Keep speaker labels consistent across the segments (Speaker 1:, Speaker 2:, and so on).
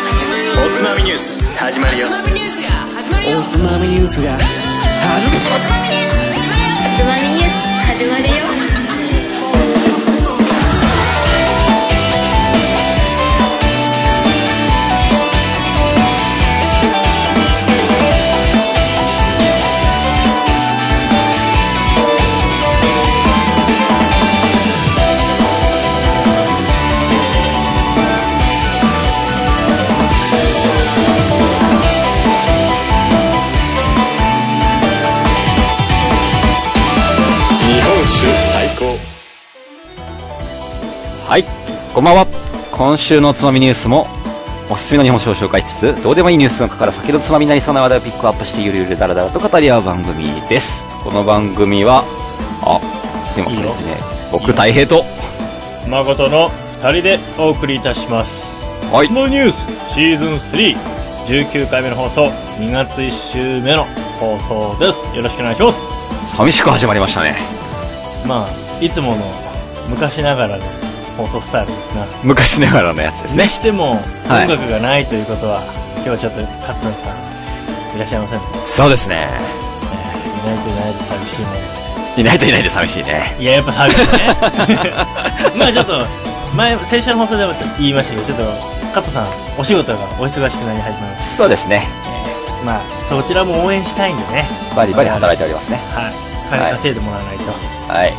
Speaker 1: おつまみニュース始まるよ
Speaker 2: ニュースが始まるよ
Speaker 3: おつまみニュースが
Speaker 4: つまみニュース始まるよ
Speaker 1: 日本酒最高
Speaker 5: はい、こんばんは。今週のつまみニュースも、おすすめの日本酒を紹介しつつ、どうでもいいニュースの中から先のつまみになりそうな話題をピックアップしてゆるゆるだらだらと語り合う番組です。この番組は、あ、でもこれね、僕、大平と、
Speaker 6: 誠の2人でお送りいたします
Speaker 5: はい
Speaker 6: こ、のニュースシーズン319回目の放送2月1週目の放送ですよろしくお願いします
Speaker 5: 寂しく始まりましたね。
Speaker 6: まあいつもの昔ながらの放送スタイルですな
Speaker 5: 昔ながらのやつです
Speaker 6: に
Speaker 5: ね。
Speaker 6: しても
Speaker 5: は
Speaker 6: 音
Speaker 5: い
Speaker 6: 楽がないということは、今日ちょっとカッツンさんいらっしゃいませんね
Speaker 5: そうですね。
Speaker 6: いないといないと寂しいね
Speaker 5: いないといないと寂しいね。
Speaker 6: いややっぱ寂しいねまあちょっと前先週の放送でも言いましたけどちょっとカットさんお仕事がお忙しくなり始めました
Speaker 5: そうですね。
Speaker 6: まあそちらも応援したいんでね
Speaker 5: バリバリ働いておりますね。
Speaker 6: はい金稼いでもらわないと、
Speaker 5: はい。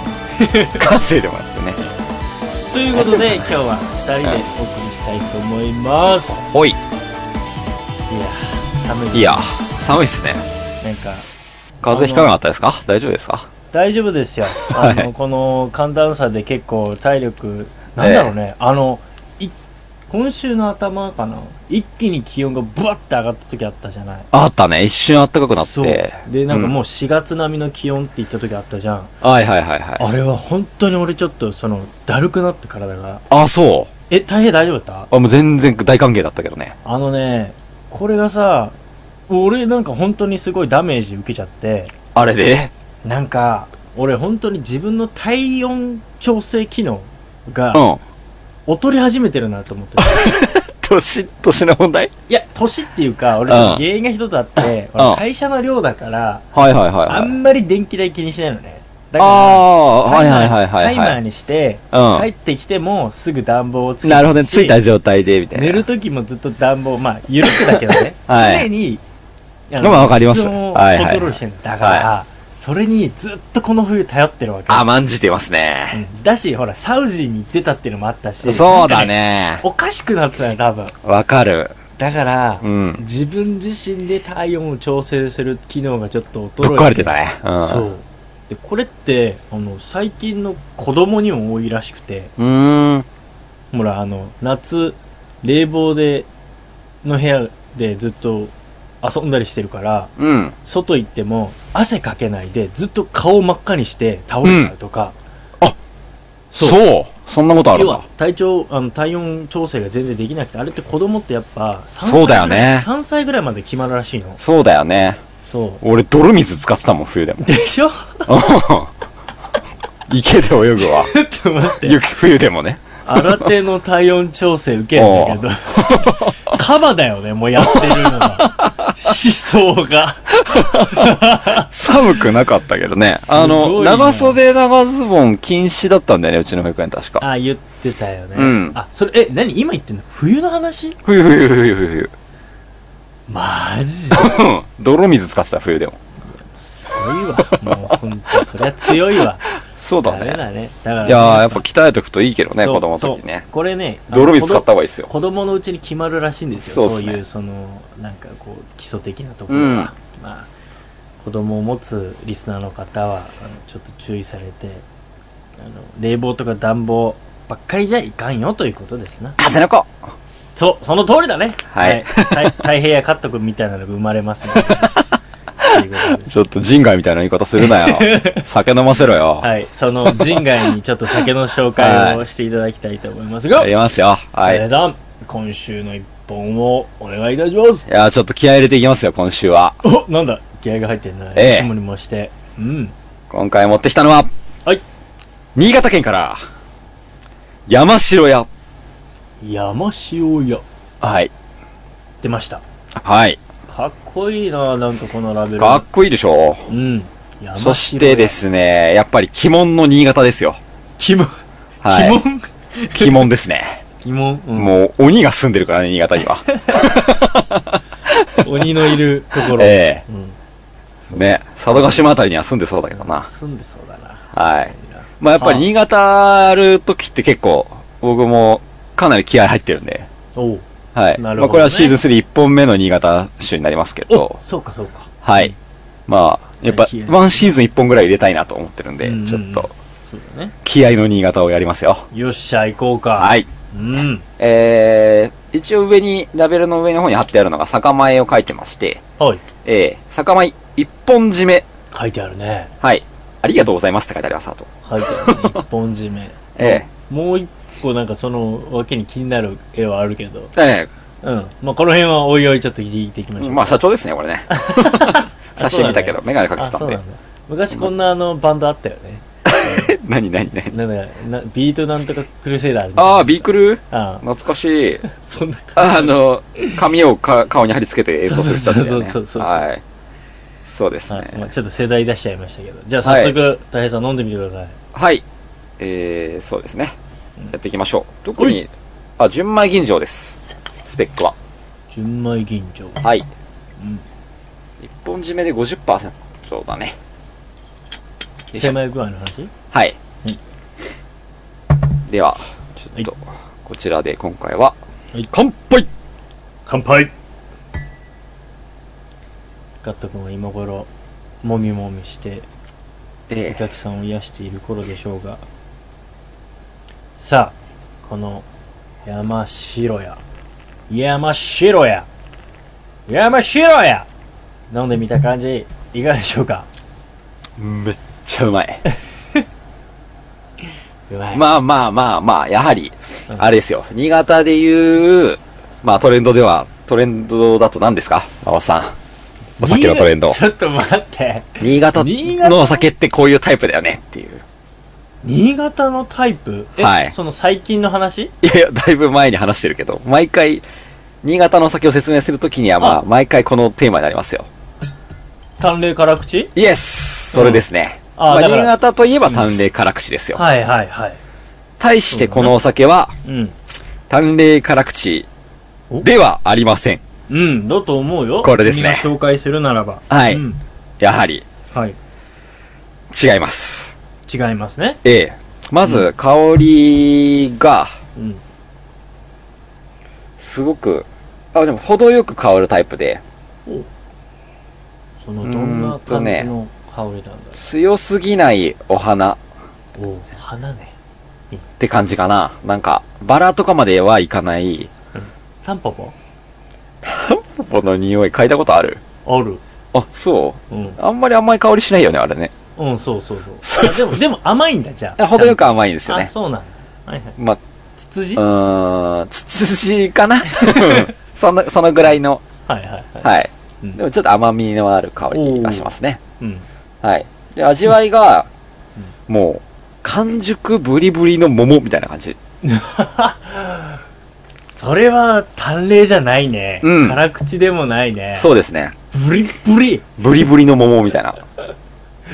Speaker 5: 稼いでもらってね。
Speaker 6: ということで今日は2人でお送りしたいと思います、
Speaker 5: ほい。
Speaker 6: い、や寒い
Speaker 5: いや、寒いっすね。
Speaker 6: なんか
Speaker 5: 風邪ひかなかったですか大丈夫ですか
Speaker 6: 大丈夫ですよあの、
Speaker 5: はい
Speaker 6: この寒暖差で結構体力なんだろうね、あのい今週の頭かな一気に気温がブワッて上がった時あったじゃない
Speaker 5: あったね。一瞬暖かくなって。
Speaker 6: そうでなんかもう
Speaker 5: う
Speaker 6: 4月並みの気温って言った時あったじゃん、
Speaker 5: んはいはいはいはい。
Speaker 6: あれは本当に俺ちょっとそのだるくなって体が
Speaker 5: あ、そ
Speaker 6: え大変大丈夫だった
Speaker 5: う。あ、もう全然大歓迎だったけどね。
Speaker 6: あのねこれがさ俺なんか本当にすごいダメージ受けちゃって
Speaker 5: あれで
Speaker 6: なんか俺本当に自分の体温調整機能が
Speaker 5: うん。
Speaker 6: 劣り始めてるなと思ってる
Speaker 5: 年、年の問題
Speaker 6: いや年っていうか俺
Speaker 5: うん
Speaker 6: 原因が一つあって
Speaker 5: うん
Speaker 6: 俺会社の量だから
Speaker 5: はいはいはい
Speaker 6: あ
Speaker 5: はい。
Speaker 6: んまり電気代気にしないのねだ
Speaker 5: あ
Speaker 6: か
Speaker 5: あ、は
Speaker 6: らタイ
Speaker 5: い
Speaker 6: マー
Speaker 5: はいはいは
Speaker 6: タ
Speaker 5: い
Speaker 6: イマ
Speaker 5: は
Speaker 6: ー
Speaker 5: い。
Speaker 6: にして帰
Speaker 5: う
Speaker 6: ってきてもすぐ暖房をつけ
Speaker 5: ん。
Speaker 6: て
Speaker 5: なるほどね。
Speaker 6: し
Speaker 5: ついた状態で、みたいな。、
Speaker 6: 寝るときもずっと暖房、まあ、緩くだけどね
Speaker 5: はい
Speaker 6: 常に、あ
Speaker 5: まあわかります
Speaker 6: 室温をコン
Speaker 5: はいはい
Speaker 6: トロールしてるんだから、それにずっとこの冬頼ってるわけ。
Speaker 5: 甘んじてます
Speaker 6: う
Speaker 5: ね。
Speaker 6: んだし、ほら、サウジに行ってたっていうのもあったし、
Speaker 5: そうだ
Speaker 6: なんか。
Speaker 5: ね。
Speaker 6: おかしくなってたよ、多分。
Speaker 5: わかる。
Speaker 6: だから、
Speaker 5: うん。
Speaker 6: 自分自身で体温を調整する機能がちょっと
Speaker 5: ぶっ
Speaker 6: 衰え
Speaker 5: 壊れてたね。うん。
Speaker 6: そう。で、これって、あの、最近の子供にも多いらしくて、
Speaker 5: うーん。
Speaker 6: ほら、あの、夏、冷房で、の部屋でずっと遊んだりしてるから、
Speaker 5: うん。
Speaker 6: 外行っても汗かけないでずっと顔真っ赤にして倒れちゃうとか、そう
Speaker 5: そう。そんなことある
Speaker 6: 要
Speaker 5: んだ
Speaker 6: は。体調、あの、体温調整が全然できなくて、あれって子供ってやっぱ、三
Speaker 5: そうだよね
Speaker 6: 歳ぐらい3歳ぐらいまで決まるらしいの。
Speaker 5: そうだよね。
Speaker 6: そ
Speaker 5: 俺、泥水使ってたもん、冬でも
Speaker 6: う。。でしょち
Speaker 5: うん池で泳ぐわ。
Speaker 6: ょっと待って。
Speaker 5: 雪、冬でもね。
Speaker 6: 新手の体温調整受けるんだけ ど、カバだよね、もうやってるのが。思想が。
Speaker 5: 寒くなかったけどね。あ
Speaker 6: す
Speaker 5: の、
Speaker 6: ごいね
Speaker 5: 長袖長ズボン禁止だったんだよね、うちの保育園確か。
Speaker 6: あ、言ってたよね。
Speaker 5: うん
Speaker 6: あ、それ、え、何今言ってんの冬の話
Speaker 5: 冬冬冬冬
Speaker 6: マジで
Speaker 5: 冬。 うん。泥水使ってた、冬でも。
Speaker 6: 強いわ。もうほんと、そりゃ強いわ。
Speaker 5: そうだ
Speaker 6: ダメ
Speaker 5: ね。
Speaker 6: だね。だから、
Speaker 5: いやー、やっぱ鍛えとくといいけどね、
Speaker 6: そう
Speaker 5: 子供の時ね
Speaker 6: そう。これね、あの
Speaker 5: 泥水使った方がいいですよ
Speaker 6: 子。供子供のうちに決まるらしいんですよ。
Speaker 5: そ
Speaker 6: そうう
Speaker 5: っすね
Speaker 6: いう、その、なんかこう、基礎的なところが。
Speaker 5: うん
Speaker 6: まあ、子供を持つリスナーの方は、あのちょっと注意されて、あの、冷房とか暖房ばっかりじゃいかんよということですな。
Speaker 5: 風の子
Speaker 6: そう、その通りだね。
Speaker 5: はい
Speaker 6: 太太平洋カット君みたいなのが生まれますのでということです
Speaker 5: ちょっと人外みたいな言い方する なよ。酒飲ませろよ。
Speaker 6: はい、その人外にちょっと酒の紹介をしていただきたいと思いますが、
Speaker 5: やりますよ。はい。
Speaker 6: 皆
Speaker 5: い
Speaker 6: さん、今週の一本をお願いいたします。
Speaker 5: やー、ちょっと気合い入れていきますよ、今週は。
Speaker 6: お、なんだ、気合が入ってんな。
Speaker 5: ええ
Speaker 6: いつもにもして。うん。
Speaker 5: 今回持ってきたのは、
Speaker 6: はい。
Speaker 5: 新潟県から、山城屋。
Speaker 6: 山塩屋
Speaker 5: はい。
Speaker 6: でしてました。
Speaker 5: はい。
Speaker 6: かっこいいななんかこのラベル。
Speaker 5: かっこいいでしょ
Speaker 6: うん。山城
Speaker 5: そしてで。すね、やっぱり鬼門の新潟ですよ。
Speaker 6: 疑問。
Speaker 5: はい。
Speaker 6: 疑問
Speaker 5: 鬼門ですね。
Speaker 6: 疑問、うん、
Speaker 5: もう鬼が住んでるからね、新潟には。
Speaker 6: 鬼のいるところ。
Speaker 5: え
Speaker 6: うん。
Speaker 5: えね。佐渡島あたりには住んでそうだけどな。
Speaker 6: 住んでそうだな。
Speaker 5: はい。まあやっぱり新潟ある時って結構、僕もかなり気合入ってるんで。
Speaker 6: おう。
Speaker 5: はい。
Speaker 6: なるほどね
Speaker 5: まあこれはシーズン3一本目の新潟州になりますけど
Speaker 6: お。そうかそうか。
Speaker 5: はい。まあ、やっぱ
Speaker 6: 気合、い
Speaker 5: ワンシーズン一本ぐらい入れたいなと思ってるんで
Speaker 6: うんうんう、ん
Speaker 5: ちょっと、
Speaker 6: そうだね。
Speaker 5: 気合の新潟をやりますよ。
Speaker 6: よっしゃ、行こうか。。
Speaker 5: はいい。
Speaker 6: うん。
Speaker 5: えー、一応上に、ラベルの上の方に貼ってあるのが酒米を書いてまして、
Speaker 6: はい。
Speaker 5: えー、酒米一本締め。
Speaker 6: 書いてあるね。
Speaker 5: はい。ありがとうございますって書いてあります、あと。
Speaker 6: 書いてあるね。一本締め。
Speaker 5: え
Speaker 6: もう一個なんかそのわけに気になる絵はあるけど。
Speaker 5: ー、え
Speaker 6: うん。まあこの辺はおいおいちょっと聞いていきましょ
Speaker 5: ー、
Speaker 6: う。
Speaker 5: まあ社長ですね、これ ね。写真見たけど、メガネかけ
Speaker 6: あ
Speaker 5: てた
Speaker 6: そ
Speaker 5: ん
Speaker 6: う
Speaker 5: で
Speaker 6: な。んだ。昔こんなあのバンドあったよね。
Speaker 5: 何何何
Speaker 6: なんだかなビートなんとかクルセイダーみたいな
Speaker 5: ああ、ビークル
Speaker 6: ああ
Speaker 5: 懐かしい。
Speaker 6: そんな感
Speaker 5: あの、髪をか顔に貼り付けて演奏する人たちだよね。
Speaker 6: そうそうそうそうそう
Speaker 5: はい。そうです
Speaker 6: じ、はいまあ
Speaker 5: ね。
Speaker 6: ちょっと世代出しちゃいましたけどじゃあ早速大平さん飲んでみてください
Speaker 5: はい。えー、そうですね
Speaker 6: うん。
Speaker 5: やっていきましょう。特に、あ、純米吟醸です。スペックは。
Speaker 6: 純米吟醸
Speaker 5: はい。
Speaker 6: うん
Speaker 5: 一本締めで50%だね。よいし
Speaker 6: 手
Speaker 5: ょ
Speaker 6: 前具合の話
Speaker 5: はい。
Speaker 6: はい
Speaker 5: では、ちょっと、こちらで今回は、
Speaker 6: はい
Speaker 5: 乾杯
Speaker 6: 乾杯ガット君は今頃もみもみしてお
Speaker 5: えー、
Speaker 6: 客さんを癒している頃でしょうがさあこの山城屋山城屋山城屋飲んでみた感じいかがでしょうか
Speaker 5: めっちゃうまい。
Speaker 6: うまい、
Speaker 5: まあまあまあまあ、やはり
Speaker 6: う、ん
Speaker 5: あれですよ。新潟でいう、まあトレンドでは、トレンドだと何ですか馬場さん。お酒のトレンド
Speaker 6: 新。潟ちょっと待って
Speaker 5: 新潟
Speaker 6: 新潟
Speaker 5: のお酒ってこういうタイプだよねっていう。
Speaker 6: 新潟のタイプえ、
Speaker 5: はい
Speaker 6: その最近の話
Speaker 5: いやいや、だいぶ前に話してるけど、毎回、新潟のお酒を説明するときには、ま
Speaker 6: あ
Speaker 5: あ、毎回このテーマになりますよ。
Speaker 6: 淡麗辛口
Speaker 5: イエスそれですね。
Speaker 6: うんあ
Speaker 5: まあ、
Speaker 6: だから
Speaker 5: 新潟といえば淡麗辛口ですよ。
Speaker 6: はいはいはい
Speaker 5: 対してこのお酒は、
Speaker 6: うん
Speaker 5: 淡麗辛口ではありません。
Speaker 6: うんだと思うよ
Speaker 5: これですね
Speaker 6: 君が紹介するならば
Speaker 5: はい
Speaker 6: うん
Speaker 5: やはり、
Speaker 6: はい
Speaker 5: 違います。
Speaker 6: 違いますね
Speaker 5: ええ。まず、香りが、
Speaker 6: うん
Speaker 5: すごく、あ、でも、程よく香るタイプで、
Speaker 6: そのどん
Speaker 5: うー
Speaker 6: なん
Speaker 5: と
Speaker 6: 感じ
Speaker 5: ね
Speaker 6: の香りなんだろ
Speaker 5: 強すぎないお花っ
Speaker 6: う、おう花ね
Speaker 5: て感じかな。なんか、バラとかまではいかない、
Speaker 6: タンポポ
Speaker 5: ポポの匂い嗅いだことある
Speaker 6: ある
Speaker 5: あ、そ
Speaker 6: うん
Speaker 5: うあんまり甘い香りしないよね、あれね。
Speaker 6: うんそうそうそうあでもでも甘いんだじゃ
Speaker 5: あ
Speaker 6: あ
Speaker 5: 程よく
Speaker 6: 甘
Speaker 5: 甘いんですよ
Speaker 6: あ
Speaker 5: ね。
Speaker 6: そうなんだはいはい
Speaker 5: まあ、
Speaker 6: ツツジ
Speaker 5: う
Speaker 6: はい
Speaker 5: ーん、つつじかな その、そのぐらいの、
Speaker 6: はいはい
Speaker 5: はい。
Speaker 6: うん
Speaker 5: でもちょっと甘みのある香りがしますね。
Speaker 6: うん
Speaker 5: はい。で、味わいが、もう、完熟ブリブリの桃みたいな感じ。
Speaker 6: それは淡麗じゃないね
Speaker 5: うん
Speaker 6: 辛口でもないね
Speaker 5: そうですね。
Speaker 6: ブリッブリ
Speaker 5: ブリブリの桃みたいな。っ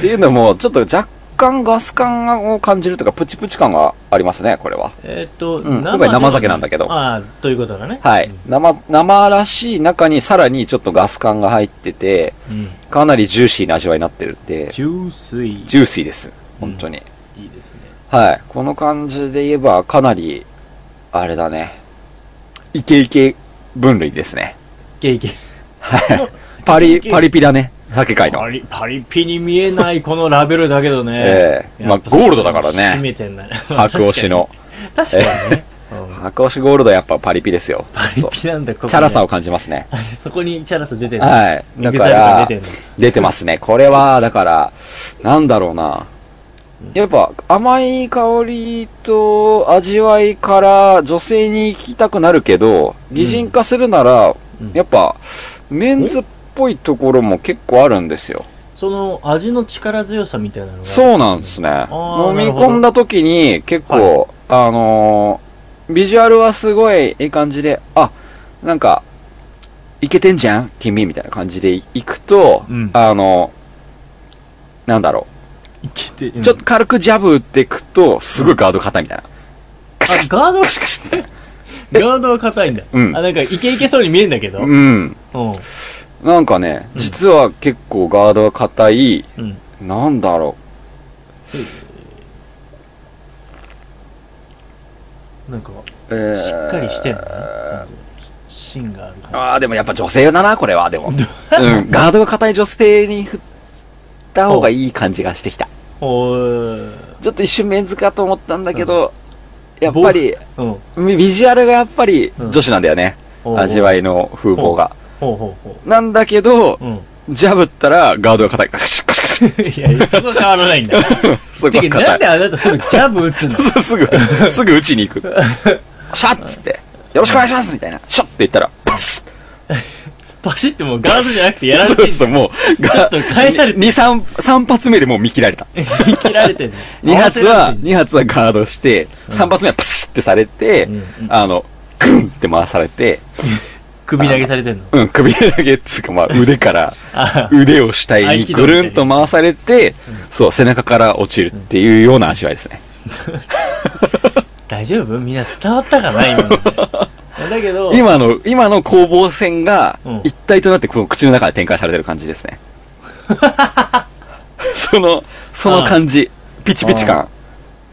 Speaker 5: ていうのも、ちょっと若干ガス感を感じるとか、プチプチ感がありますね、これは。
Speaker 6: えっ
Speaker 5: う
Speaker 6: と、
Speaker 5: ん
Speaker 6: で
Speaker 5: 今回生酒なんだけど
Speaker 6: ああ、ということだね。
Speaker 5: はい。生、生らしい中にさらにちょっとガス感が入ってて、
Speaker 6: うん。
Speaker 5: かなりジューシーな味わいになってるんで、
Speaker 6: ジュースイ。
Speaker 5: ジューシーです。本当に。
Speaker 6: いいですね。
Speaker 5: はい。この感じで言えば、かなり、あれだね。イケイケ分類ですね。
Speaker 6: いけいけ。
Speaker 5: パ
Speaker 6: イ
Speaker 5: リ、
Speaker 6: ケイケ
Speaker 5: パリピだね。酒界の。
Speaker 6: パリ、パリピに見えないこのラベルだけどね
Speaker 5: え。えまあゴールドだからね
Speaker 6: 締めてんだね。
Speaker 5: 白押しの。
Speaker 6: 確かに。確かにね。うん
Speaker 5: 白押しゴールドはやっぱパリピですよ。
Speaker 6: パ
Speaker 5: ち
Speaker 6: リ
Speaker 5: ょっと
Speaker 6: ピなんだ、ここね。
Speaker 5: チャラさを感じますね。
Speaker 6: そこにチャラさ出てる。
Speaker 5: はい。だ
Speaker 6: 肉
Speaker 5: か
Speaker 6: 皿が
Speaker 5: ら
Speaker 6: 出、てる。
Speaker 5: 出てますね。これは、だから、なんだろうな。やっぱ、甘い香りと味わいから女性に行きたくなるけど、擬人化するなら、
Speaker 6: うん
Speaker 5: やっぱ、メンズっぽいところも結構あるんですよ。
Speaker 6: その味の力強さみたいなのが。
Speaker 5: そうなんですね。
Speaker 6: ー
Speaker 5: 飲み込んだ時に結構、あのービジュアルはすごいいい感じで、あ、なんか、いけてんじゃん君みたいな感じで行くと、
Speaker 6: うん
Speaker 5: あの、なんだろ
Speaker 6: いけて、
Speaker 5: う、
Speaker 6: うん
Speaker 5: ちょっと軽くジャブ打っていくと、すぐガード硬いみたいな。ガシ
Speaker 6: あ
Speaker 5: ガシ、
Speaker 6: ガード
Speaker 5: ガシガシみたい
Speaker 6: ガードは硬いんだ。
Speaker 5: うん
Speaker 6: あ、なんか、イケイケそうに見えんだけど。
Speaker 5: な。
Speaker 6: う。
Speaker 5: うんん。
Speaker 6: うん。
Speaker 5: なんかね、
Speaker 6: うん
Speaker 5: 実は結構ガードが硬い、なんだろ
Speaker 6: なんか、
Speaker 5: う、えー
Speaker 6: しっかりしてんだね。ちゃんと芯がある感
Speaker 5: ああ、でもやっぱ女性だな、これは、 でも。うん、ガードが硬い女性に振った方がいい感じがしてきた。
Speaker 6: じ。おー。
Speaker 5: ちょっと一瞬メンズかと思ったんだけど、やっぱり、
Speaker 6: うん。
Speaker 5: ビビジュアルがやっぱり
Speaker 6: うん
Speaker 5: 女子なんだよね。
Speaker 6: おー
Speaker 5: 味わいの風貌が。
Speaker 6: ほうほうほ
Speaker 5: なんだけど
Speaker 6: う。、うん。
Speaker 5: ジャブったらガードが硬い。ガシッガシッガシッ
Speaker 6: いや、そこは変わらないん だ。
Speaker 5: す
Speaker 6: て
Speaker 5: ぐ
Speaker 6: か、な
Speaker 5: 硬
Speaker 6: んで
Speaker 5: い。
Speaker 6: あなたすぐジャブ打つの
Speaker 5: すぐ、すぐ打ちに行く。シャッつって、よろしくお願いしますみたいな。シャッって言ったら、パシッ
Speaker 6: パシってもうガードじゃなくてやられて
Speaker 5: そ
Speaker 6: ん
Speaker 5: うそう、もう、ち
Speaker 6: ょっと返されて
Speaker 5: 2、3、3発目でもう見切られた。
Speaker 6: の。 切られてんの。
Speaker 5: 2発
Speaker 6: 合わせられ
Speaker 5: は、
Speaker 6: てんの
Speaker 5: 二発はガードして、3発目はパシッってされて
Speaker 6: うん、
Speaker 5: あの、グンって回されて、
Speaker 6: 首投げされてんの。
Speaker 5: うん、首投げっつうか、まあ、腕から、
Speaker 6: あ
Speaker 5: 腕を主体
Speaker 6: 合
Speaker 5: に
Speaker 6: 気道
Speaker 5: ぐ
Speaker 6: みたいに
Speaker 5: るんと回されて、そう、背中から落ちるっていうような味わいですね。
Speaker 6: 大丈夫みんな伝わったかな今 ので。だけど、
Speaker 5: 今の、今の攻防戦が
Speaker 6: うん
Speaker 5: 一体となってこの口の中で展開されてる感じ ですね。その、その感じ。ピチピチ感。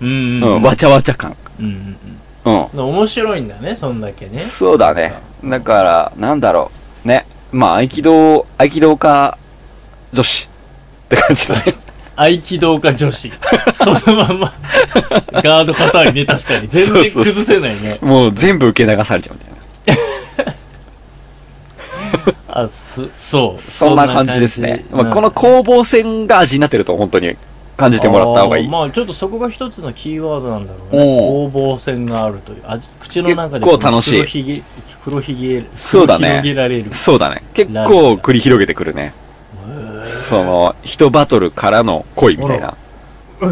Speaker 6: うん
Speaker 5: う
Speaker 6: う
Speaker 5: ん、
Speaker 6: ん
Speaker 5: わちゃわちゃ感。
Speaker 6: うんうん
Speaker 5: うん。
Speaker 6: うん。面白いんだね、そんだけね。
Speaker 5: そうだね。だから、なんだろう。ね。まあ、合気道、合気道家女子って感じだ ね。
Speaker 6: 合気道家女 子。そのまんま。ガード硬いね、確かに。全然崩せないね。
Speaker 5: もう全部受け流されちゃうみたいな。
Speaker 6: あ、す、そう。
Speaker 5: そんな感じですね。
Speaker 6: そんな感じ
Speaker 5: まあ、こ
Speaker 6: う
Speaker 5: の攻
Speaker 6: ん
Speaker 5: 防戦が味になってると本当に感じてもらった方がい
Speaker 6: あー
Speaker 5: い。
Speaker 6: まあ、ちょっとそこが一つのキーワードなんだろうね。
Speaker 5: お
Speaker 6: 攻防戦があるという。あ口の中で。
Speaker 5: 結構楽しい
Speaker 6: 黒ひげ、黒ひげ、
Speaker 5: そうだね
Speaker 6: 黒ひげられる。
Speaker 5: そうだね。結構繰り広げてくるね。その、一バトルからの恋みたいな。
Speaker 6: う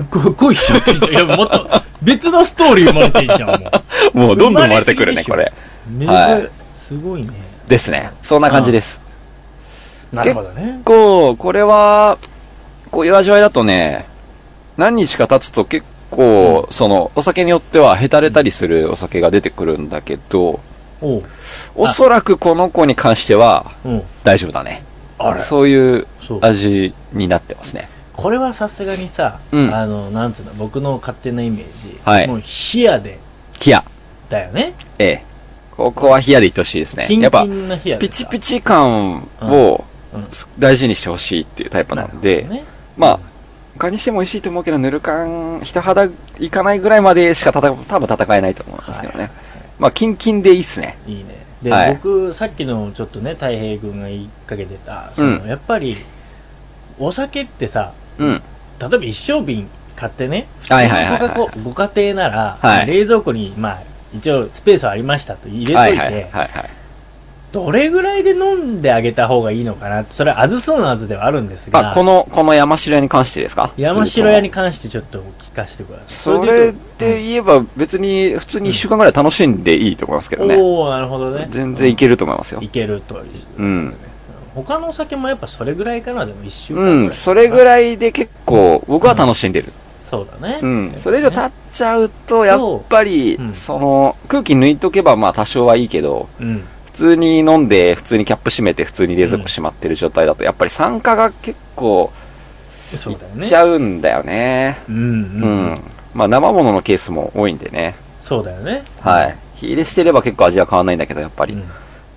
Speaker 6: んこ恋しちゃってんじゃんいや、もっと、別のストーリー生まれてんじゃん、もう。
Speaker 5: もうどんどん生まれてくるね、
Speaker 6: 生
Speaker 5: こ
Speaker 6: まれ
Speaker 5: れ
Speaker 6: す。め
Speaker 5: は
Speaker 6: ずすごいね。
Speaker 5: ですね。そんな感じです。
Speaker 6: なるほどね
Speaker 5: 結。構、これは、こういう味わいだとね、何日か経つと結構、その、お酒によっては、へたれたりするお酒が出てくるんだけど、
Speaker 6: おう。
Speaker 5: おそらくこの子に関しては、
Speaker 6: うん。
Speaker 5: 大丈夫だね。
Speaker 6: あれ
Speaker 5: そういう
Speaker 6: そう。
Speaker 5: 味になってますね。
Speaker 6: これはさすがにさ、
Speaker 5: うん
Speaker 6: あの、なんつうの、僕の勝手なイメージ。
Speaker 5: はい
Speaker 6: もう、冷やで、
Speaker 5: 冷や。
Speaker 6: だよね。
Speaker 5: ええ。ここは冷やでいってほしいですね
Speaker 6: キ。ン
Speaker 5: やっぱ
Speaker 6: キ、ンの冷やで。
Speaker 5: ピチピチ感を
Speaker 6: うんうん
Speaker 5: 大事にしてほしいっていうタイプなんで、
Speaker 6: なるほどね
Speaker 5: まあ、他にしても美味しいと思うけど、ぬる感、人肌いかないぐらいまでしか戦、多分戦えないと思うんですけどね。まあ、キンキンでいいっすね。
Speaker 6: いいね。で、
Speaker 5: はい
Speaker 6: 僕、さっきのちょっとね、太平君が言いかけてた、その、
Speaker 5: うん
Speaker 6: やっぱり、お酒ってさ、
Speaker 5: うん。
Speaker 6: 例えば一升瓶買ってね、
Speaker 5: はいはいはいはい
Speaker 6: 普通のご家ご家庭なら、
Speaker 5: はい
Speaker 6: 冷蔵庫に、まあ、一応スペースはありましたと入れといて、
Speaker 5: はいはいはいはい。
Speaker 6: どれぐらいで飲んであげた方がいいのかなってそれはあずそうなあずではあるんですが、
Speaker 5: あ、この、この山城屋に関してですか
Speaker 6: 山城屋に
Speaker 5: 関して。
Speaker 6: 関してちょっとお聞かせてください。
Speaker 5: そ
Speaker 6: で
Speaker 5: れ
Speaker 6: 言う
Speaker 5: で言えば別に普通に一週間ぐらい楽しんでいいと思いますけ
Speaker 6: と
Speaker 5: どね。
Speaker 6: おおなるほどね。
Speaker 5: 全然いけると思いますよ
Speaker 6: い。けるという。
Speaker 5: うん。
Speaker 6: 他のお酒もやっぱそれぐらいかな、でも一週間
Speaker 5: う
Speaker 6: ぐらい。
Speaker 5: ん。それぐらいで結構僕は楽しんでる。
Speaker 6: そうだね。
Speaker 5: うん。それ以上経
Speaker 6: た
Speaker 5: っちゃうと、やっぱり
Speaker 6: そうう、ん
Speaker 5: その、空気抜いとけばまあ多少はいいけど、
Speaker 6: うん。
Speaker 5: 普通に飲んで、普通にキャップ閉めて、普通に冷蔵庫閉まってる状態だと、やっぱり酸化が結構
Speaker 6: そうだよ
Speaker 5: いっ
Speaker 6: ね
Speaker 5: ち。ゃうんだよね。
Speaker 6: うん
Speaker 5: う
Speaker 6: うん。
Speaker 5: ん。まあ生物のケースも多いんでね。
Speaker 6: そうだよね。
Speaker 5: はい。火入れしてれば結構味は変わんないんだけど、やっぱり。
Speaker 6: うん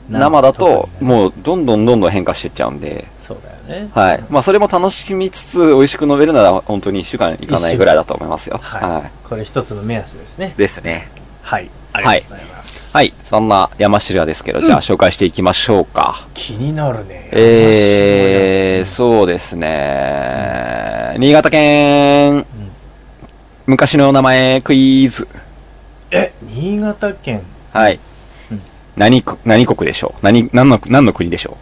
Speaker 5: 生だと、
Speaker 6: 特にね
Speaker 5: もうどんどんどんどん変化していっちゃうんで。
Speaker 6: そうだよね。
Speaker 5: はい。まあそれも楽しみつつ、美味しく飲めるなら本当に一週間いかないぐらいだと思いますよ。
Speaker 6: は。
Speaker 5: はい
Speaker 6: これ一つの目安ですね
Speaker 5: い。。ですね。
Speaker 6: はい。ありがとうございます。
Speaker 5: はい。そんな山城屋ですけど、じゃあ紹介していきましょうか。
Speaker 6: 気になるね。
Speaker 5: えー、そうですね。新潟県、昔のお名前クイズ。
Speaker 6: え、新潟 県。
Speaker 5: はい
Speaker 6: うん。
Speaker 5: 何国、何国でしょう何、何の、何の国でしょ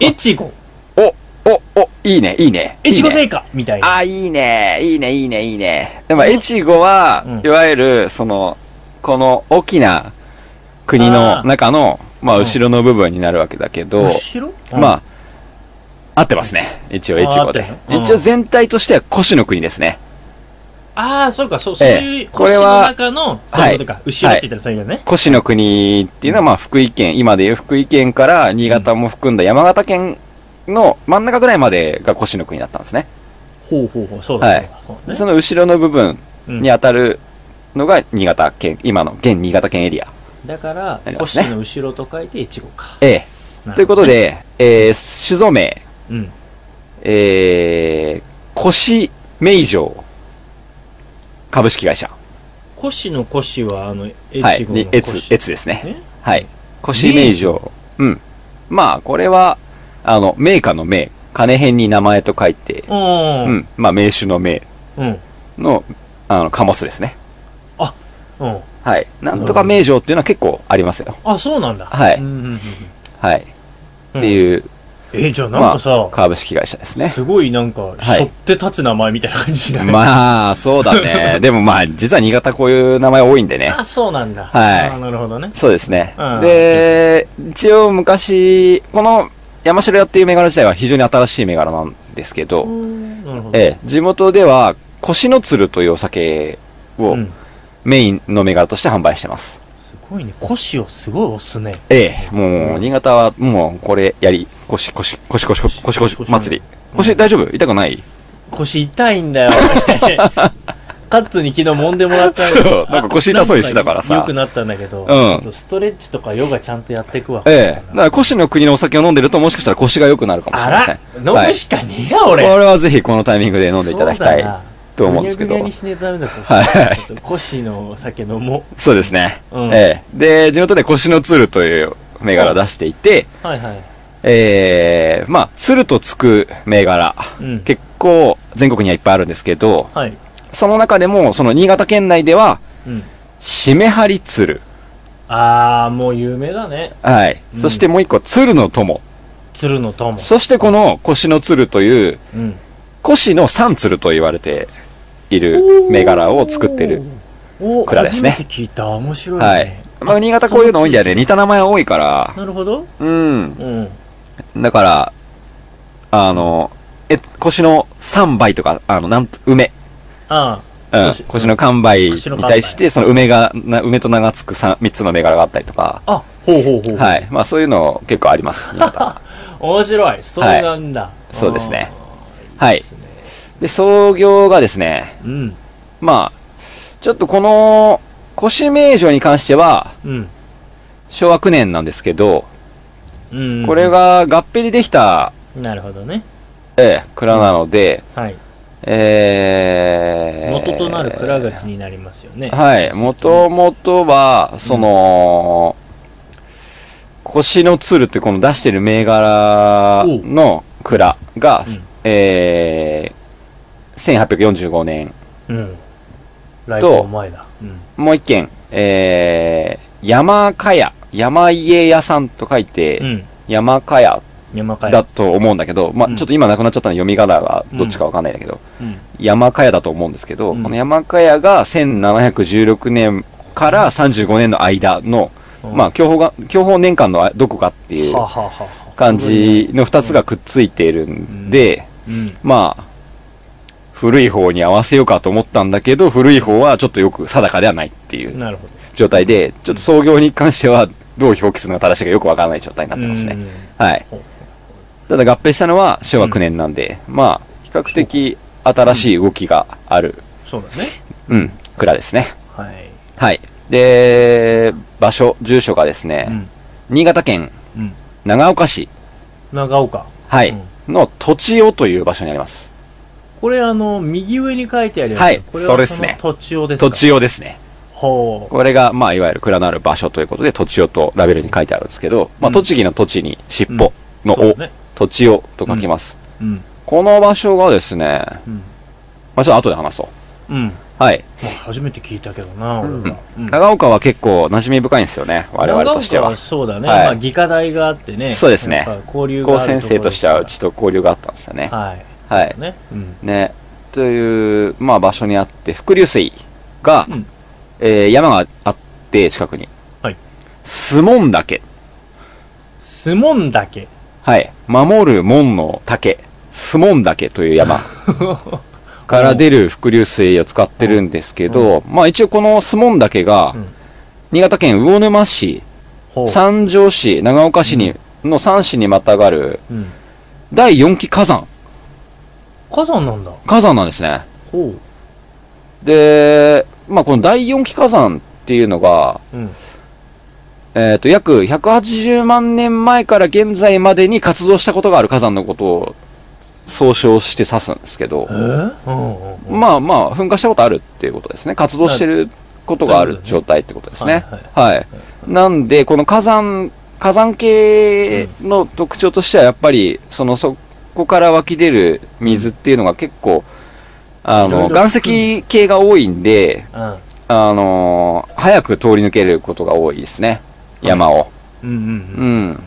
Speaker 6: 越後。
Speaker 5: うお、お、お、いいね、いいね。いいね
Speaker 6: 越後製菓みたいな。
Speaker 5: あ、いいね、いいね、いいね、いいね。でも、越後は
Speaker 6: うん、
Speaker 5: いわゆる、その、この大きな国の中のまあ、
Speaker 6: うん
Speaker 5: 後ろの部分になるわけだけど、
Speaker 6: 後ろあ、
Speaker 5: まあ、合ってますね。一応、
Speaker 6: あ
Speaker 5: 越後
Speaker 6: 合っ
Speaker 5: で
Speaker 6: て。るうん
Speaker 5: 一応、全体としては、越の国ですね。
Speaker 6: ああ、そうか、そう、そうい
Speaker 5: ええ
Speaker 6: う、
Speaker 5: これ
Speaker 6: 腰の
Speaker 5: は
Speaker 6: 中の、そういうことか、
Speaker 5: はい
Speaker 6: 後ろって言ったらそういうことね。
Speaker 5: 越の国っていうのは、まあ、福井県、今でいう福井県から新潟も含んだ山形県の真ん中ぐらいまでが越の国だったんですね。
Speaker 6: ほうほうほう、そうだ、
Speaker 5: は
Speaker 6: そ
Speaker 5: いう
Speaker 6: だそうだね
Speaker 5: その後ろの部分
Speaker 6: うん
Speaker 5: に当たるのが新潟県、今の現新潟県エリア。
Speaker 6: だから
Speaker 5: あ、りますね
Speaker 6: 腰の後ろと書いて、越後か。
Speaker 5: ええ。ということ
Speaker 6: で、
Speaker 5: で、えー、酒造名、
Speaker 6: うん。
Speaker 5: えー、越名城株式会社。
Speaker 6: 腰の腰は、あの、
Speaker 5: はい。
Speaker 6: 越後の
Speaker 5: に、えつ、
Speaker 6: 腰。
Speaker 5: えつですね。
Speaker 6: ね
Speaker 5: はい。越名城。うん。まあ、これは、あの、名家の名。金編に名前と書いて、
Speaker 6: うん。
Speaker 5: うん。まあ、名手の名
Speaker 6: うん。
Speaker 5: の、あの、貨物ですね。
Speaker 6: うん。
Speaker 5: はい。なんとか名城っていうのは結構ありますよ。
Speaker 6: あ、そうなんだ。
Speaker 5: はい
Speaker 6: うんうんうんうん
Speaker 5: はい。っていう、
Speaker 6: え、じゃあなん
Speaker 5: ま
Speaker 6: か
Speaker 5: あ
Speaker 6: さ、、
Speaker 5: 株式会社ですね。
Speaker 6: すごいなんか、
Speaker 5: い
Speaker 6: 背負って立つ名前みたいな感じだね。
Speaker 5: まあ、そうだ ね。でもまあ、実は新潟こういう名前多いんでね。
Speaker 6: あ、そうなんだ。
Speaker 5: はい
Speaker 6: あなるほどね。
Speaker 5: そうですね
Speaker 6: うん。
Speaker 5: で、一応昔、この山城屋っていう銘柄自体は非常に新しい銘柄なんですけど、
Speaker 6: なるほど。
Speaker 5: ええ、地元では、腰の鶴というお酒を
Speaker 6: うん
Speaker 5: メインの銘柄として販売してます。
Speaker 6: すごいね。腰をすごい押すね。
Speaker 5: ええ、もう、新潟はもう、これ、やり、腰、腰、腰、腰、腰、腰、腰、祭り。腰大丈夫痛くない
Speaker 6: 腰痛いん だよ。カッツに昨日揉んでもらった
Speaker 5: そうなんか腰痛そうにしてたからさ
Speaker 6: 良くなったんだけど、
Speaker 5: ん
Speaker 6: ちょっとストレッチとかヨガちゃんとやっていくわ。
Speaker 5: ええ、だから腰の国のお酒を飲んでるともしかしたら腰が良くなるかもし
Speaker 6: あ
Speaker 5: れません
Speaker 6: ら。飲むしかねえや、
Speaker 5: こ
Speaker 6: 俺。
Speaker 5: れはぜひこのタイミングで飲んでいただきた
Speaker 6: そうない
Speaker 5: と思うんですけ
Speaker 6: ぐにゃ
Speaker 5: ど
Speaker 6: ぐにゃに。しねえとダメだこれ
Speaker 5: はい
Speaker 6: ちょっと腰のお酒飲も
Speaker 5: そうですね。
Speaker 6: うん
Speaker 5: ええ。で、地元で腰の鶴という銘柄を出していて、
Speaker 6: う。はいはい。
Speaker 5: ええ、まあ、鶴とつく銘柄、
Speaker 6: うん
Speaker 5: 結構全国にはいっぱいあるんですけど、
Speaker 6: はい。
Speaker 5: その中でも、その新潟県内では、
Speaker 6: うん。
Speaker 5: しめはり鶴。
Speaker 6: あー、もう有名だね。
Speaker 5: はい。
Speaker 6: うん
Speaker 5: そしてもう一個、鶴の友。
Speaker 6: 鶴の友。
Speaker 5: そしてこの腰の鶴という、
Speaker 6: うん。
Speaker 5: 腰の三鶴と言われている銘柄を作ってる。
Speaker 6: お
Speaker 5: 蔵ですね
Speaker 6: 初めて聞いた。面白い、ね。
Speaker 5: はい。まあ、新潟こういうの多いんだよね。似た名前多いから。
Speaker 6: なるほど。
Speaker 5: うん。
Speaker 6: うん。
Speaker 5: だから、あの、え、腰の3倍とか、あの、なんと、梅。
Speaker 6: あ
Speaker 5: うん
Speaker 6: 腰。
Speaker 5: 腰の完売に
Speaker 6: 腰の完売
Speaker 5: 対して、その梅が、な梅と名がつく 3, 三つの銘柄があったりとか。
Speaker 6: あ。あ、ほうほうほう。
Speaker 5: はい。まあそういうの結構あります。新潟
Speaker 6: 面白い。そうなんだ。
Speaker 5: そうですね
Speaker 6: あー。
Speaker 5: はい
Speaker 6: いですね
Speaker 5: で、創業がですね、
Speaker 6: うん。
Speaker 5: まあ、ちょっとこの、腰名城に関しては、
Speaker 6: うん。
Speaker 5: 昭和9年なんですけど、
Speaker 6: うん。
Speaker 5: これ。が合併でできた、
Speaker 6: なるほどね。
Speaker 5: ええ、蔵なので、
Speaker 6: はい。
Speaker 5: ええ
Speaker 6: 元となる蔵が気になりますよね。
Speaker 5: はい。もともとは、その、腰の鶴ってこの出してる銘柄の蔵が、
Speaker 6: うん
Speaker 5: えー、1845年、
Speaker 6: うん。ライブの前だ。うん。
Speaker 5: もう一軒、えー、山かや、山家屋さんと書いて、
Speaker 6: うん。
Speaker 5: 山かや
Speaker 6: 山か
Speaker 5: だ
Speaker 6: や。
Speaker 5: と思うんだけど、まあ
Speaker 6: うん
Speaker 5: ちょっと今なくなっちゃったので読み方がどっちかわかんないんだけど、
Speaker 6: うん。
Speaker 5: 山かやだと思うんですけど、
Speaker 6: うん
Speaker 5: この山かやが1716年から35年の間の、
Speaker 6: うん
Speaker 5: まあ、競歩が、競歩年間のどこかっていう
Speaker 6: はあはあはあはあ
Speaker 5: 感じの2つがくっついているんで、
Speaker 6: うん。
Speaker 5: まあ、古い方に合わせようかと思ったんだけど、古い方はちょっとよく定かではないっていう
Speaker 6: なるほど。
Speaker 5: 状態で、ちょっと創業に関してはどう表記するのが正しいかよくわからない状態になってますね。はい
Speaker 6: ほう。
Speaker 5: ただ合併したのは昭和9年なんで、まあ、比較的新しい動きがある、
Speaker 6: そうだね。
Speaker 5: うん、蔵ですね。
Speaker 6: はい。
Speaker 5: はい。で、場所、住所がです
Speaker 6: う
Speaker 5: ね、
Speaker 6: ん。
Speaker 5: 新潟県
Speaker 6: うん。
Speaker 5: 長岡市、
Speaker 6: 長岡。
Speaker 5: はい、
Speaker 6: う
Speaker 5: の土地をという場所にあります。
Speaker 6: これあの、右上に書いてあるやつ。
Speaker 5: はい
Speaker 6: これ
Speaker 5: そ
Speaker 6: は
Speaker 5: れっすね
Speaker 6: その土地をですか
Speaker 5: 土。地をですね。
Speaker 6: ほう。
Speaker 5: これが、まあ、いわゆる蔵のある場所ということで、土地をとラベルに書いてあるんですけど、まあ、
Speaker 6: うん
Speaker 5: 栃木の土地に尻
Speaker 6: うん
Speaker 5: 尾の
Speaker 6: そう
Speaker 5: を、
Speaker 6: だね。
Speaker 5: 土地をと書きます。
Speaker 6: うん。
Speaker 5: この場所がですね、
Speaker 6: うん。
Speaker 5: まあ、ちょっと後で話そう。
Speaker 6: うん。ま
Speaker 5: はい。
Speaker 6: あ、初めて聞いたけどな、俺は。うん
Speaker 5: 長岡は結構馴染み深いんですよね、我々として
Speaker 6: 長岡
Speaker 5: は。
Speaker 6: そうだね。
Speaker 5: はい
Speaker 6: まあ、議科大があってね。
Speaker 5: そうですね
Speaker 6: やっぱ交流が
Speaker 5: 高
Speaker 6: あるところ
Speaker 5: 先生としてはうちと交流があったんですよね。
Speaker 6: はい。
Speaker 5: はい。
Speaker 6: ね。うん。
Speaker 5: ね。という、まあ場所にあって、伏流水が、
Speaker 6: うん
Speaker 5: えー山があって、近くに。
Speaker 6: はい。
Speaker 5: スモン岳
Speaker 6: スモン岳。
Speaker 5: はい。守る門の竹、スモン岳という 山から出る伏流水を使ってるんですけど、まあ一応このスモン岳が
Speaker 6: うん、
Speaker 5: 新潟県魚沼市、
Speaker 6: ほう。
Speaker 5: 三条市、長岡市に、の三市にまたがる
Speaker 6: うん。
Speaker 5: 第4期火山、
Speaker 6: 火山なんだ。
Speaker 5: 火山なんですね。
Speaker 6: ほ
Speaker 5: で、まあこの第4期火山っていうのが、
Speaker 6: う。うん。
Speaker 5: えっ、と、約180万年前から現在までに活動したことがある火山のことを総称して指すんですけど
Speaker 6: え、ー、うんうんうん。
Speaker 5: まあまあ、噴火したことあるっていうことですね。活動してることがある状態ってことですね。はい、なんで、この火山、火山系の特徴としては、やっぱり、その、そこから湧き出る水っていうのが結構、あ
Speaker 6: いろ
Speaker 5: の、
Speaker 6: いろ
Speaker 5: 岩石系が多いんで、
Speaker 6: うん。
Speaker 5: あのー早く通り抜けることが多いですね。山を。
Speaker 6: うんうんう。
Speaker 5: うんん。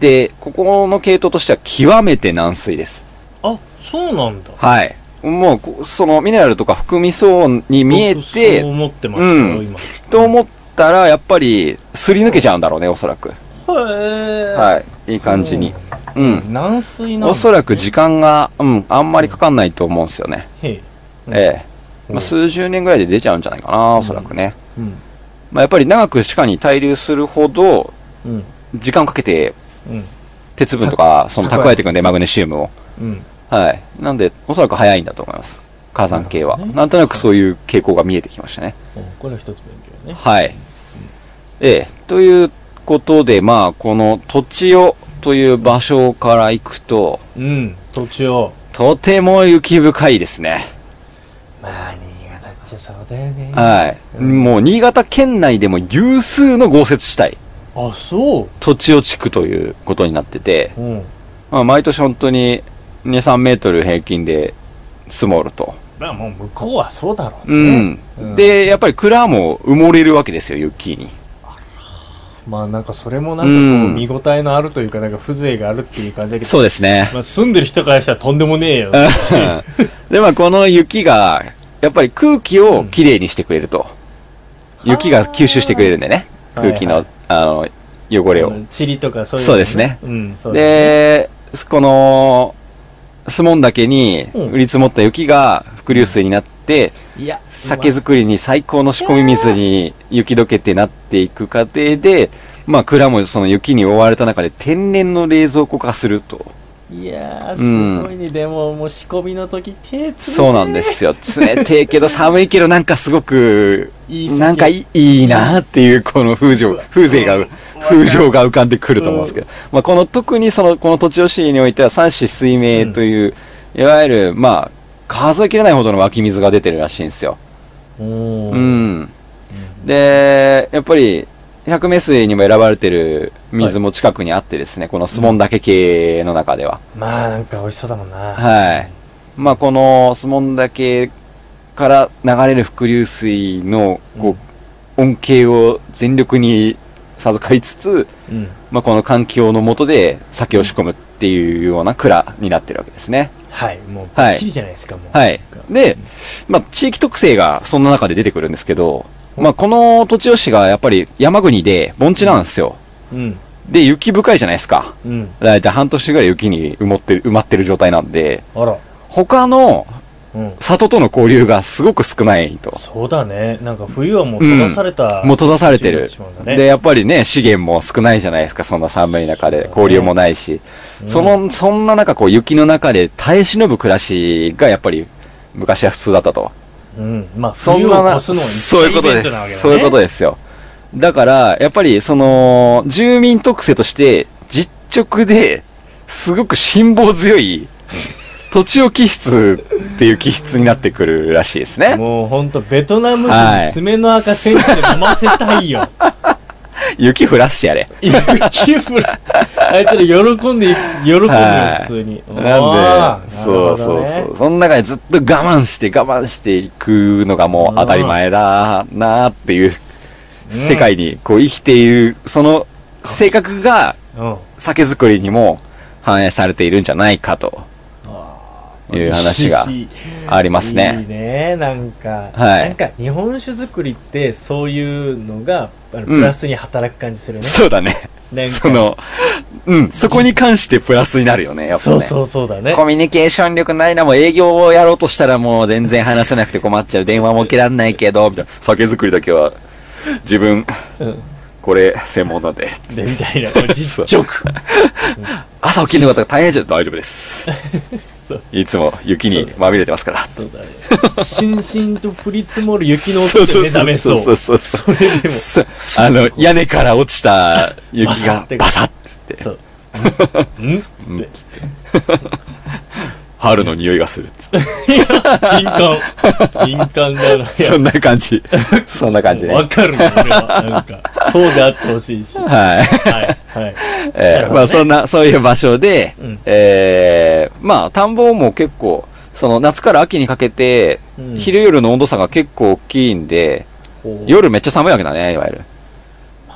Speaker 5: で、ここの系統としては極めて軟水です。
Speaker 6: あ、そうなんだ。
Speaker 5: はい。もうこ、そのミネラルとか含みそうに見え
Speaker 6: 僕そう
Speaker 5: て、
Speaker 6: 思ってましたよ、
Speaker 5: うん
Speaker 6: 今。
Speaker 5: と思ったら、やっぱり、すり抜けちゃうんだろうね、おそらく。
Speaker 6: へえ。い。
Speaker 5: はい。いい感じに。うん。
Speaker 6: 軟水なんだ。
Speaker 5: おそらく時間が、うん、あんまりかかんないと思うんですよね。
Speaker 6: へえ。うん
Speaker 5: ええ。まあ、
Speaker 6: うん
Speaker 5: 数十年ぐらいで出ちゃうんじゃないかな、おそらくね。
Speaker 6: うん。
Speaker 5: まあ、やっぱり長く地下に滞留するほど、
Speaker 6: うん。
Speaker 5: 時間をかけて
Speaker 6: うん。
Speaker 5: 鉄分とか、その蓄えていくんで、マグネシウムを。
Speaker 6: うん。
Speaker 5: はい。なんで、おそらく早いんだと思います。火山系は。
Speaker 6: なるほどね
Speaker 5: なんとなくそういう傾向が見えてきましたね。
Speaker 6: おこれは一つ勉強ね。
Speaker 5: はい。ええ。ということで、まあ、この土地をという場所から行くと、
Speaker 6: うん。土地を。
Speaker 5: とても雪深いですね。
Speaker 6: まあ、新潟っちゃそうだよね。
Speaker 5: はい。
Speaker 6: うん
Speaker 5: もう、新潟県内でも有数の豪雪地帯、
Speaker 6: あ、そ
Speaker 5: 土地を地区ということになってて、
Speaker 6: う。うん。
Speaker 5: まあ、毎年本当に2、3メートル平均で積もると。
Speaker 6: まあもう向こうはそうだろう
Speaker 5: う
Speaker 6: ね。
Speaker 5: ん。で、やっぱり蔵も埋もれるわけですよ、雪に。
Speaker 6: まあなんかそれもなんかこ
Speaker 5: う
Speaker 6: うん見応えのあるというか、なんか風情があるっていう感じだけど、
Speaker 5: そうですね。
Speaker 6: まあ住んでる人からしたらとんでもねえよ。
Speaker 5: で、まあ、この雪が、やっぱり空気をきれいにしてくれると。雪が吸収してくれるんでね。
Speaker 6: あー
Speaker 5: 空気
Speaker 6: はい
Speaker 5: の、あの、汚れを。
Speaker 6: チリとかそういう、
Speaker 5: そうですね。
Speaker 6: うん、そうだね
Speaker 5: で、この、スモン岳に
Speaker 6: うん
Speaker 5: 降り積もった雪が伏流水になって、
Speaker 6: いや、
Speaker 5: 酒造りに最高の仕込み水に雪解けてなっていく過程で、まあ、蔵もその雪に覆われた中で天然の冷蔵庫化すると。
Speaker 6: いやー、
Speaker 5: うん
Speaker 6: すごいね。でも、もう仕込みの時、手冷て
Speaker 5: そうなんですよ。冷てえけど寒いけどなんかすごく、
Speaker 6: いい酒
Speaker 5: なんかいいいいなっていうこの風情、風情が、風情が浮かんでくると思うんですけど、まあこの特にその、この土地を市においては三子水明という、いわゆる、まあ、数えきれないほどの湧き水が出てるらしいんですよ。
Speaker 6: おー
Speaker 5: うん。で、やっぱり、百名水にも選ばれてる水も近くにあってですね、このスモン岳系の中では。
Speaker 6: まあ、なんか美味しそうだもんな。
Speaker 5: はい。まあ、このスモン岳から流れる伏流水のこう、恩恵を全力に授かりつつ、
Speaker 6: うん。
Speaker 5: まあ、この環境の下で酒を仕込むっていうような蔵になってるわけですね。
Speaker 6: はい。もう、ばっちりじゃないですか、もう。
Speaker 5: はい
Speaker 6: なんか。
Speaker 5: で、まあ、地域特性がそんな中で出てくるんですけど、まあ、この土地吉がやっぱり山国で盆地なんですよ。
Speaker 6: うん。
Speaker 5: で、雪深いじゃないですか。
Speaker 6: うん。
Speaker 5: だいたい半年ぐらい雪に埋もってる、埋まってる状態なんで、
Speaker 6: あら。
Speaker 5: 他の
Speaker 6: うん。
Speaker 5: 里との交流がすごく少ないと。
Speaker 6: そうだね。なんか冬はもう閉ざされた。
Speaker 5: もう閉ざされてる
Speaker 6: 地域になってしまうん。だね
Speaker 5: で、やっぱりね、資源も少ないじゃないですか、そんな寒い中で。交流もないし。その、そんな中、こう、雪の中で耐え忍ぶ暮らしが、やっぱり、昔は普通だったと。
Speaker 6: うん。まあ、
Speaker 5: そ
Speaker 6: 冬
Speaker 5: ん
Speaker 6: を
Speaker 5: なな、
Speaker 6: 越すのに、
Speaker 5: そういうことで
Speaker 6: イベントなわけ
Speaker 5: す。
Speaker 6: だね
Speaker 5: そういうことですよ。だから、やっぱり、その、住民特性として、実直で、すごく辛抱強 い、土地を気質っていう気質になってくるらしいですね。
Speaker 6: もうほんと、ベトナム
Speaker 5: は
Speaker 6: 人
Speaker 5: い
Speaker 6: に爪の赤センチで飲ませたいよ。
Speaker 5: 雪降らしてやれ。
Speaker 6: 雪降ら、あいつら喜んで、喜んでるよ
Speaker 5: はい、
Speaker 6: 普通に。
Speaker 5: なん
Speaker 6: おー
Speaker 5: で、そうそう
Speaker 6: なる
Speaker 5: そ
Speaker 6: ほど
Speaker 5: う。
Speaker 6: ね
Speaker 5: その中でずっと我慢して我慢していくのがもう当たり前だなっていう世界にこう生きている、その性格が
Speaker 6: うん。
Speaker 5: 酒造りにも反映されているんじゃないかという話が
Speaker 6: いい
Speaker 5: あります
Speaker 6: いい
Speaker 5: ね。
Speaker 6: ね、なんか。
Speaker 5: はい
Speaker 6: なんか、日本酒作りって、そういうのが、あ
Speaker 5: う
Speaker 6: の
Speaker 5: ん
Speaker 6: プラスに働く感じするね。
Speaker 5: そうだね。
Speaker 6: う年
Speaker 5: そ
Speaker 6: 間
Speaker 5: の、うん、そこに関してプラスになるよね、やっぱ
Speaker 6: そ
Speaker 5: ね。
Speaker 6: うそうそうだね。
Speaker 5: コミュニケーション力ないな、もう営業をやろうとしたらもう全然話せなくて困っちゃう。電話も切らんないけど、みたいな。酒造りだけは、自分、
Speaker 6: うん。
Speaker 5: これ、専門なんで。
Speaker 6: で、みたいな、こう実
Speaker 5: そう
Speaker 6: 直。
Speaker 5: 朝起きるのが大変じゃん。大丈夫です
Speaker 6: そう。
Speaker 5: いつも雪にまみれてますから。
Speaker 6: そうだね。しんしんと降り積もる雪の
Speaker 5: そ
Speaker 6: 音
Speaker 5: う
Speaker 6: で
Speaker 5: そう
Speaker 6: 目覚めそう。
Speaker 5: そうそうそう。
Speaker 6: それでも
Speaker 5: そうあの、屋根から落ちた雪がバ
Speaker 6: バ
Speaker 5: サ
Speaker 6: サ
Speaker 5: ッってって、
Speaker 6: そう。んんって。
Speaker 5: 春の匂いがするっつって。
Speaker 6: 敏感。敏感だな。いや
Speaker 5: そんな感じ。そんな感じね。
Speaker 6: わかるよ、俺は。なんか、そうであってほしいし。は
Speaker 5: はい。
Speaker 6: い、はい。
Speaker 5: え
Speaker 6: なる
Speaker 5: ー
Speaker 6: ほどね
Speaker 5: まあそんな、そういう場所で、
Speaker 6: うん
Speaker 5: えーまあ田んぼも結構、その夏から秋にかけて、
Speaker 6: うん
Speaker 5: 昼夜の温度差が結構大きいんで、
Speaker 6: こう
Speaker 5: 夜めっちゃ寒いわけだね、いわゆる。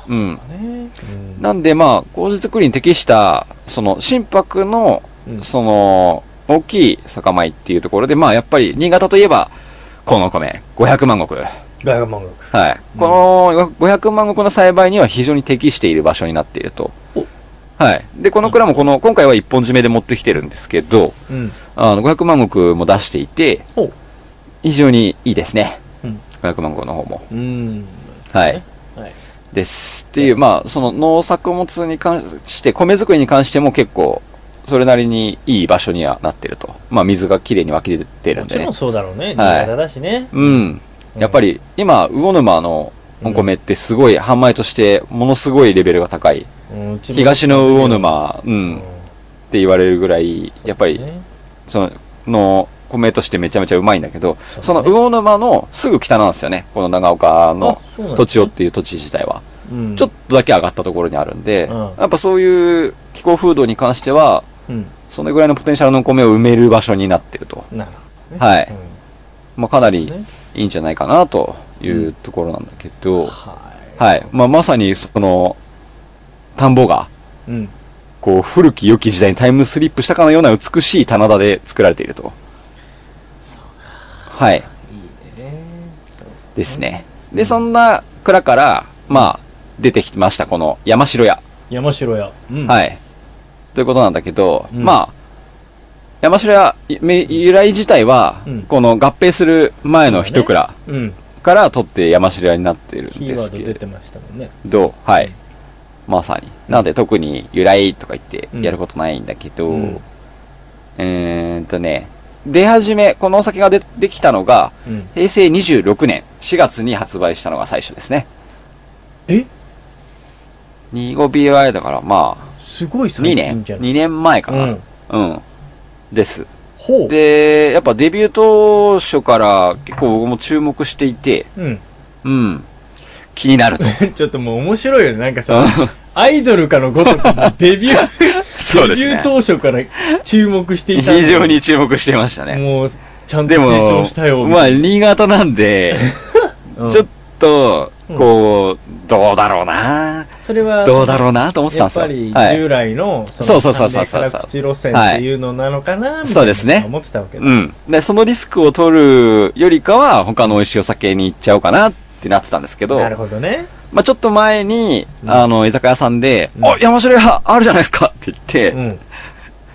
Speaker 5: うん。
Speaker 6: ねうん
Speaker 5: なんでまあ、麹作りに適した、その心拍の、
Speaker 6: うん
Speaker 5: その、大きい酒米っていうところで、まあやっぱり新潟といえば、この米、500万石。
Speaker 6: ガヤマンガク。
Speaker 5: はい。この500万石の栽培には非常に適している場所になっていると
Speaker 6: お。
Speaker 5: はい。で、この蔵もこの、今回は一本締めで持ってきてるんですけど、
Speaker 6: うん。
Speaker 5: あの、500万石も出していて
Speaker 6: お、
Speaker 5: 非常にいいですね。
Speaker 6: うん
Speaker 5: 500万石の方も。
Speaker 6: うん。
Speaker 5: はい。
Speaker 6: はい。
Speaker 5: です。っていう、まあ、その農作物に関して、米作りに関しても結構、それなりにいい場所にはなってると。まあ、水がきれいに湧き出てる
Speaker 6: も
Speaker 5: ん
Speaker 6: ち
Speaker 5: でね
Speaker 6: ろん。そうだろうね。新
Speaker 5: はい
Speaker 6: 潟だしね。
Speaker 5: うん。やっぱり、今、魚沼のお米ってすごい、販売として、ものすごいレベルが高い。
Speaker 6: うんうちも
Speaker 5: 東の魚沼、う、
Speaker 6: うんん
Speaker 5: って言われるぐらい、やっぱり、
Speaker 6: ね
Speaker 5: その、の米としてめちゃめちゃうまいんだけど、
Speaker 6: そう
Speaker 5: その魚沼のすぐ北なんですよね。この長岡の
Speaker 6: あそうなんだ
Speaker 5: 土地をっていう土地自体は。
Speaker 6: うん
Speaker 5: ちょっとだけ上がったところにあるんで、
Speaker 6: うん
Speaker 5: やっぱそういう気候風土に関しては、
Speaker 6: うん
Speaker 5: そのぐらいのポテンシャルの米を埋める場所になってると。
Speaker 6: なるほどね
Speaker 5: はい
Speaker 6: うん
Speaker 5: まあ、かなり
Speaker 6: ね
Speaker 5: いいんじゃないかなというところなんだけど、
Speaker 6: は
Speaker 5: はい。まあ、まさに、その、田んぼが、
Speaker 6: いうん
Speaker 5: こう、古き良き時代にタイムスリップしたかのような美しい棚田で作られていると。はい。
Speaker 6: いいね
Speaker 5: ですね。で、そんな蔵から、まあ、出てきました、この山城屋。
Speaker 6: 山城屋うん
Speaker 5: はい。ということなんだけど、
Speaker 6: うん
Speaker 5: まあ、山城屋、め由来自体は、
Speaker 6: うん
Speaker 5: この合併する前の一蔵
Speaker 6: うん
Speaker 5: から取って山城屋になっているん
Speaker 6: キー
Speaker 5: で
Speaker 6: ワー
Speaker 5: す
Speaker 6: ド
Speaker 5: け
Speaker 6: 出
Speaker 5: れ
Speaker 6: てましたもんね
Speaker 5: ど、はい。まさに。なんで特に由来とか言って
Speaker 6: うん
Speaker 5: やることないんだけど、
Speaker 6: うん
Speaker 5: えーんとね、出始め、このお酒が出できたのが、
Speaker 6: うん
Speaker 5: 平成26年4月に発売したのが最初ですね。
Speaker 6: え
Speaker 5: 2 5 b y だから、まあ、
Speaker 6: すごい
Speaker 5: 2
Speaker 6: 最
Speaker 5: 年
Speaker 6: 近じゃ
Speaker 5: ?2 年前か
Speaker 6: う
Speaker 5: な。
Speaker 6: ん
Speaker 5: うん。です。
Speaker 6: ほう
Speaker 5: で、やっぱデビュー当初から結構僕も注目していて、
Speaker 6: うん
Speaker 5: うん。気になると。
Speaker 6: ちょっともう面白いよねなんかさアイドルかのごとくデビュー
Speaker 5: そうで
Speaker 6: デ
Speaker 5: す
Speaker 6: ビュー
Speaker 5: ね。
Speaker 6: 当初から注目していた
Speaker 5: 非常に注目してましたね。
Speaker 6: もうちゃんと
Speaker 5: でも、
Speaker 6: 成長したよ
Speaker 5: まあ、新潟なんで、
Speaker 6: うん
Speaker 5: ちょっと
Speaker 6: う、ん
Speaker 5: こう、どうだろうな、
Speaker 6: それは
Speaker 5: どうだろうなと思ってた
Speaker 6: や
Speaker 5: んで
Speaker 6: っ
Speaker 5: すよ。
Speaker 6: ぱり
Speaker 5: はい。
Speaker 6: 従来のそ
Speaker 5: そう
Speaker 6: の
Speaker 5: そうそうそうそう
Speaker 6: から口路線っていうのなのかなみたいな
Speaker 5: そうですね
Speaker 6: 思ってたわけだ
Speaker 5: うん。で、そのリスクを取るよりかは、他の美味しいお酒に行っちゃおうかなってなってたんですけど、
Speaker 6: なるほどね
Speaker 5: まあちょっと前に、
Speaker 6: うん
Speaker 5: あの、居酒屋さんで、
Speaker 6: うん
Speaker 5: あ、山城屋あるじゃないですかって言って、
Speaker 6: うん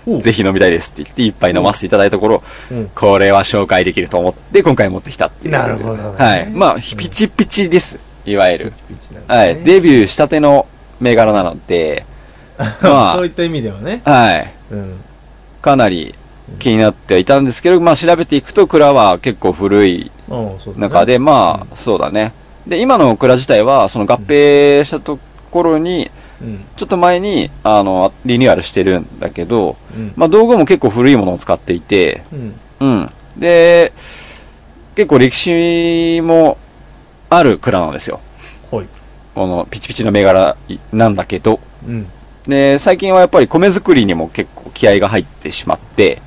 Speaker 6: おう
Speaker 5: ぜひ飲みたいですって言って、一杯飲ませていただいたところ、
Speaker 6: うん
Speaker 5: これは紹介できると思って、今回持ってきたっていう。
Speaker 6: なるほどね
Speaker 5: はい。まあ、
Speaker 6: ん
Speaker 5: ピチピチです。いわゆる。
Speaker 6: ピチなんだ
Speaker 5: は
Speaker 6: ね
Speaker 5: い。デビューしたての銘柄なので、ま
Speaker 6: そうい
Speaker 5: あ、
Speaker 6: った意味ではね
Speaker 5: はい。
Speaker 6: うん
Speaker 5: かなり気になってはいたんですけど、まあ調べていくと蔵は結構古い
Speaker 6: おうそうだね
Speaker 5: 中で、まあ、そうだね。で、今の蔵自体は、その合併したところに、
Speaker 6: うん
Speaker 5: ちょっと前に、あの、リニューアルしてるんだけど、
Speaker 6: うん
Speaker 5: まあ道具も結構古いものを使っていて、
Speaker 6: うん
Speaker 5: うん。で、結構歴史もある蔵なんですよ。
Speaker 6: ほい
Speaker 5: このピチピチの銘柄なんだけど、
Speaker 6: うん
Speaker 5: で、最近はやっぱり米作りにも結構気合が入ってしまって、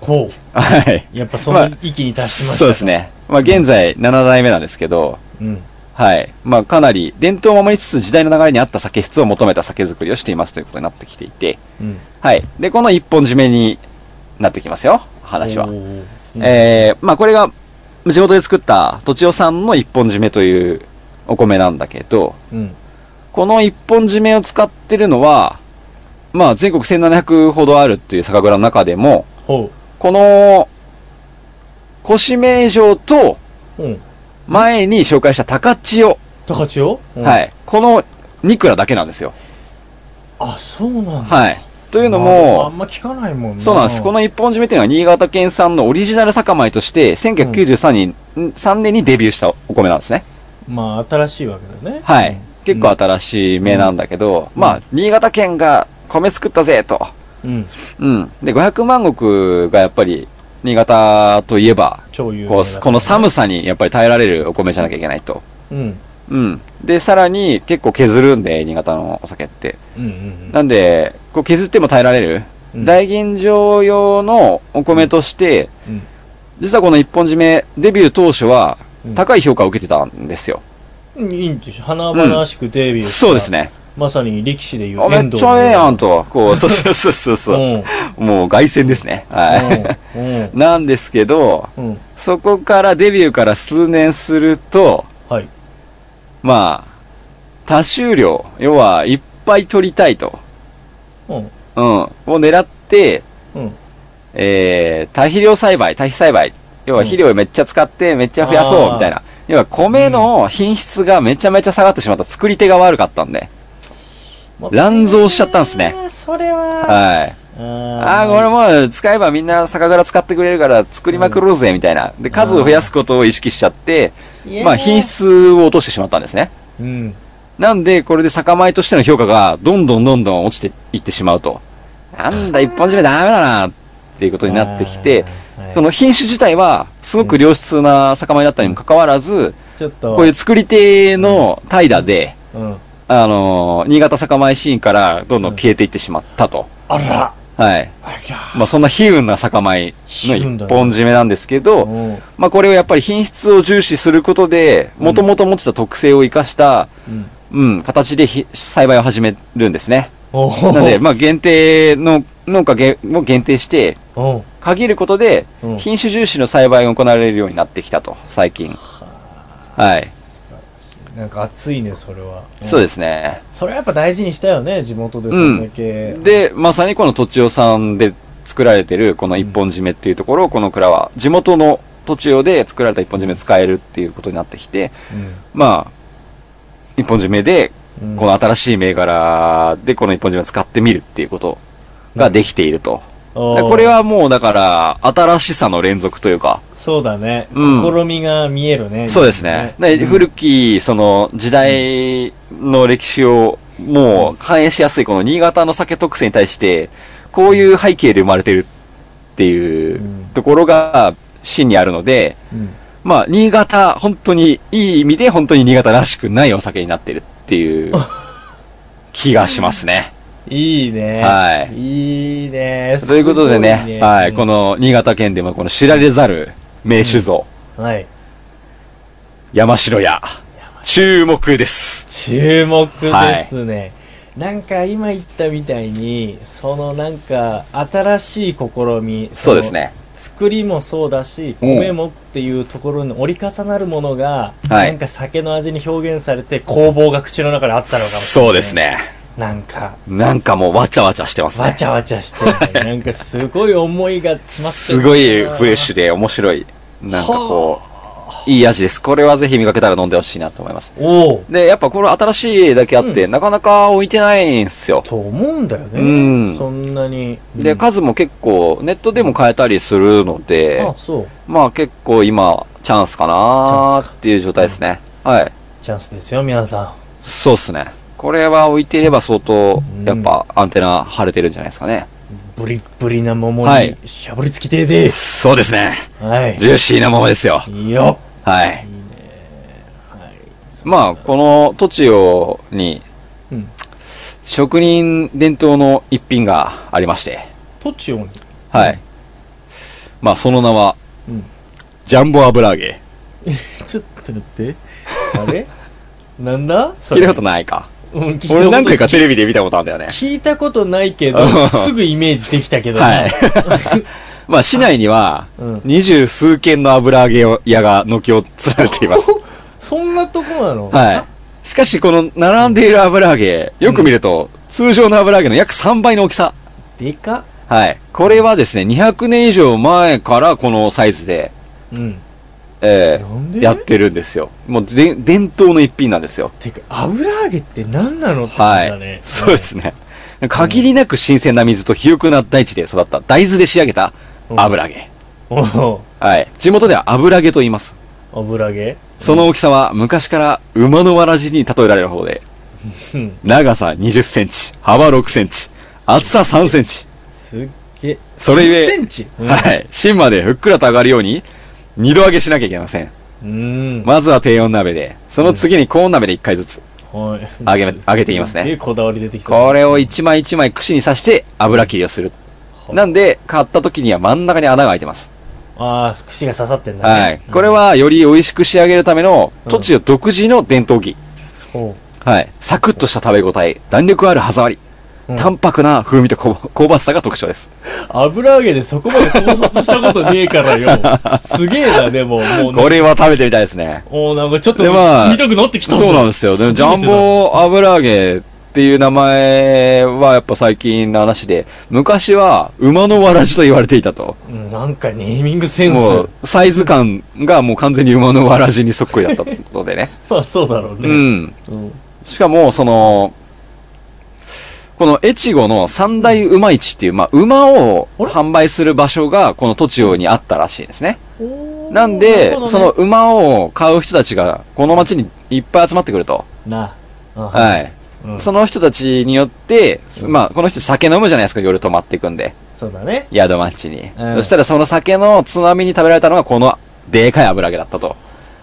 Speaker 6: ほ
Speaker 5: はい。
Speaker 6: うやっぱそ
Speaker 5: まあ
Speaker 6: の域に達しましたか
Speaker 5: そうですね。まあ現在7代目なんですけど、
Speaker 6: うん
Speaker 5: はい。まあかなり伝統を守りつつ時代の流れに合った酒質を求めた酒作りをしていますということになってきていて、
Speaker 6: うん
Speaker 5: はい。で、この一本締めになってきますよ、話は
Speaker 6: お。う
Speaker 5: えー、まあこれが地元で作った土地尾さんの一本締めというお米なんだけど、
Speaker 6: うん
Speaker 5: この一本締めを使ってるのは、まあ全国1700ほどあるっていう酒蔵の中でも、
Speaker 6: ほ
Speaker 5: この、腰名城と
Speaker 6: う。うん。
Speaker 5: 前に紹介した高千代、
Speaker 6: 高千代、うん、。
Speaker 5: はいい。この2蔵だけなんですよ。
Speaker 6: あ、そうなんだ。い。
Speaker 5: はい。と
Speaker 6: と
Speaker 5: いうのも、
Speaker 6: あ、んま聞かないもんな。
Speaker 5: そうなんです。この一本締めっていうのは新潟県産のオリジナル酒米として、1993年、3年にデビューしたお米なんですね。
Speaker 6: まあ、新しいわけだよね。
Speaker 5: はい。結構新しい名なんだけど、
Speaker 6: うん
Speaker 5: まあ、新潟県が米作ったぜ、と。
Speaker 6: うん。
Speaker 5: うん。で、500万石がやっぱり、新潟といえば、
Speaker 6: 超有名
Speaker 5: こ
Speaker 6: だ
Speaker 5: う、この寒さにやっぱり耐えられるお米じゃなきゃいけないと。
Speaker 6: うん。
Speaker 5: うん。で、さらに結構削るんで、新潟のお酒って。
Speaker 6: うんうん
Speaker 5: なんで、こう削っても耐えられる。
Speaker 6: うん。
Speaker 5: 大吟醸用のお米として、
Speaker 6: うん
Speaker 5: 実はこの一本締め、デビュー当初は
Speaker 6: うん、
Speaker 5: 高い評価を受けてたんですよ。
Speaker 6: うん。いいんでしょ。華々しくデビューした、
Speaker 5: そうです。ね。
Speaker 6: まさに力士でいう
Speaker 5: あめっちゃええやん。と。 こう、そうそうそうそう
Speaker 6: う
Speaker 5: そう。
Speaker 6: ん。うん。
Speaker 5: もう凱旋ですね。は
Speaker 6: うん
Speaker 5: い。。なんですけど、
Speaker 6: うん。
Speaker 5: そこからデビューから数年すると、
Speaker 6: はい。
Speaker 5: まあ、多収量、要はいっぱい取りたいと、
Speaker 6: うん。
Speaker 5: うん、を狙って、
Speaker 6: うん。
Speaker 5: えー、多肥量栽培、多肥栽培、要は肥料をめっちゃ使ってめっちゃ増や
Speaker 6: あ
Speaker 5: そ
Speaker 6: ー
Speaker 5: うみたいな。要は米の品質がめちゃめちゃ下がってしまった作り手が悪かったんで、乱造しちゃったんですね。
Speaker 6: あーそれは。
Speaker 5: はい。
Speaker 6: あー
Speaker 5: ああ、これもう使えばみんな酒蔵使ってくれるから作りまくろうぜみたいな。で、数を増やすことを意識しちゃって、まあ品。質を落としてしまったんですね。
Speaker 6: うん。
Speaker 5: なんで、これで酒米としての評価が、どんどんどんどん落ちていってしまうと。なんだ、一本締めダメだな、っていうことになってきて、
Speaker 6: あー、はい
Speaker 5: その品種自体は、すごく良質な酒米だったにもかかわらず、
Speaker 6: ちょっと、
Speaker 5: こういう作り手の怠惰で、
Speaker 6: うん。
Speaker 5: あのー、新潟酒米シーンからどんどん消えていってしまったと。
Speaker 6: あら、
Speaker 5: はい。
Speaker 6: あら。
Speaker 5: まあ、そんな悲運な酒米の一本締めなんですけど、
Speaker 6: うん。
Speaker 5: まあ、これをやっぱり品質を重視することで、もともと持ってた特性を生かした、
Speaker 6: うん。
Speaker 5: うん、形でひ栽培を始めるんですね。
Speaker 6: おー
Speaker 5: なので、、まあ、限定の、農家げも限定して、
Speaker 6: うん。
Speaker 5: 限ることで
Speaker 6: うん、
Speaker 5: 品種重視の栽培が行われるようになってきたと、最近。はい。
Speaker 6: なんか熱いね、それは。
Speaker 5: そう
Speaker 6: で
Speaker 5: ですね。
Speaker 6: す。それはやっぱ大事にしたよね、地元でそんだけ。
Speaker 5: で、まさにこの土地さんで作られてる、この一本締めっていうところを、この蔵は、地元の土地用で作られた一本締め使えるっていうことになってきて、まあ、一本締めで、
Speaker 6: うん、
Speaker 5: この新しい銘柄でこの一本締めを使ってみるっていうことができていると。
Speaker 6: お
Speaker 5: で
Speaker 6: ー
Speaker 5: これ、はもうだから、新しさの連続というか、
Speaker 6: そうだね。
Speaker 5: うん
Speaker 6: 試みが見えるね。
Speaker 5: そうですね。
Speaker 6: 今
Speaker 5: で古き、その、時代の歴史を、もう反映しやすい、この新潟の酒特性に対して、こういう背景で生まれてるってい
Speaker 6: うん
Speaker 5: うところが、真にあるので、
Speaker 6: うん。
Speaker 5: まあ、新潟、本当に、いい意味で本当に新潟らしくないお酒になってるって いう、気がしますね。
Speaker 6: いいね。
Speaker 5: はい
Speaker 6: いいね。
Speaker 5: ということです
Speaker 6: ご
Speaker 5: ね、はい、こ、の新潟県でもこの知られざる名酒造、
Speaker 6: うんはい。
Speaker 5: 山城屋、注目です。
Speaker 6: 注目ですね、なんか今言ったみたいにそのなんか新しい試み
Speaker 5: そうですね。
Speaker 6: その作りもそうだし
Speaker 5: うん
Speaker 6: 米もっていうところに折り重なるものが、
Speaker 5: はい
Speaker 6: なんか酒の味に表現されて工房が口の中であったのかもしれない
Speaker 5: そうですね。
Speaker 6: なんか
Speaker 5: なんかもうわちゃわちゃしてます
Speaker 6: わ
Speaker 5: ね。
Speaker 6: ちゃわちゃしてるねなんかすごい思いが詰まって
Speaker 5: すごいフレッシュで面白い。なんかこう、いい味です。これはぜひ見かけたら飲んでほしいなと思います。
Speaker 6: ュおお
Speaker 5: で、やっぱこれ新しいだけあって、なかなか置いてないんすよ。
Speaker 6: と思うんだよね、
Speaker 5: うん
Speaker 6: そんなに
Speaker 5: で、
Speaker 6: か
Speaker 5: 数も結構ネットでも買えたりするので、
Speaker 6: あそう
Speaker 5: まあ結構今チャンスかなーっていう状態ですね。はい。
Speaker 6: チャンスですよ皆さん
Speaker 5: そうっすね。これは置いていれば相当、やっぱアンテナ張れてるんじゃないですかね。
Speaker 6: ブリッブリな桃
Speaker 5: は
Speaker 6: に
Speaker 5: い
Speaker 6: しゃぶりつきてえで
Speaker 5: そうですね。
Speaker 6: はい。
Speaker 5: ジューシーなものですよ。
Speaker 6: いいよ。
Speaker 5: はい
Speaker 6: い。いね。はい。
Speaker 5: まあ、この土地をに、
Speaker 6: うん。
Speaker 5: 職人伝統の一品がありまして、
Speaker 6: トチオに。
Speaker 5: はい。まあ、その名は、
Speaker 6: うん。
Speaker 5: ジャンボ油揚げ。
Speaker 6: ちょっと待って。あれなんだそ
Speaker 5: 聞い
Speaker 6: れ
Speaker 5: たことないか。
Speaker 6: うん、聞いたこと
Speaker 5: 俺何回かテレビで見たことあるんだよね。
Speaker 6: 聞いたことないけど
Speaker 5: うん、
Speaker 6: すぐイメージできたけど。
Speaker 5: はい。。 まあ、市内には
Speaker 6: うん、
Speaker 5: 二十数軒の油揚げ屋が軒を連ねています。
Speaker 6: そんなとこなの
Speaker 5: はい。しかしこの並んでいる油揚げ、よく見ると、通常の油揚げの約3倍の大きさ。
Speaker 6: でか
Speaker 5: はい。これはですね、200年以上前からこのサイズで、
Speaker 6: っうん。
Speaker 5: え
Speaker 6: な
Speaker 5: ー、
Speaker 6: んで
Speaker 5: やってるんですよ。もうで、伝統の一品なんですよ。
Speaker 6: てか、油揚げって何なのって感
Speaker 5: は
Speaker 6: じだね
Speaker 5: い。。そうですね。限りなく新鮮な水と肥沃な大地で育った大豆で仕上げた油揚げ。
Speaker 6: うん。おお
Speaker 5: はい。地元では油揚げと言います。
Speaker 6: 油揚げ
Speaker 5: その大きさは昔から馬のわらじに例えられる方で、
Speaker 6: うん。
Speaker 5: 長さ20センチ、幅6センチ、厚さ3センチ。
Speaker 6: すっげえ。
Speaker 5: それゆえ
Speaker 6: 3センチうん
Speaker 5: はい。芯までふっくらと上がるように、二度揚げしなきゃいけません。
Speaker 6: うん。
Speaker 5: まずは低温鍋で、その次に高温鍋で1回ずつ。
Speaker 6: はい。
Speaker 5: 揚げ揚げていきますね
Speaker 6: すっげえこだわり出てきた。
Speaker 5: これを一枚一枚串に刺して油切りをする。なんで、買った時には真ん中に穴が開いてます。
Speaker 6: ああ、串が刺さってんだね。
Speaker 5: はい。これ、はより美味しく仕上げるための、
Speaker 6: うん
Speaker 5: 栃木独自の伝統技。
Speaker 6: ほ
Speaker 5: はい。サクッとした食べ応え、弾力ある歯触り、
Speaker 6: うん
Speaker 5: 淡白な風味とこ香ばしさが特徴です。
Speaker 6: う油揚げでそこまで考察したことねえか らよ。すげえな、でも、もう、
Speaker 5: これは食べてみたいですね。
Speaker 6: おーなんかちょっと、
Speaker 5: でまあ
Speaker 6: 見たくなってきたぞ
Speaker 5: そうなんですよ。で
Speaker 6: 初
Speaker 5: ジャ
Speaker 6: め
Speaker 5: ン
Speaker 6: てだ
Speaker 5: ボ油揚げっていう名前はやっぱ最近の話で、昔は馬のわらじと言われていたと。
Speaker 6: うんなんかネーミングセン
Speaker 5: も
Speaker 6: ス
Speaker 5: う。サイズ感がもう完全に馬のわらじにそっくりだったの でね。
Speaker 6: まあそうだろう
Speaker 5: う
Speaker 6: ね。
Speaker 5: ん。
Speaker 6: うん。
Speaker 5: しかも、その、この越後の三大馬市っていう、まあ、馬を
Speaker 6: あれ
Speaker 5: 販売する場所がこの栃尾にあったらしいですね。
Speaker 6: おー
Speaker 5: なんで、そ、
Speaker 6: る
Speaker 5: の
Speaker 6: ほどね
Speaker 5: 馬を買う人たちがこの町にいっぱい集まってくると。
Speaker 6: なあ。。
Speaker 5: はいい。
Speaker 6: うん
Speaker 5: その人たちによって、
Speaker 6: うん
Speaker 5: まあ、この人酒飲むじゃないですか、夜泊まっていくんで。
Speaker 6: そうだね。
Speaker 5: 宿町に。
Speaker 6: うん
Speaker 5: そしたらその酒のつまみに食べられたのがこのでかい油揚げだったと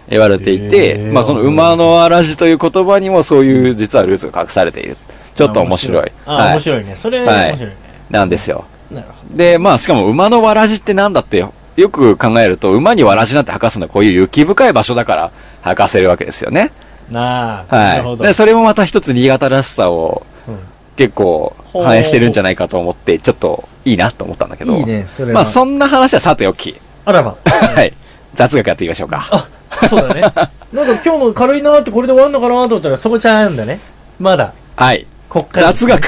Speaker 5: 言われていて、
Speaker 6: へー
Speaker 5: まあこの馬のあらじという言葉にもそういう実はルーツが隠されている。ちょっと面白い。
Speaker 6: あー、
Speaker 5: は
Speaker 6: 面
Speaker 5: い。
Speaker 6: 白いね。それ、面
Speaker 5: はい
Speaker 6: 白いね。
Speaker 5: なんですよ。
Speaker 6: なるほど。
Speaker 5: で、まあしかも馬のわらじってなんだってよ。よく考えると、馬にわらじなんて吐かすのはこういう雪深い場所だから吐かせるわけですよね。
Speaker 6: なあ。なるほ
Speaker 5: はい。
Speaker 6: ど。
Speaker 5: で、それもまた一つ新潟らしさを
Speaker 6: うん
Speaker 5: 結構反映してるんじゃないかと思って、ちょっといいなと思ったんだけど。
Speaker 6: いいね、それは。
Speaker 5: まあそんな話はさておき。
Speaker 6: あらば。
Speaker 5: はい。雑学やっていきましょうか。
Speaker 6: そうだね。なんか今日も軽いなーってこれで終わるのかなーと思ったらそこじゃないんだね。まだ、
Speaker 5: はい。
Speaker 6: こっから。
Speaker 5: 雑学。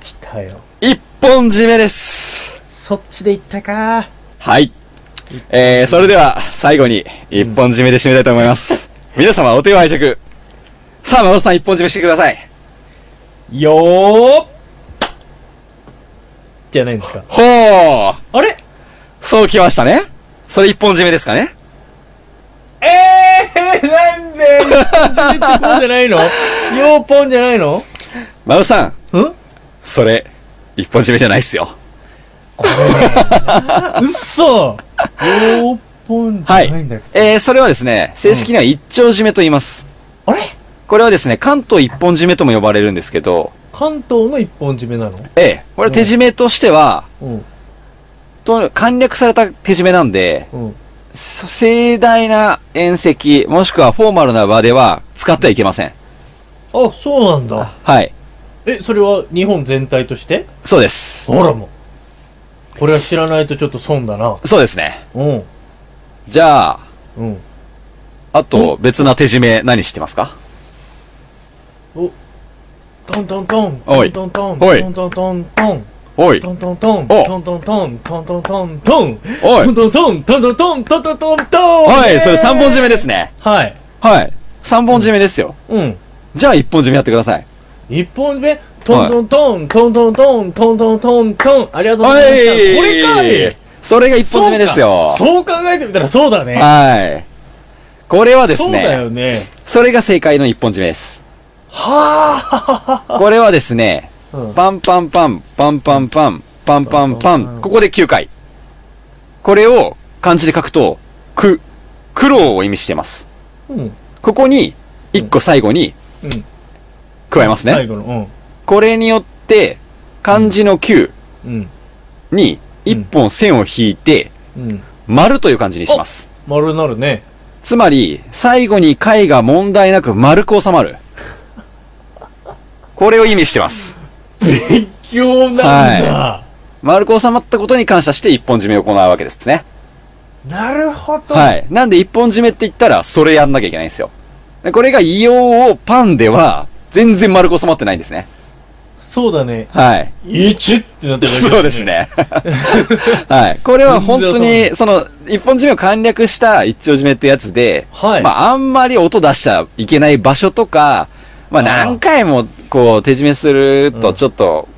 Speaker 6: 来たよ。
Speaker 5: 一本締めです。
Speaker 6: そっちで行ったかー。
Speaker 5: はい。えー、それでは最後に一本締めで締めたいと思います。皆様お手を拝借。さあ、孫さん一本締めしてください。
Speaker 6: よーじゃないんですか。
Speaker 5: ほー。
Speaker 6: あれ
Speaker 5: そうきましたね。それ一本締めですかね。
Speaker 6: えー、なんで一日ってこうじゃない のよーぽんじゃないのん
Speaker 5: 孫さん、
Speaker 6: う
Speaker 5: それ一本締めじゃないっすよ。
Speaker 6: っそよーぽんじ
Speaker 5: は
Speaker 6: ゃ
Speaker 5: い
Speaker 6: ないんだ。
Speaker 5: えー、それはですね、正式には一丁締めと言います。
Speaker 6: あれ
Speaker 5: これはですね、関東一本締めとも呼ばれるんですけど、
Speaker 6: 関東の一本締めなの
Speaker 5: ええこれ手締めとしては、
Speaker 6: うん、
Speaker 5: と、簡略された手締めなんで、
Speaker 6: うん。
Speaker 5: そ盛大な宴席、もしくはフォーマルな場では使ってはいけません。
Speaker 6: あ、そうなんだ。
Speaker 5: はい。
Speaker 6: え、それは日本全体として
Speaker 5: そうです。
Speaker 6: ほらもう。これは知らないとちょっと損だな。
Speaker 5: そうですね。
Speaker 6: うん。
Speaker 5: じゃあ、
Speaker 6: うん。
Speaker 5: あと別な手締め何知ってますか
Speaker 6: トントントン。
Speaker 5: おい
Speaker 6: トントン
Speaker 5: おい
Speaker 6: トン。トントントン。
Speaker 5: おい
Speaker 6: トントントン。
Speaker 5: お
Speaker 6: トントントン。トントントン。トン。
Speaker 5: おい
Speaker 6: トントントン。トントントン。トントントン。トン。
Speaker 5: おいそれ三本
Speaker 6: め。
Speaker 5: 締めですね。
Speaker 6: はい。
Speaker 5: はい。三本締めですよ。
Speaker 6: うん。
Speaker 5: じゃあ一本締めやってください。
Speaker 6: 一本目。トントントン。トントントン。トントントン。トン。ありがとうございました。これかね。
Speaker 5: それが一本締めですよ。
Speaker 6: そうかそう考えてみたらそうだね。
Speaker 5: はい。これはです
Speaker 6: そうだ
Speaker 5: ね、
Speaker 6: よね。
Speaker 5: それが正解の一本締めです。
Speaker 6: はあ。
Speaker 5: これはですね、
Speaker 6: うん
Speaker 5: パンパンパン、パンパンパン、パンパンパン、ここで9回。これを漢字で書くと、く、苦労を意味しています。
Speaker 6: うん。
Speaker 5: ここに、1個最後に
Speaker 6: うん。
Speaker 5: 加えますね。
Speaker 6: 最後の。
Speaker 5: これによって、漢字の9
Speaker 6: うん。うん。
Speaker 5: に1本線を引いて、
Speaker 6: うん。
Speaker 5: 丸という漢字にします。
Speaker 6: 丸なるね。
Speaker 5: つまり、最後に回が問題なく丸く収まる。これを意味してます。
Speaker 6: 勉強なんだ、
Speaker 5: は丸く収まったことに感謝して一本締めを行うわけですね。
Speaker 6: なるほど、
Speaker 5: はい。なんで一本締めって言ったら、それやんなきゃいけないんですよ。これが硫黄をパンでは、全然丸く収まってないんですね。
Speaker 6: そうだね。
Speaker 5: はい。
Speaker 6: 1ってなってるだけ
Speaker 5: そうです。ね。 はい。これは本当に、その、一本締めを簡略した一丁締めってやつで、
Speaker 6: はい
Speaker 5: まあ、あんまり音出しちゃいけない場所とか、まあ、
Speaker 6: あー
Speaker 5: 何回も、こう、手締めする
Speaker 6: う
Speaker 5: と、
Speaker 6: ん
Speaker 5: ちょっと、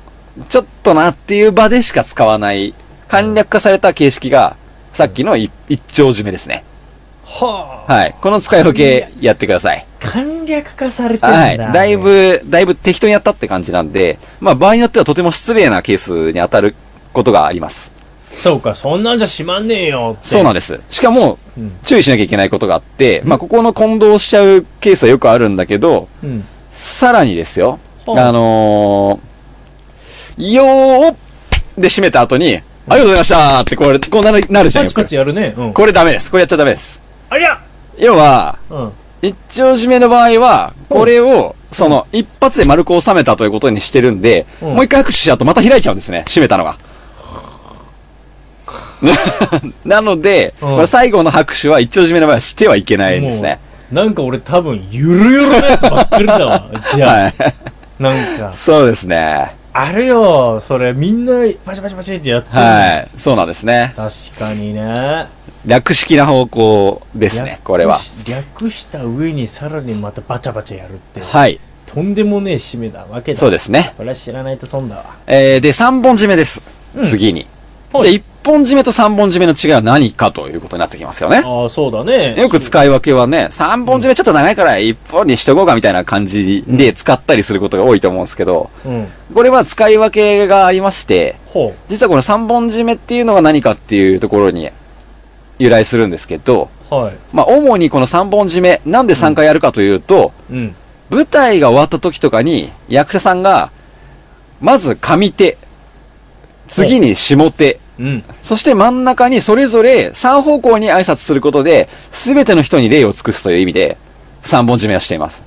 Speaker 5: ちょっとなっていう場でしか使わない、簡略化された形式が、さっきの一一丁締めですね。
Speaker 6: はあ。
Speaker 5: はい。この使い分けやってください。
Speaker 6: 簡略化されてるんだ。
Speaker 5: はい。だい。ぶ、だいぶ適当にやったって感じなんで、まあ、場合によってはとても失礼なケースに当たることがあります。
Speaker 6: そうか、そんなんじゃしまんねえよって。
Speaker 5: そうなん
Speaker 6: で
Speaker 5: です。しかも、
Speaker 6: す。うん。
Speaker 5: 注意しなきゃいけないことがあって、まあ、ここの混同しちゃうケースはよくあるんだけど、
Speaker 6: うん。
Speaker 5: さらにですよ、
Speaker 6: ほう
Speaker 5: あのー、よーで締めた後に、ありがとうございましたってこれ、こうなる、なるじゃ
Speaker 6: カ
Speaker 5: ん。よく
Speaker 6: チカチやるね。うん。
Speaker 5: これダメです。これやっちゃダメです。
Speaker 6: ありゃ
Speaker 5: 要は、
Speaker 6: うん。
Speaker 5: 一丁締めの場合は、
Speaker 6: ほう
Speaker 5: これを、その、一発で丸く収めたということにしてるんで、
Speaker 6: うん
Speaker 5: もう一回拍手しちゃうとまた開いちゃうんですね、締めたのが。 なので、
Speaker 6: うん
Speaker 5: これ最後の拍手は一丁締めの場合はしてはいけないんですね。
Speaker 6: もう。なんか俺多分、ゆるゆるのやつばっかり だわ。じゃあ、
Speaker 5: はい。
Speaker 6: なんか、
Speaker 5: そうですね。
Speaker 6: あるよ、それ、みんな、パチパチパチってやってる。
Speaker 5: はい。そうなんですね。
Speaker 6: 確かにね。
Speaker 5: 略式な方向ですね
Speaker 6: 略、
Speaker 5: これは。
Speaker 6: し略した上にさらにまたバチャバチャやるって。
Speaker 5: はい。
Speaker 6: とんでもねえ締めだわけだ。
Speaker 5: そうですね。
Speaker 6: これは知らないと損だわ。
Speaker 5: えー、で、三本締めです。
Speaker 6: うん
Speaker 5: 次に。
Speaker 6: はい
Speaker 5: じゃあ、一本締めと三本締めの違いは何かということになってきますよね。
Speaker 6: ああ、そうだね。
Speaker 5: よく使い分けはね、三本締めちょっと長いから一本にしとこうかみたいな感じで使ったりすることが多いと思うんですけど、
Speaker 6: うん。
Speaker 5: これは使い分けがありまして、
Speaker 6: ほ
Speaker 5: 実はこの三本締めっていうのが何かっていうところに由来するんですけど、
Speaker 6: う。はい。
Speaker 5: まあ主にこの三本締め、なんで3回やるかというと、
Speaker 6: うん。
Speaker 5: 舞台が終わった時とかに役者さんが、まず上手、次に下手、
Speaker 6: うん。
Speaker 5: そして真ん中にそれぞれ3方向に挨拶することで、すべての人に礼を尽くすという意味で、3本締めをしています。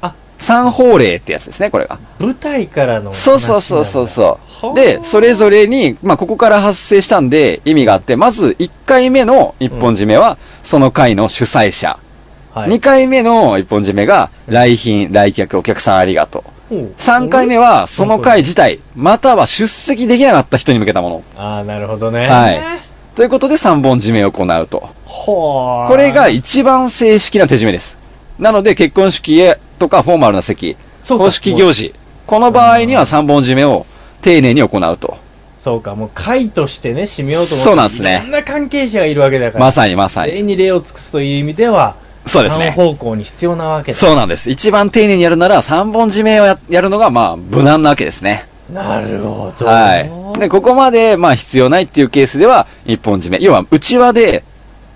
Speaker 6: あ、
Speaker 5: 三方礼ってやつですね、これが。
Speaker 6: 舞台からの話
Speaker 5: そうそうそうそう
Speaker 6: な
Speaker 5: そ
Speaker 6: ん
Speaker 5: う。
Speaker 6: だ
Speaker 5: で、それぞれに、まあ、ここから発生したんで意味があって、まず1回目の1本締めは、その回の主催者。
Speaker 6: は
Speaker 5: 2回目の1本締めが、来賓、来客、お客さんありがとう。3回目
Speaker 6: は
Speaker 5: は、その回自体、または出席できなかった人に向けたも
Speaker 6: ああなるほどね
Speaker 5: はいの。ということで3本締めを行うと。
Speaker 6: ほー
Speaker 5: これが一番正式な手締めです。なので、結婚式へとかフォーマルな席、
Speaker 6: そうか
Speaker 5: 公式行事、この場合には3本締めを丁寧に行うと。
Speaker 6: そうかもう会としてね締めようと思って
Speaker 5: そうなんすね
Speaker 6: いろんな関係者がいるわけだから
Speaker 5: まさにまさ
Speaker 6: 全
Speaker 5: に。
Speaker 6: 員に礼を尽くすという意味では
Speaker 5: そうです
Speaker 6: 三
Speaker 5: ね。
Speaker 6: 方向に必要なわけだ
Speaker 5: そうなんです。一番丁寧にやるなら3本締めをややるのが、まあ、無難なわけですね。
Speaker 6: なるほど
Speaker 5: はい。で、ここまで、まあ、必要ないっていうケースでは、1本締め。要は、内輪で、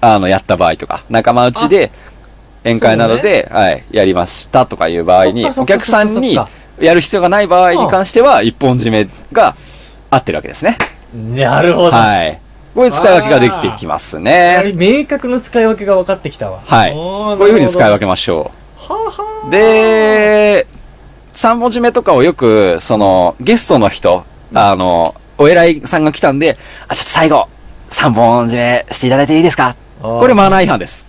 Speaker 5: あの、やった場合とか、仲間内で、宴会などで、はい、やりましたとかいう場合に、
Speaker 6: そっかそ
Speaker 5: お
Speaker 6: っか
Speaker 5: 客さんに
Speaker 6: そっかそっ
Speaker 5: やる必要がない場合に関しては、一本締めが合ってるわけですね。
Speaker 6: なるほど
Speaker 5: はい。こういう使い分けができてきますね。
Speaker 6: 明確な使い分けが分かってきたわ
Speaker 5: はい。
Speaker 6: おー
Speaker 5: こういうふうに使い分
Speaker 6: なる
Speaker 5: けましょ
Speaker 6: ほどはあは
Speaker 5: う。
Speaker 6: あ
Speaker 5: で、三本締めとかをよく、その、ゲストの人、あの、お偉いさんが来たんで、あ、ちょっと最後、三本締めしていただいていいですか
Speaker 6: あー
Speaker 5: これマナー違反です。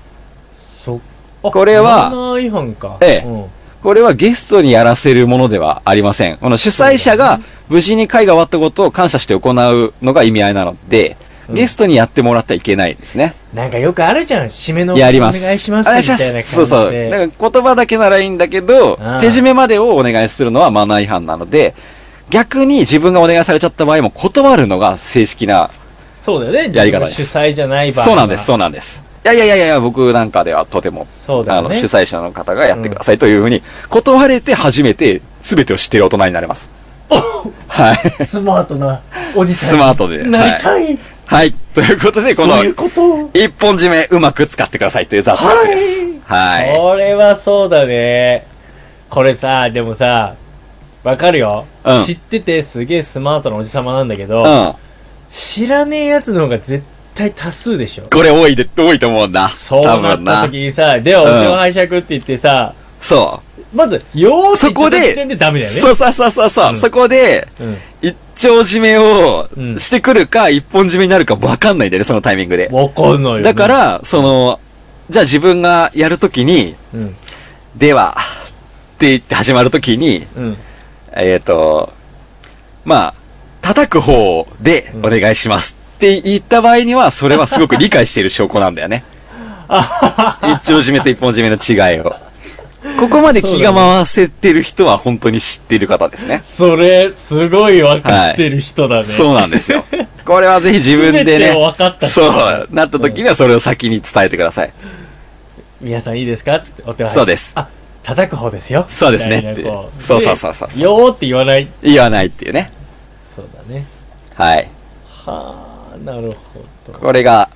Speaker 6: そっあ
Speaker 5: これは
Speaker 6: マナー違反か
Speaker 5: ええ
Speaker 6: うん
Speaker 5: これはゲストにやらせるものではありません。この主催者が無事に会が終わったことを感謝して行うのが意味合いなので、
Speaker 6: うん
Speaker 5: ゲストにやってもらってはいけないですね。
Speaker 6: なんかよくあるじゃん締めの
Speaker 5: やります。
Speaker 6: お願いします
Speaker 5: お
Speaker 6: み
Speaker 5: 願
Speaker 6: た
Speaker 5: いしま。
Speaker 6: いな感じです
Speaker 5: そうそう。なんか言葉だけならいいんだけど、手
Speaker 6: ああ
Speaker 5: 締めまでをお願いするのはマナー違反なので、逆に自分がお願いされちゃった場合も断るのが正式な、
Speaker 6: そうだよね。
Speaker 5: やり方で
Speaker 6: 自
Speaker 5: す
Speaker 6: 分が主催じゃない場合は
Speaker 5: そうなんです、そうなんです。いやいやいやいや、僕なんかではとても、
Speaker 6: そうだ
Speaker 5: あ
Speaker 6: よね。
Speaker 5: の、主催者の方がやってくださいというふうに、断れて初めて全てを知っている大人になれます。はい。
Speaker 6: スマートなおじさん。
Speaker 5: スマートで。
Speaker 6: な
Speaker 5: は
Speaker 6: り
Speaker 5: い。
Speaker 6: たい。
Speaker 5: はい。ということで、こ
Speaker 6: そ
Speaker 5: の
Speaker 6: ういう、ことを。
Speaker 5: 一本締めうまく使ってくださいという雑談です。はい。
Speaker 6: これはそうだね。これさ、でもさ、わかるよ。
Speaker 5: うん
Speaker 6: 知っててすげえスマートなおじさまなんだけど、
Speaker 5: うん。
Speaker 6: 知らねえやつの方が絶対多数でしょ。
Speaker 5: これ多いで、多いと思うんだ。
Speaker 6: そう
Speaker 5: 多
Speaker 6: なっ
Speaker 5: 分
Speaker 6: た
Speaker 5: な
Speaker 6: 時。にさ、ではお手を拝借って言ってさ、
Speaker 5: そ
Speaker 6: まず、よー
Speaker 5: う。
Speaker 6: し
Speaker 5: そこで、
Speaker 6: 時点でダメだよね。
Speaker 5: そうそうそうそうそう、
Speaker 6: うん
Speaker 5: そこで、
Speaker 6: うん
Speaker 5: 一丁締めを
Speaker 6: うん
Speaker 5: してくるか、一本締めになるか分かんないんだよね、そのタイミングで。
Speaker 6: わかんないよね。
Speaker 5: だか、ら、その、じゃあ自分がやるときに、
Speaker 6: うん。
Speaker 5: では、って言って始まるときに、
Speaker 6: うん。
Speaker 5: えっ、と、まあ、叩く方でお願いしますって言った場合には、それはすごく理解している証拠なんだよね。一丁締めと一本締めの違いを。ここまで気が回せてる人は本当に知っている方ですね。
Speaker 6: それ、すごい分かってる人だね。
Speaker 5: そうなんですよ。これはぜひ自分で
Speaker 6: 全てを
Speaker 5: ね
Speaker 6: 分かっ、た人
Speaker 5: そう、なった時にはそれを先に伝えてください。
Speaker 6: 皆さんいいですかつって、お手を
Speaker 5: そうです
Speaker 6: あ、叩く方ですよ。
Speaker 5: そうですね
Speaker 6: みたいなこ
Speaker 5: ってそうそうそうそう
Speaker 6: でよーって言わない。
Speaker 5: 言わないっていうね。
Speaker 6: そうだね。
Speaker 5: はい。
Speaker 6: はあ、なるほど。
Speaker 5: これが、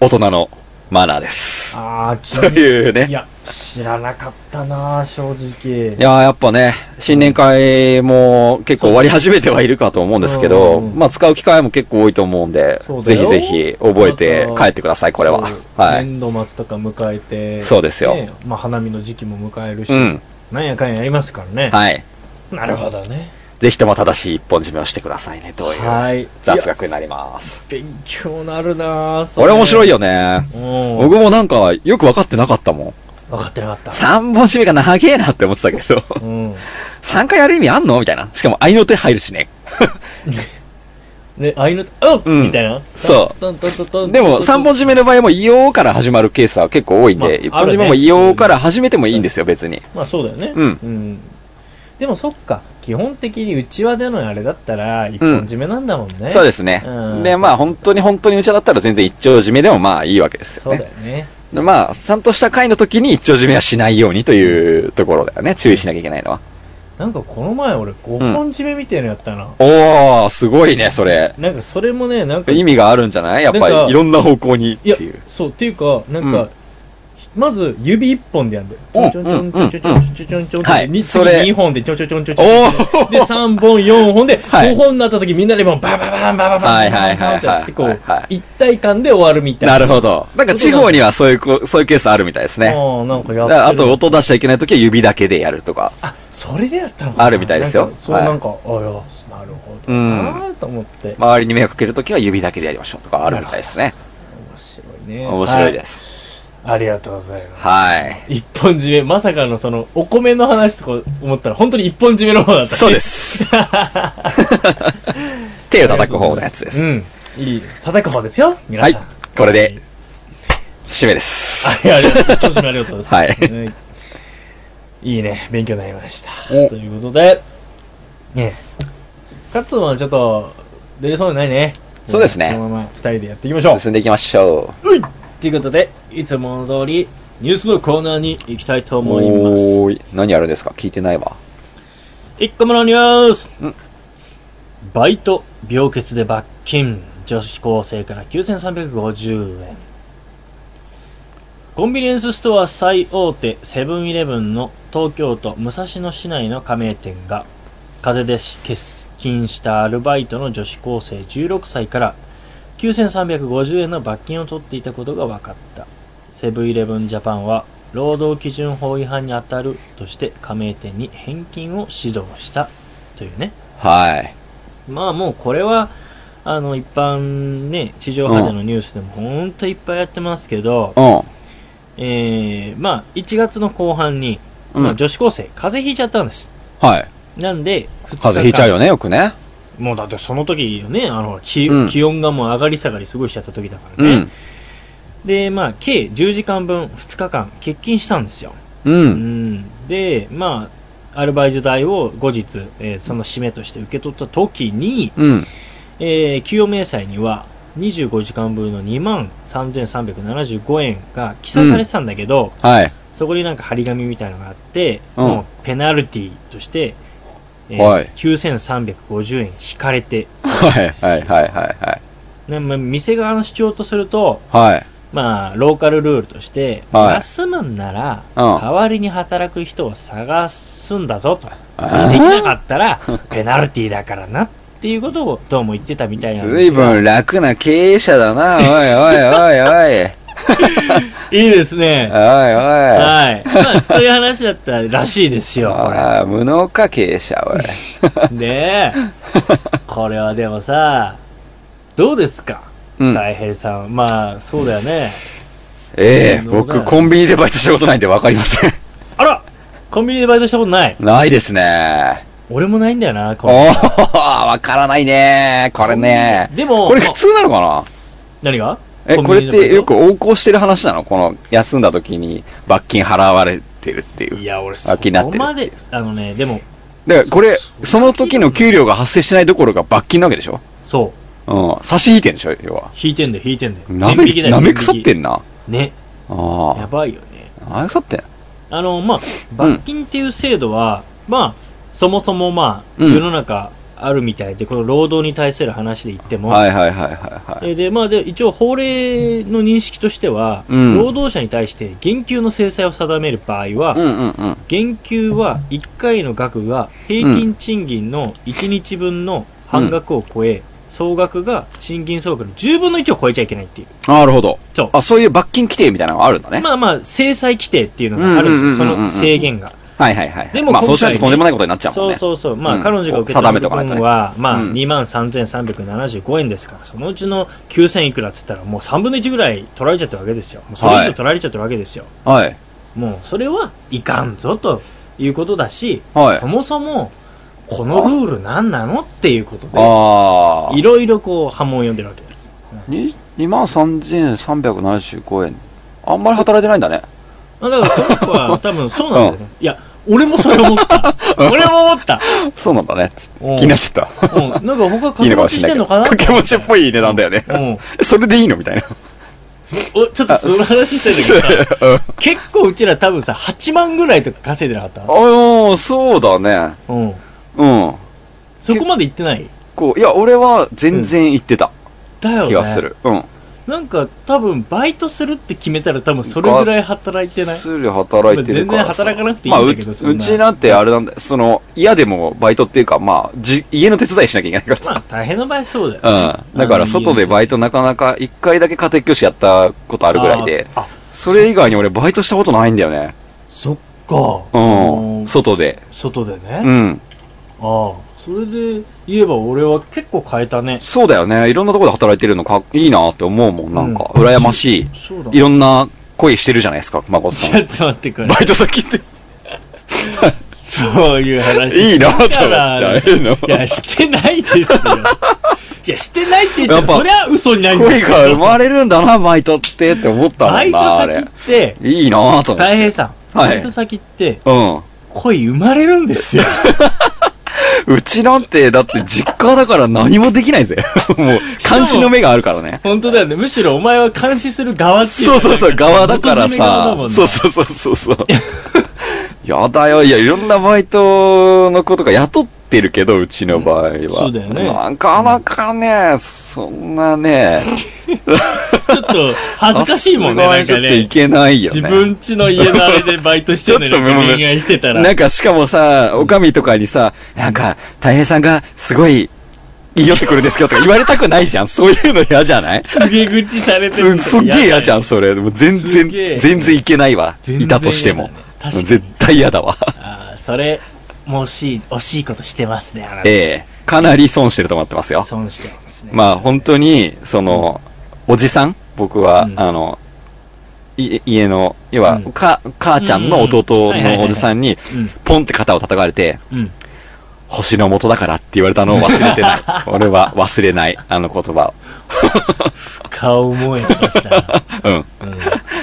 Speaker 5: 大人のマナーです。
Speaker 6: ああ、気
Speaker 5: というね
Speaker 6: いや、知らなかったな正直。
Speaker 5: いやーやっぱね、新年会も結構終わり始めてはいるかと思うんですけど、
Speaker 6: うん
Speaker 5: まあ使う機会も結構多いと思うんで
Speaker 6: そ、うだ
Speaker 5: ぜひ
Speaker 6: よ
Speaker 5: ぜひ覚えて帰ってください、これは
Speaker 6: そう。
Speaker 5: はい。
Speaker 6: 年度末とか迎えて、
Speaker 5: そうですよ
Speaker 6: ねまあ、花見の時期も迎えるし、
Speaker 5: うん。
Speaker 6: なんやかんややりますからね。
Speaker 5: はい。
Speaker 6: なるほどね。
Speaker 5: ぜひとも正しい一本締めをしてくださいね、という
Speaker 6: はい。
Speaker 5: 雑
Speaker 6: いや
Speaker 5: 学になります。
Speaker 6: 勉強なるな
Speaker 5: これ面白い
Speaker 6: よ。
Speaker 5: よね。
Speaker 6: うん。
Speaker 5: 僕もなんかよく分かってなかったもん。
Speaker 6: 分かってなかった。
Speaker 5: 三本締めが長えなって思ってたけど、
Speaker 6: うん。
Speaker 5: 三回やる意味あんのみたいな。しかも愛の手入るしね。
Speaker 6: ね、あいの、うん、
Speaker 5: うん
Speaker 6: みたいな。
Speaker 5: そう
Speaker 6: トントントントン。
Speaker 5: でも、三本
Speaker 6: い
Speaker 5: 締めの場合も、異様から始まるケースは結構多いん
Speaker 6: まあ
Speaker 5: で、一
Speaker 6: あ
Speaker 5: 本
Speaker 6: る
Speaker 5: 締
Speaker 6: ね
Speaker 5: めも異様から始めてもいいんですよ、別に。
Speaker 6: まあそうだよね。
Speaker 5: うん
Speaker 6: でもそっか、基本的にうちわでのあれだったら、一本締めなんだもんね。
Speaker 5: そうですね
Speaker 6: う。ん
Speaker 5: で、まあ、本当に本当にうちだったら全然一丁締めでもまあいいわけです
Speaker 6: そ
Speaker 5: よ
Speaker 6: うだ
Speaker 5: ね。
Speaker 6: よね。
Speaker 5: でまあ、ちゃんとした回の時に一丁締めはしないようにというところだよね。注意しなきゃいけないのは。
Speaker 6: なんかこの前俺5本締めみたいなのやったな。
Speaker 5: おー、すごいね、それ。
Speaker 6: なんかそれもね、なんか、
Speaker 5: 意味があるんじゃないやっぱ
Speaker 6: なんか
Speaker 5: り、いろんな方向にっ
Speaker 6: い
Speaker 5: て
Speaker 6: や
Speaker 5: いう。、
Speaker 6: そう、っていうか、なん
Speaker 5: う
Speaker 6: か
Speaker 5: ん、
Speaker 6: まず指一本でやんだよ。ち
Speaker 5: う
Speaker 6: ょ
Speaker 5: ん
Speaker 6: んちょんちょんちょんちょんちょんちょんちょんちょんちょんちょんちょんちょんちょん
Speaker 5: はい
Speaker 6: に
Speaker 5: それ
Speaker 6: 次2本でちょんちょんちょんちょんちょん
Speaker 5: おー
Speaker 6: で、3本、4本で、
Speaker 5: はい
Speaker 6: 5本になった時みんなでバンバンバンバンバンバンバンバンバンってやってこ
Speaker 5: はいは
Speaker 6: う
Speaker 5: いはいはいは、
Speaker 6: 一体感で終わるみたいな。
Speaker 5: なるほど。なんか地方にはそういうこ、そういうケースあるみたいですね。
Speaker 6: ああ、なんか
Speaker 5: だ
Speaker 6: や
Speaker 5: か
Speaker 6: ってる
Speaker 5: らあと、音出しちゃいけない時は指だけでやるとか。
Speaker 6: あ、それでやったのかな
Speaker 5: あるみたいですよ
Speaker 6: なんかそう、
Speaker 5: はい
Speaker 6: なんか、ああ、いやなるほどなーと思って。面
Speaker 5: 周りに迷惑かけるときは指だけでやりましょうとかあるみたいですね。
Speaker 6: 白いね。。
Speaker 5: 面白いですす。
Speaker 6: ありがとうございます。
Speaker 5: はい。
Speaker 6: 一本締め、まさかのその、お米の話とか思ったら、本当に一本締めの方だった。
Speaker 5: そうです。手を叩く方のやつです。
Speaker 6: うん。いい。叩く方ですよ、皆さん。
Speaker 5: はいこれで。締めです。
Speaker 6: はい、ありがとう。調子もありがとうございます。
Speaker 5: は
Speaker 6: はい。いいね。勉強になりました。ということで、ねカッツンはちょっと、出れそうにないね。
Speaker 5: そうですね
Speaker 6: このまま二人でやっていきましょう。
Speaker 5: 進んでいきましょう。
Speaker 6: ということで、いつもの通り、ニュースのコーナーに行きたいと思います。
Speaker 5: ーい。何やるんですか聞いてないわ。
Speaker 6: 1個目のニュースバイト、病欠で罰金。女子高生から9350円。コンビニエンスストア最大手セブンイレブンの東京都武蔵野市内の加盟店が風邪で欠勤したアルバイトの女子高生16歳から9350円の罰金を取っていたことが分かったセブンイレブンジャパンは労働基準法違反に当たるとして加盟店に返金を指導したというね
Speaker 5: はい。
Speaker 6: まあもうこれはあの一般ね地上波でのニュースでもほんといっぱいやってますけど、
Speaker 5: う
Speaker 6: えーまあ1月の後半に、
Speaker 5: ん。う
Speaker 6: まあ、
Speaker 5: ん。
Speaker 6: 女子高生風邪ひいちゃったんです
Speaker 5: はい。
Speaker 6: なんで2日間
Speaker 5: 風邪ひいちゃうよね、よくね。
Speaker 6: もうだってその時よね、あの、気,、
Speaker 5: うん
Speaker 6: 気温がもう上がり下がり過ごしちゃった時だから
Speaker 5: う
Speaker 6: ね。
Speaker 5: ん。
Speaker 6: で、まあ、計10時間分2日間欠勤したんですよ。
Speaker 5: う。
Speaker 6: うんん。で、まあ、アルバイト代を後日、えーその締めとして受け取った時に、
Speaker 5: うん。
Speaker 6: えー給与明細には25時間分の2万3375円が記載されてたんだけど、
Speaker 5: はい。
Speaker 6: そこになんか張り紙みたいなのがあって、
Speaker 5: うん
Speaker 6: もうペナルティとして、えー
Speaker 5: はい
Speaker 6: 9350円引かれ て
Speaker 5: はい。はい。はい。はい。
Speaker 6: ねまあ、店側の主張とすると、
Speaker 5: はい。
Speaker 6: まあ、ローカルルールとして、
Speaker 5: はい
Speaker 6: 休むんなら、
Speaker 5: うん
Speaker 6: 代わりに働く人を探すんだぞと。
Speaker 5: あー
Speaker 6: それできなかったら、ペナルティーだからなっていうことをどうも言ってたみたいなんですが
Speaker 5: ずいぶん楽な経営者だ な。おいおいおいおい。
Speaker 6: いいですね。
Speaker 5: おいおい。
Speaker 6: はい。まあ、そういう話だったらしいですよ、これ。
Speaker 5: ああ、無能か経営者、おい。
Speaker 6: ねえ。これはでもさ、どうですか
Speaker 5: うん。
Speaker 6: 大平さん。まあ、そうだよね。
Speaker 5: ええ
Speaker 6: 無能だ
Speaker 5: 僕、コンビニでバイトしたことないんで分かりません。
Speaker 6: あらコンビニでバイトしたことない。
Speaker 5: ないですね。
Speaker 6: 俺もないんだよな、コ
Speaker 5: お
Speaker 6: ンビニ
Speaker 5: ー、わからないねこれね
Speaker 6: でも、
Speaker 5: これ普通なのかな
Speaker 6: 何が
Speaker 5: え、
Speaker 6: コン
Speaker 5: こ
Speaker 6: ビ
Speaker 5: れ
Speaker 6: ニ
Speaker 5: っ
Speaker 6: でバ
Speaker 5: て
Speaker 6: イト
Speaker 5: よく横行してる話なのこの、休んだ時に罰金払われてるっていう。
Speaker 6: いや、俺、
Speaker 5: あ
Speaker 6: そ
Speaker 5: 気になって
Speaker 6: こ
Speaker 5: る
Speaker 6: まで、あのね、でも、
Speaker 5: だからこれ、
Speaker 6: そう
Speaker 5: その時の給料が発生しないどころか罰金なわけでしょ
Speaker 6: そう、
Speaker 5: うん。差し引いてんでしょ要は。
Speaker 6: 引いてんだよ、引いてんだよ。
Speaker 5: な
Speaker 6: 天
Speaker 5: め、
Speaker 6: 引きだよ
Speaker 5: なめ腐っ
Speaker 6: 天
Speaker 5: て
Speaker 6: 引
Speaker 5: んな。
Speaker 6: きね、や
Speaker 5: あ
Speaker 6: ばいよね。
Speaker 5: あ。なめ腐ってん。
Speaker 6: あの、まあ、罰金っていう制度は、まあ、そもそもまあ、
Speaker 5: うん
Speaker 6: 世の中あるみたいで、この労働に対する話で言っても、
Speaker 5: はいはいはいはいはい。
Speaker 6: えーで、まあ、で、一応法令の認識としては、
Speaker 5: うん
Speaker 6: 労働者に対して減給の制裁を定める場合は、
Speaker 5: うんうんうん。
Speaker 6: 減給は1回の額が平均賃金の1日分の半額を超え、総額が賃金総額の10分の1を超えちゃいけないっていう。
Speaker 5: なるほど。
Speaker 6: そう
Speaker 5: あ、そういう罰金規定みたいなのがあるんだね。
Speaker 6: まあまあ、制裁規定っていうのがあるんです
Speaker 5: うんうん
Speaker 6: よ、
Speaker 5: うんうんう
Speaker 6: そ
Speaker 5: ん
Speaker 6: の制限が。
Speaker 5: はいはいはい。
Speaker 6: でも
Speaker 5: まあ
Speaker 6: 今回
Speaker 5: そうしないととんでもないことになっちゃうもん
Speaker 6: そう
Speaker 5: ね。
Speaker 6: そうそう。まあ、
Speaker 5: うん
Speaker 6: 彼女が受け取
Speaker 5: 定め
Speaker 6: る
Speaker 5: とかないとね
Speaker 6: 分は、まあ、
Speaker 5: うん
Speaker 6: 23,375円ですから、そのうちの9000いくらっつったら、もう3分の1ぐらい取られちゃったわけですよ。もうそれ以上取られちゃったわけですよ。
Speaker 5: はい。
Speaker 6: もう、それはいかんぞ、ということだし、
Speaker 5: はい
Speaker 6: そもそも、このルール何なのっていうことで、
Speaker 5: ああ。
Speaker 6: いろいろこう、波紋を呼んでるわけです。
Speaker 5: に23,375円。あんまり働いてないんだね。
Speaker 6: まあだから、この子は多分そうなんだよね。いや、俺もそれ思った。俺も思った。
Speaker 5: そうなんだね。
Speaker 6: うん
Speaker 5: 気になっちゃった。
Speaker 6: うん、なんか他掛
Speaker 5: いいの
Speaker 6: け
Speaker 5: か
Speaker 6: 持
Speaker 5: もし
Speaker 6: ちし
Speaker 5: れないけ
Speaker 6: てん
Speaker 5: ど。
Speaker 6: のかな
Speaker 5: 掛け持ちっぽい値段だよね。
Speaker 6: うん。
Speaker 5: それでいいのみたいな。
Speaker 6: お、ちょっとその話してるけどさ、結構うちら多分さ、8万ぐらいとか稼いでなかっ
Speaker 5: ああ、そうだね。
Speaker 6: たうん。
Speaker 5: うん。
Speaker 6: そこまで行ってない
Speaker 5: こう、いや、俺は全然行ってた
Speaker 6: だよね。
Speaker 5: 気がす。る。うん。
Speaker 6: なんか多分バイトするって決めたら多分それぐらい働いてない
Speaker 5: っすり働いてるからさ。
Speaker 6: 全然働かなくていいんだけど
Speaker 5: まあ
Speaker 6: そんな
Speaker 5: う、うちなんてあれなんだよその、嫌でもバイトっていうか、まあ、じ家の手伝いしなきゃいけないから
Speaker 6: まあ大変な場合そうだよ。
Speaker 5: さ。うん。だから、外でバイトなかなか、一回だけ家庭教師やったことあるぐらいで、
Speaker 6: あ、あ
Speaker 5: それ以外に俺バイトしたことないんだよね。
Speaker 6: そっか。
Speaker 5: う
Speaker 6: あの
Speaker 5: ん。外で。
Speaker 6: 外でね。
Speaker 5: う
Speaker 6: あ
Speaker 5: ん。
Speaker 6: あ、それで言えば俺は結構変えたね。
Speaker 5: そうだよね。いろんなところで働いてるのか、いいなって思うもん。なんか、
Speaker 6: うん
Speaker 5: 羨まし
Speaker 6: そうだ。
Speaker 5: い。いろんな恋してるじゃないですか、まこ
Speaker 6: ち
Speaker 5: さ
Speaker 6: ょ
Speaker 5: ん。
Speaker 6: っと待ってくれ
Speaker 5: バ。イト先って、
Speaker 6: そういう話。
Speaker 5: いいなと思っ
Speaker 6: だか
Speaker 5: た。いいない
Speaker 6: や、してないですよ。いや、してないって言っ
Speaker 5: やっぱ
Speaker 6: たら、そりゃ嘘になります
Speaker 5: 恋
Speaker 6: よ
Speaker 5: が生まれるんだな、バイトってって思ったも
Speaker 6: バ
Speaker 5: ん
Speaker 6: イト
Speaker 5: な、あ
Speaker 6: 先
Speaker 5: れ
Speaker 6: っ。て、
Speaker 5: いいなぁと思って。
Speaker 6: 大平さん、
Speaker 5: はい
Speaker 6: バイト先って、
Speaker 5: う
Speaker 6: 恋生まれるんですよ。
Speaker 5: ん。うちなんて、だって実家だから何もできないぜ。 もう、監視の目があるからね。
Speaker 6: 本当だよね。むしろお前は監視する側っていう
Speaker 5: そう
Speaker 6: か。
Speaker 5: そうそう、側だから
Speaker 6: 元締め側だ
Speaker 5: さ
Speaker 6: もん。な
Speaker 5: そうそうそうそうそう。 やだよ、いや、いろんなバイトの子とか雇ってるけど、うちの場合は。
Speaker 6: そうだよね
Speaker 5: なかなかね、そんなね、
Speaker 6: ちょっと、恥ずかしいもんね、なん
Speaker 5: ちょ
Speaker 6: か
Speaker 5: っとい
Speaker 6: ね。
Speaker 5: けないよね。
Speaker 6: 自分家の家のあれでバイトしてるのに
Speaker 5: ちょっともう
Speaker 6: 恋愛してたら。
Speaker 5: なんか、しかもさ、おかみとかにさ、なんか、大平さんがすごい、いいよってくるんですけどとか言われたくないじゃん。そういうの嫌じゃない
Speaker 6: すげえ口されて
Speaker 5: す
Speaker 6: るのとか
Speaker 5: すっげえ嫌じゃ
Speaker 6: だね
Speaker 5: ん、それ。もう全
Speaker 6: す
Speaker 5: 然、
Speaker 6: げえ
Speaker 5: 全然いけないわ。
Speaker 6: 全然
Speaker 5: いたとしても。
Speaker 6: 嫌だね確かに
Speaker 5: 絶対嫌だわ。
Speaker 6: あーそれ、もう惜しい、惜しいことしてますね、あなた。
Speaker 5: ええかなり損してると思ってますよ。
Speaker 6: 損してますね。
Speaker 5: まあ、本当に、その、おじさん僕は、
Speaker 6: うん
Speaker 5: あの、い家の、要は、
Speaker 6: うん
Speaker 5: か、母ちゃんの弟のおじさんに
Speaker 6: いはいうん、
Speaker 5: ポンって肩を叩かれて、
Speaker 6: うん。
Speaker 5: 星の元だからって言われ たのを忘れてない。俺は忘れない、あの言葉
Speaker 6: 顔思い出したな。
Speaker 5: を。うん。
Speaker 6: うん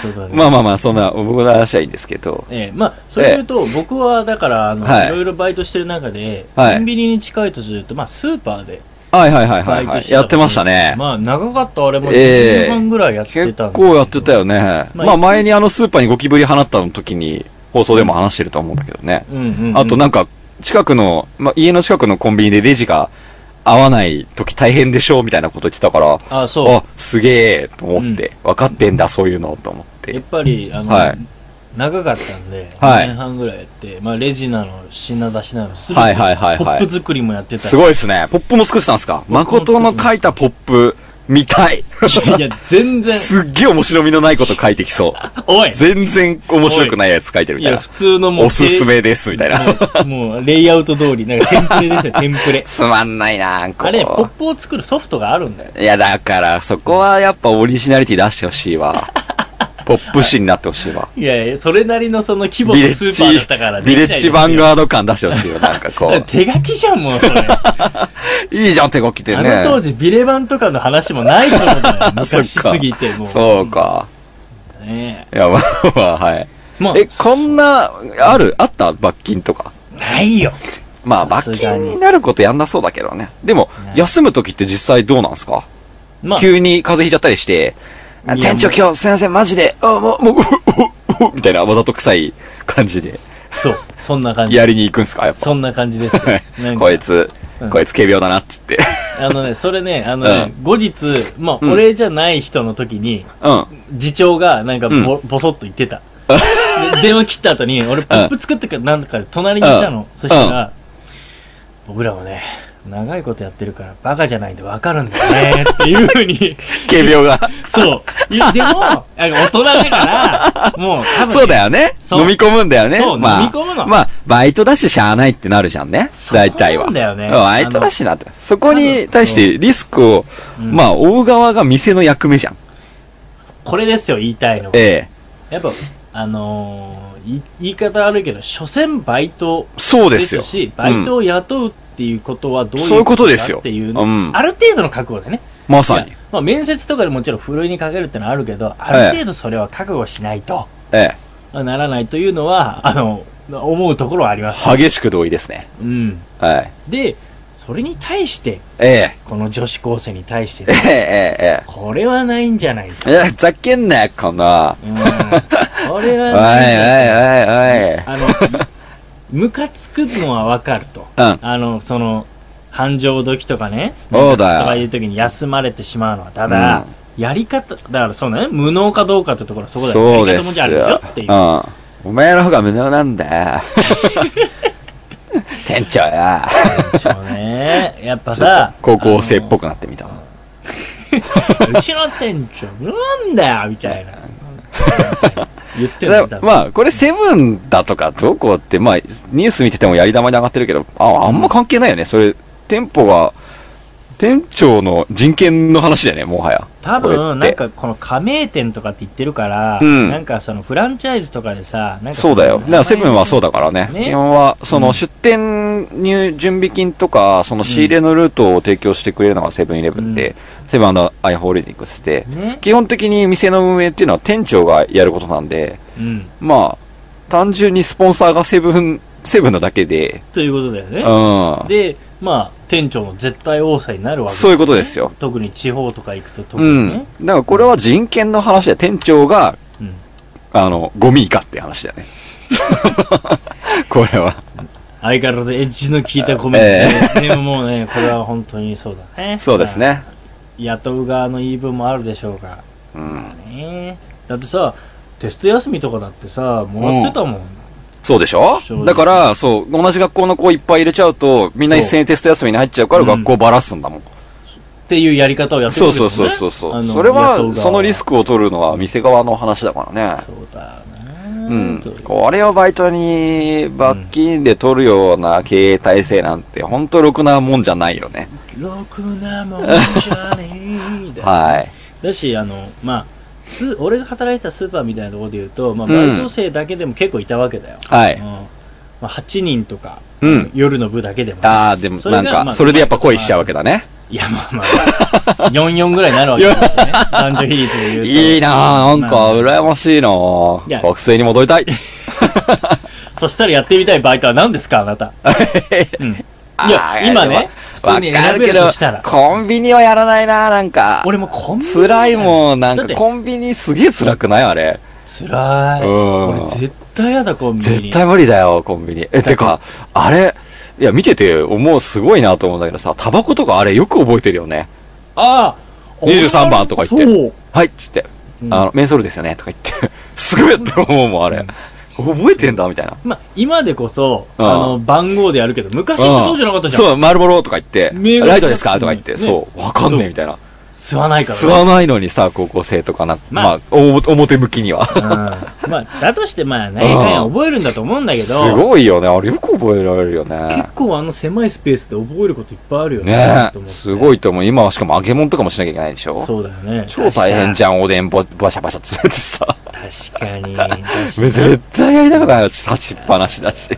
Speaker 6: そうだね。
Speaker 5: まあまあまあ、そんな、僕の話はいいんですけど。
Speaker 6: ええまあ、それで言うと、僕はだから、あの、
Speaker 5: はい
Speaker 6: い、ろいろバイトしてる中で、
Speaker 5: はい
Speaker 6: コンビニに近いとすると、まあ、スーパーで
Speaker 5: はいはいはいは
Speaker 6: バ
Speaker 5: い、
Speaker 6: イト
Speaker 5: は
Speaker 6: して
Speaker 5: い。やってましたね。
Speaker 6: まあ、長かった、あれも1
Speaker 5: ええ
Speaker 6: 年半ぐらいやってたんだけど、
Speaker 5: 結構やってたよね。
Speaker 6: まあ
Speaker 5: まあ前にあのスーパーにゴキブリ放ったの時に放送でも話してると思うんだけどね。
Speaker 6: うんうん、うん。
Speaker 5: あとなんか近くの、まあ家の近くのコンビニでレジが合わない時大変でしょみたいなこと言ってたから、
Speaker 6: あ、そう。
Speaker 5: あ、すげえと思って、分かってんだそういうのと思っ
Speaker 6: や
Speaker 5: て
Speaker 6: っ。ぱり、あの、
Speaker 5: はい
Speaker 6: 長かったんで、
Speaker 5: はい
Speaker 6: 1年半ぐらいやって、まあ、レジなの、品出しなの、すべて、
Speaker 5: はいはいはいはい
Speaker 6: ポップ作りもやってたり
Speaker 5: すごいですね。ポップも作ってたんですか誠の書いたポップ、見たい。
Speaker 6: いやいや、全然、
Speaker 5: すっげえ面白みのないこと書いてきそう。
Speaker 6: おい
Speaker 5: 全然面白くないやつ書いてる
Speaker 6: い
Speaker 5: みたい
Speaker 6: や、
Speaker 5: な
Speaker 6: 普。通のもう、
Speaker 5: おすすめです、みたいな。
Speaker 6: もう、もうレイアウト通り、なんかテンプレ ですよ、テンプレ。
Speaker 5: つまんないな、こ
Speaker 6: あれ、ポップを作るソフトがあるんだよ。
Speaker 5: いや、だから、そこはやっぱオリジナリティ出してほしいわ。ポップ誌になってほしいわ。
Speaker 6: いやいや、それなりのその規模
Speaker 5: ビレ
Speaker 6: の
Speaker 5: ッ
Speaker 6: ス
Speaker 5: ジ
Speaker 6: ーパーだったから、
Speaker 5: ビレッジヴァン
Speaker 6: が。
Speaker 5: ガード感出してほしいよ。なんかこ う。
Speaker 6: 手書きじゃん、もうそれ。
Speaker 5: いいじゃん、手書きって
Speaker 6: あ
Speaker 5: ね。
Speaker 6: の当時、ビレ版とかの話もない頃 だよ。昔すぎて、もう。
Speaker 5: そうか。
Speaker 6: ね
Speaker 5: いや、まあまあ、 はい。
Speaker 6: えまあ、
Speaker 5: え、こんな、あるあった罰金とか。
Speaker 6: ないよ。
Speaker 5: まあ、
Speaker 6: さ
Speaker 5: 罰
Speaker 6: すがに
Speaker 5: 金になることやんなそうだけどね。でも
Speaker 6: ね、
Speaker 5: 休む時って実際どうなんすか
Speaker 6: まあ、
Speaker 5: 急に風邪ひいちゃったりして、あ
Speaker 6: いや
Speaker 5: 店長今日すいません、マジで、あ、もう、もう、おおおみたいなわざと臭い感じで、
Speaker 6: そう。そんな感じ
Speaker 5: や。りに行くんすかやっぱ。
Speaker 6: そんな感じですよ。なんか
Speaker 5: こいつ
Speaker 6: うん、
Speaker 5: こいつ軽病だなっつって。
Speaker 6: あのね、それね、あのね、後日、まあ、
Speaker 5: うん
Speaker 6: 俺じゃない人の時に、
Speaker 5: うん。
Speaker 6: 次長が、なんかぼ、ボソッと言っ てた。で電話切った後に、俺、ポップ作ってから、なんか、隣にいたの。そしたら、僕らもね、長いことやってるから、バカじゃないんで分かるんだよね、っていうふうに、
Speaker 5: 軽病が。
Speaker 6: そう。いや、でも、なんか大人だから、もう、多 分、
Speaker 5: そうだよね。
Speaker 6: そう
Speaker 5: 飲み込むんだよね。
Speaker 6: そう
Speaker 5: まあ、
Speaker 6: 飲み込むの
Speaker 5: まあ、バイトだししゃあないってなるじゃんね。
Speaker 6: そこなん
Speaker 5: 大体は。
Speaker 6: だよね
Speaker 5: うんバイトだしなって。そこに対してリスクを、
Speaker 6: ん
Speaker 5: まあ、追う側が店の役目じゃん。
Speaker 6: これですよ、言いたいのは。
Speaker 5: ええ。
Speaker 6: やっぱ、あのーい言い方悪いけど、所詮バイト
Speaker 5: そう
Speaker 6: で
Speaker 5: です
Speaker 6: す
Speaker 5: よ。
Speaker 6: し、バイトを雇うっていうことはどう
Speaker 5: そう
Speaker 6: い
Speaker 5: いううこ
Speaker 6: こ
Speaker 5: とと
Speaker 6: か
Speaker 5: ですよ
Speaker 6: っていう
Speaker 5: うん
Speaker 6: ある程度の覚悟でね。
Speaker 5: まさ
Speaker 6: い
Speaker 5: に
Speaker 6: や。まあ、面接とかでもちろんふるいにかけるってのはあるけど、ある程度それは覚悟しないと
Speaker 5: え
Speaker 6: ならないというのは、あの、思うところはあります。
Speaker 5: え。激しく同意ですね。
Speaker 6: うん。
Speaker 5: はい。
Speaker 6: で、それに対して、
Speaker 5: ええ。
Speaker 6: この女子高生に対して
Speaker 5: ええ
Speaker 6: ね、
Speaker 5: え
Speaker 6: これはないんじゃない
Speaker 5: ええ
Speaker 6: か。
Speaker 5: え。え、ふざけんなよ、この。
Speaker 6: うん。これ
Speaker 5: おお
Speaker 6: はい
Speaker 5: いお
Speaker 6: ないんじゃないか。
Speaker 5: いおい。
Speaker 6: あの、ムカつくのはわかると。
Speaker 5: うん
Speaker 6: あの、その、繁盛時とかね、
Speaker 5: そう
Speaker 6: とか
Speaker 5: だ
Speaker 6: い
Speaker 5: よ。
Speaker 6: う時に休まれてしまうのは、ただ、やり方、だからそうね、無能かどうかってところはそこだよ
Speaker 5: そ
Speaker 6: ね。
Speaker 5: う
Speaker 6: や
Speaker 5: で
Speaker 6: り方も
Speaker 5: す
Speaker 6: じゃあるでしょ
Speaker 5: よ
Speaker 6: って。いう。
Speaker 5: うん。お前の方が無能なんだよ。 店長や。
Speaker 6: そうね。やっぱさ、
Speaker 5: 高校生っぽくなってみた。
Speaker 6: うちの店長、なんだよみた いな。言ってるん
Speaker 5: だ
Speaker 6: だ。
Speaker 5: まあ、これセブンだとかどうこうって、まあ、ニュース見ててもやり玉に上がってるけど、あ、あんま関係ないよね。それ、店舗が、店長の人権の話だよね、もはや。
Speaker 6: 多
Speaker 5: これっ
Speaker 6: 分、
Speaker 5: て
Speaker 6: なんかこの加盟店とかって言ってるから、
Speaker 5: うん
Speaker 6: なんかそのフランチャイズとかでさ、なんか
Speaker 5: そうだよ。だからセブンはそう
Speaker 6: だ。
Speaker 5: だからね。
Speaker 6: ね
Speaker 5: 基本は、そうの
Speaker 6: ん
Speaker 5: 出店入準備金とか、その仕入れのルートを提供してくれるのがセブンイレブンで、セブンのアイホールディングスで、
Speaker 6: ね。
Speaker 5: 基本的に店の運営っていうのは店長がやることなんで、
Speaker 6: うん。
Speaker 5: まあ、単純にスポンサーがセブン、セブンなだけで、
Speaker 6: ということだよ
Speaker 5: う
Speaker 6: ね。
Speaker 5: ん。
Speaker 6: で、まあ、店長の絶対王者になるわけだよね
Speaker 5: そういうことですよ。
Speaker 6: 特に地方とか行くと特
Speaker 5: う
Speaker 6: に
Speaker 5: ん。
Speaker 6: ね。
Speaker 5: だからこれは人権の話で、店長が、
Speaker 6: うん
Speaker 5: あの、ゴミ以下って話だよね。 これは。
Speaker 6: 相変わらずエッジの効いたコメントで、でももうね、これは本当にそうだね。
Speaker 5: そうですね。
Speaker 6: まあ。雇う側の言い分もあるでしょうが。
Speaker 5: うん。
Speaker 6: ねだってさ、テスト休みとかだってさ、もらってたもん。
Speaker 5: そうでしょ
Speaker 6: 正直
Speaker 5: だから、そう、同じ学校の子いっぱい入れちゃうと、みんな一斉にテスト休みに入っちゃうから
Speaker 6: そう
Speaker 5: 学校ばらすんだもん。
Speaker 6: っていうやり方をやって
Speaker 5: そ
Speaker 6: る
Speaker 5: うん
Speaker 6: だよ
Speaker 5: そう
Speaker 6: ね。
Speaker 5: そうそうそ
Speaker 6: あ
Speaker 5: う。
Speaker 6: の
Speaker 5: それは
Speaker 6: 雇う、側
Speaker 5: そのリスクを取るのは店側の話だからね。
Speaker 6: そうだ
Speaker 5: う
Speaker 6: ね
Speaker 5: ん。。これをバイトに罰金で取るような経営体制なんて、ほんとろくなもんじゃないよね。
Speaker 6: ろくなもんじゃねえ だ
Speaker 5: はい。
Speaker 6: だし、あの、まあ、す俺が働いてたスーパーみたいなところで言うと、まあ、
Speaker 5: うん
Speaker 6: バイト生だけでも結構いたわけだよ。
Speaker 5: は
Speaker 6: うん
Speaker 5: い。
Speaker 6: まあ、8人とか、
Speaker 5: うん
Speaker 6: 夜の部だけでも、
Speaker 5: ああ、でも
Speaker 6: それ
Speaker 5: な
Speaker 6: が
Speaker 5: ん
Speaker 6: まあ
Speaker 5: か、それでやっぱ恋しちゃうわけだね。
Speaker 6: いや、まあまあ、44ぐらいになるわけです よね。男女比率で言うと。
Speaker 5: いいなあなんか、
Speaker 6: ま
Speaker 5: 羨ましいなあ
Speaker 6: いや
Speaker 5: 学生に戻りたい。
Speaker 6: あそしたらやってみたいバイトは何ですか、あ なた。うん、い
Speaker 5: あ
Speaker 6: や、
Speaker 5: ー
Speaker 6: 今
Speaker 5: で
Speaker 6: ね
Speaker 5: も、
Speaker 6: 普通に選べるとした
Speaker 5: わ
Speaker 6: ら、
Speaker 5: かるけどコンビニはやらないななんか。
Speaker 6: 俺もコンビニ
Speaker 5: 辛いもん、なん
Speaker 6: だって
Speaker 5: かコンビニすげえ辛くないあれ。
Speaker 6: 辛
Speaker 5: う
Speaker 6: い。
Speaker 5: ん
Speaker 6: 俺絶対やだ、コンビニ。
Speaker 5: 絶対無理だよ、コンビニ。え、てか、あれ、いや、見てて、思うすごいなと思うんだけどさ、タバコとかあれよく覚えてるよね。
Speaker 6: ああ
Speaker 5: 23番とか言って
Speaker 6: そう。
Speaker 5: はい、つって、
Speaker 6: うん
Speaker 5: あの、メンソールですよね、とか言って。 すごいって思うもん、あれ。覚えてんだ、みたいな。
Speaker 6: まあ、今でこそ、
Speaker 5: うん
Speaker 6: あの、番号でやるけど、昔ってそうじゃなかったじゃん。
Speaker 5: そう、丸ボロとか言って、
Speaker 6: 銘柄
Speaker 5: ライトですかとか言って、
Speaker 6: ね
Speaker 5: そう、わかんねえ、みたいな。
Speaker 6: 吸わないから、
Speaker 5: 吸わないのにさ、高校生とかな、
Speaker 6: ま
Speaker 5: ま
Speaker 6: あ
Speaker 5: あ、お表向きには。
Speaker 6: うんまあ、だとして、まあ、何やかんや覚えるんだと思うんだけ
Speaker 5: す
Speaker 6: ど、
Speaker 5: ごいよね、あれよく覚えられるよね
Speaker 6: 結。構あの狭いスペースで覚えることいっぱいあるよね。
Speaker 5: ね
Speaker 6: と思って
Speaker 5: すごいと思う。今はしかも揚げ物とかもしなきゃいけないでしょ
Speaker 6: そうだよね。
Speaker 5: 超大変じ
Speaker 6: ゃ
Speaker 5: ゃん、おでんぼバシャバシャつれてさ。
Speaker 6: 確かに。確かに
Speaker 5: 絶対やりたくないよ。立ちっぱなしだし。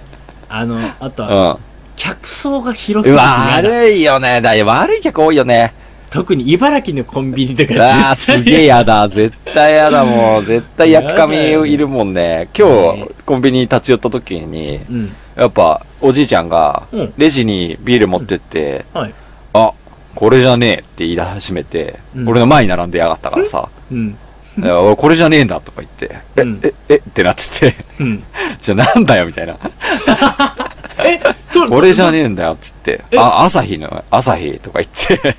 Speaker 6: あの、あと
Speaker 5: うん。う
Speaker 6: は、
Speaker 5: わ、
Speaker 6: 客層が広すぎて嫌だ。
Speaker 5: 悪いよね。だい悪い客多いよね。
Speaker 6: 特に茨城のコンビニとか
Speaker 5: ああ、
Speaker 6: 絶対
Speaker 5: すげえや だ。絶対やだもう。絶対やっかみいるもんね。今
Speaker 6: ね
Speaker 5: 日、コンビニに立ち寄った時に、
Speaker 6: うん。
Speaker 5: やっぱ、おじいちゃんが
Speaker 6: うん、
Speaker 5: レジにビール持ってって、
Speaker 6: はい。
Speaker 5: あ、これじゃねえって言い出始めて、
Speaker 6: うん
Speaker 5: 俺の前に並んでやがったからさ、
Speaker 6: うん。
Speaker 5: いや俺これじゃねえんだとか言って、え、
Speaker 6: うん
Speaker 5: え、えってなってて、
Speaker 6: うん。
Speaker 5: じゃあなんだよみたいな。
Speaker 6: え、と、
Speaker 5: 俺じゃねえんだよって言って、あ、朝日の、朝日とか言って、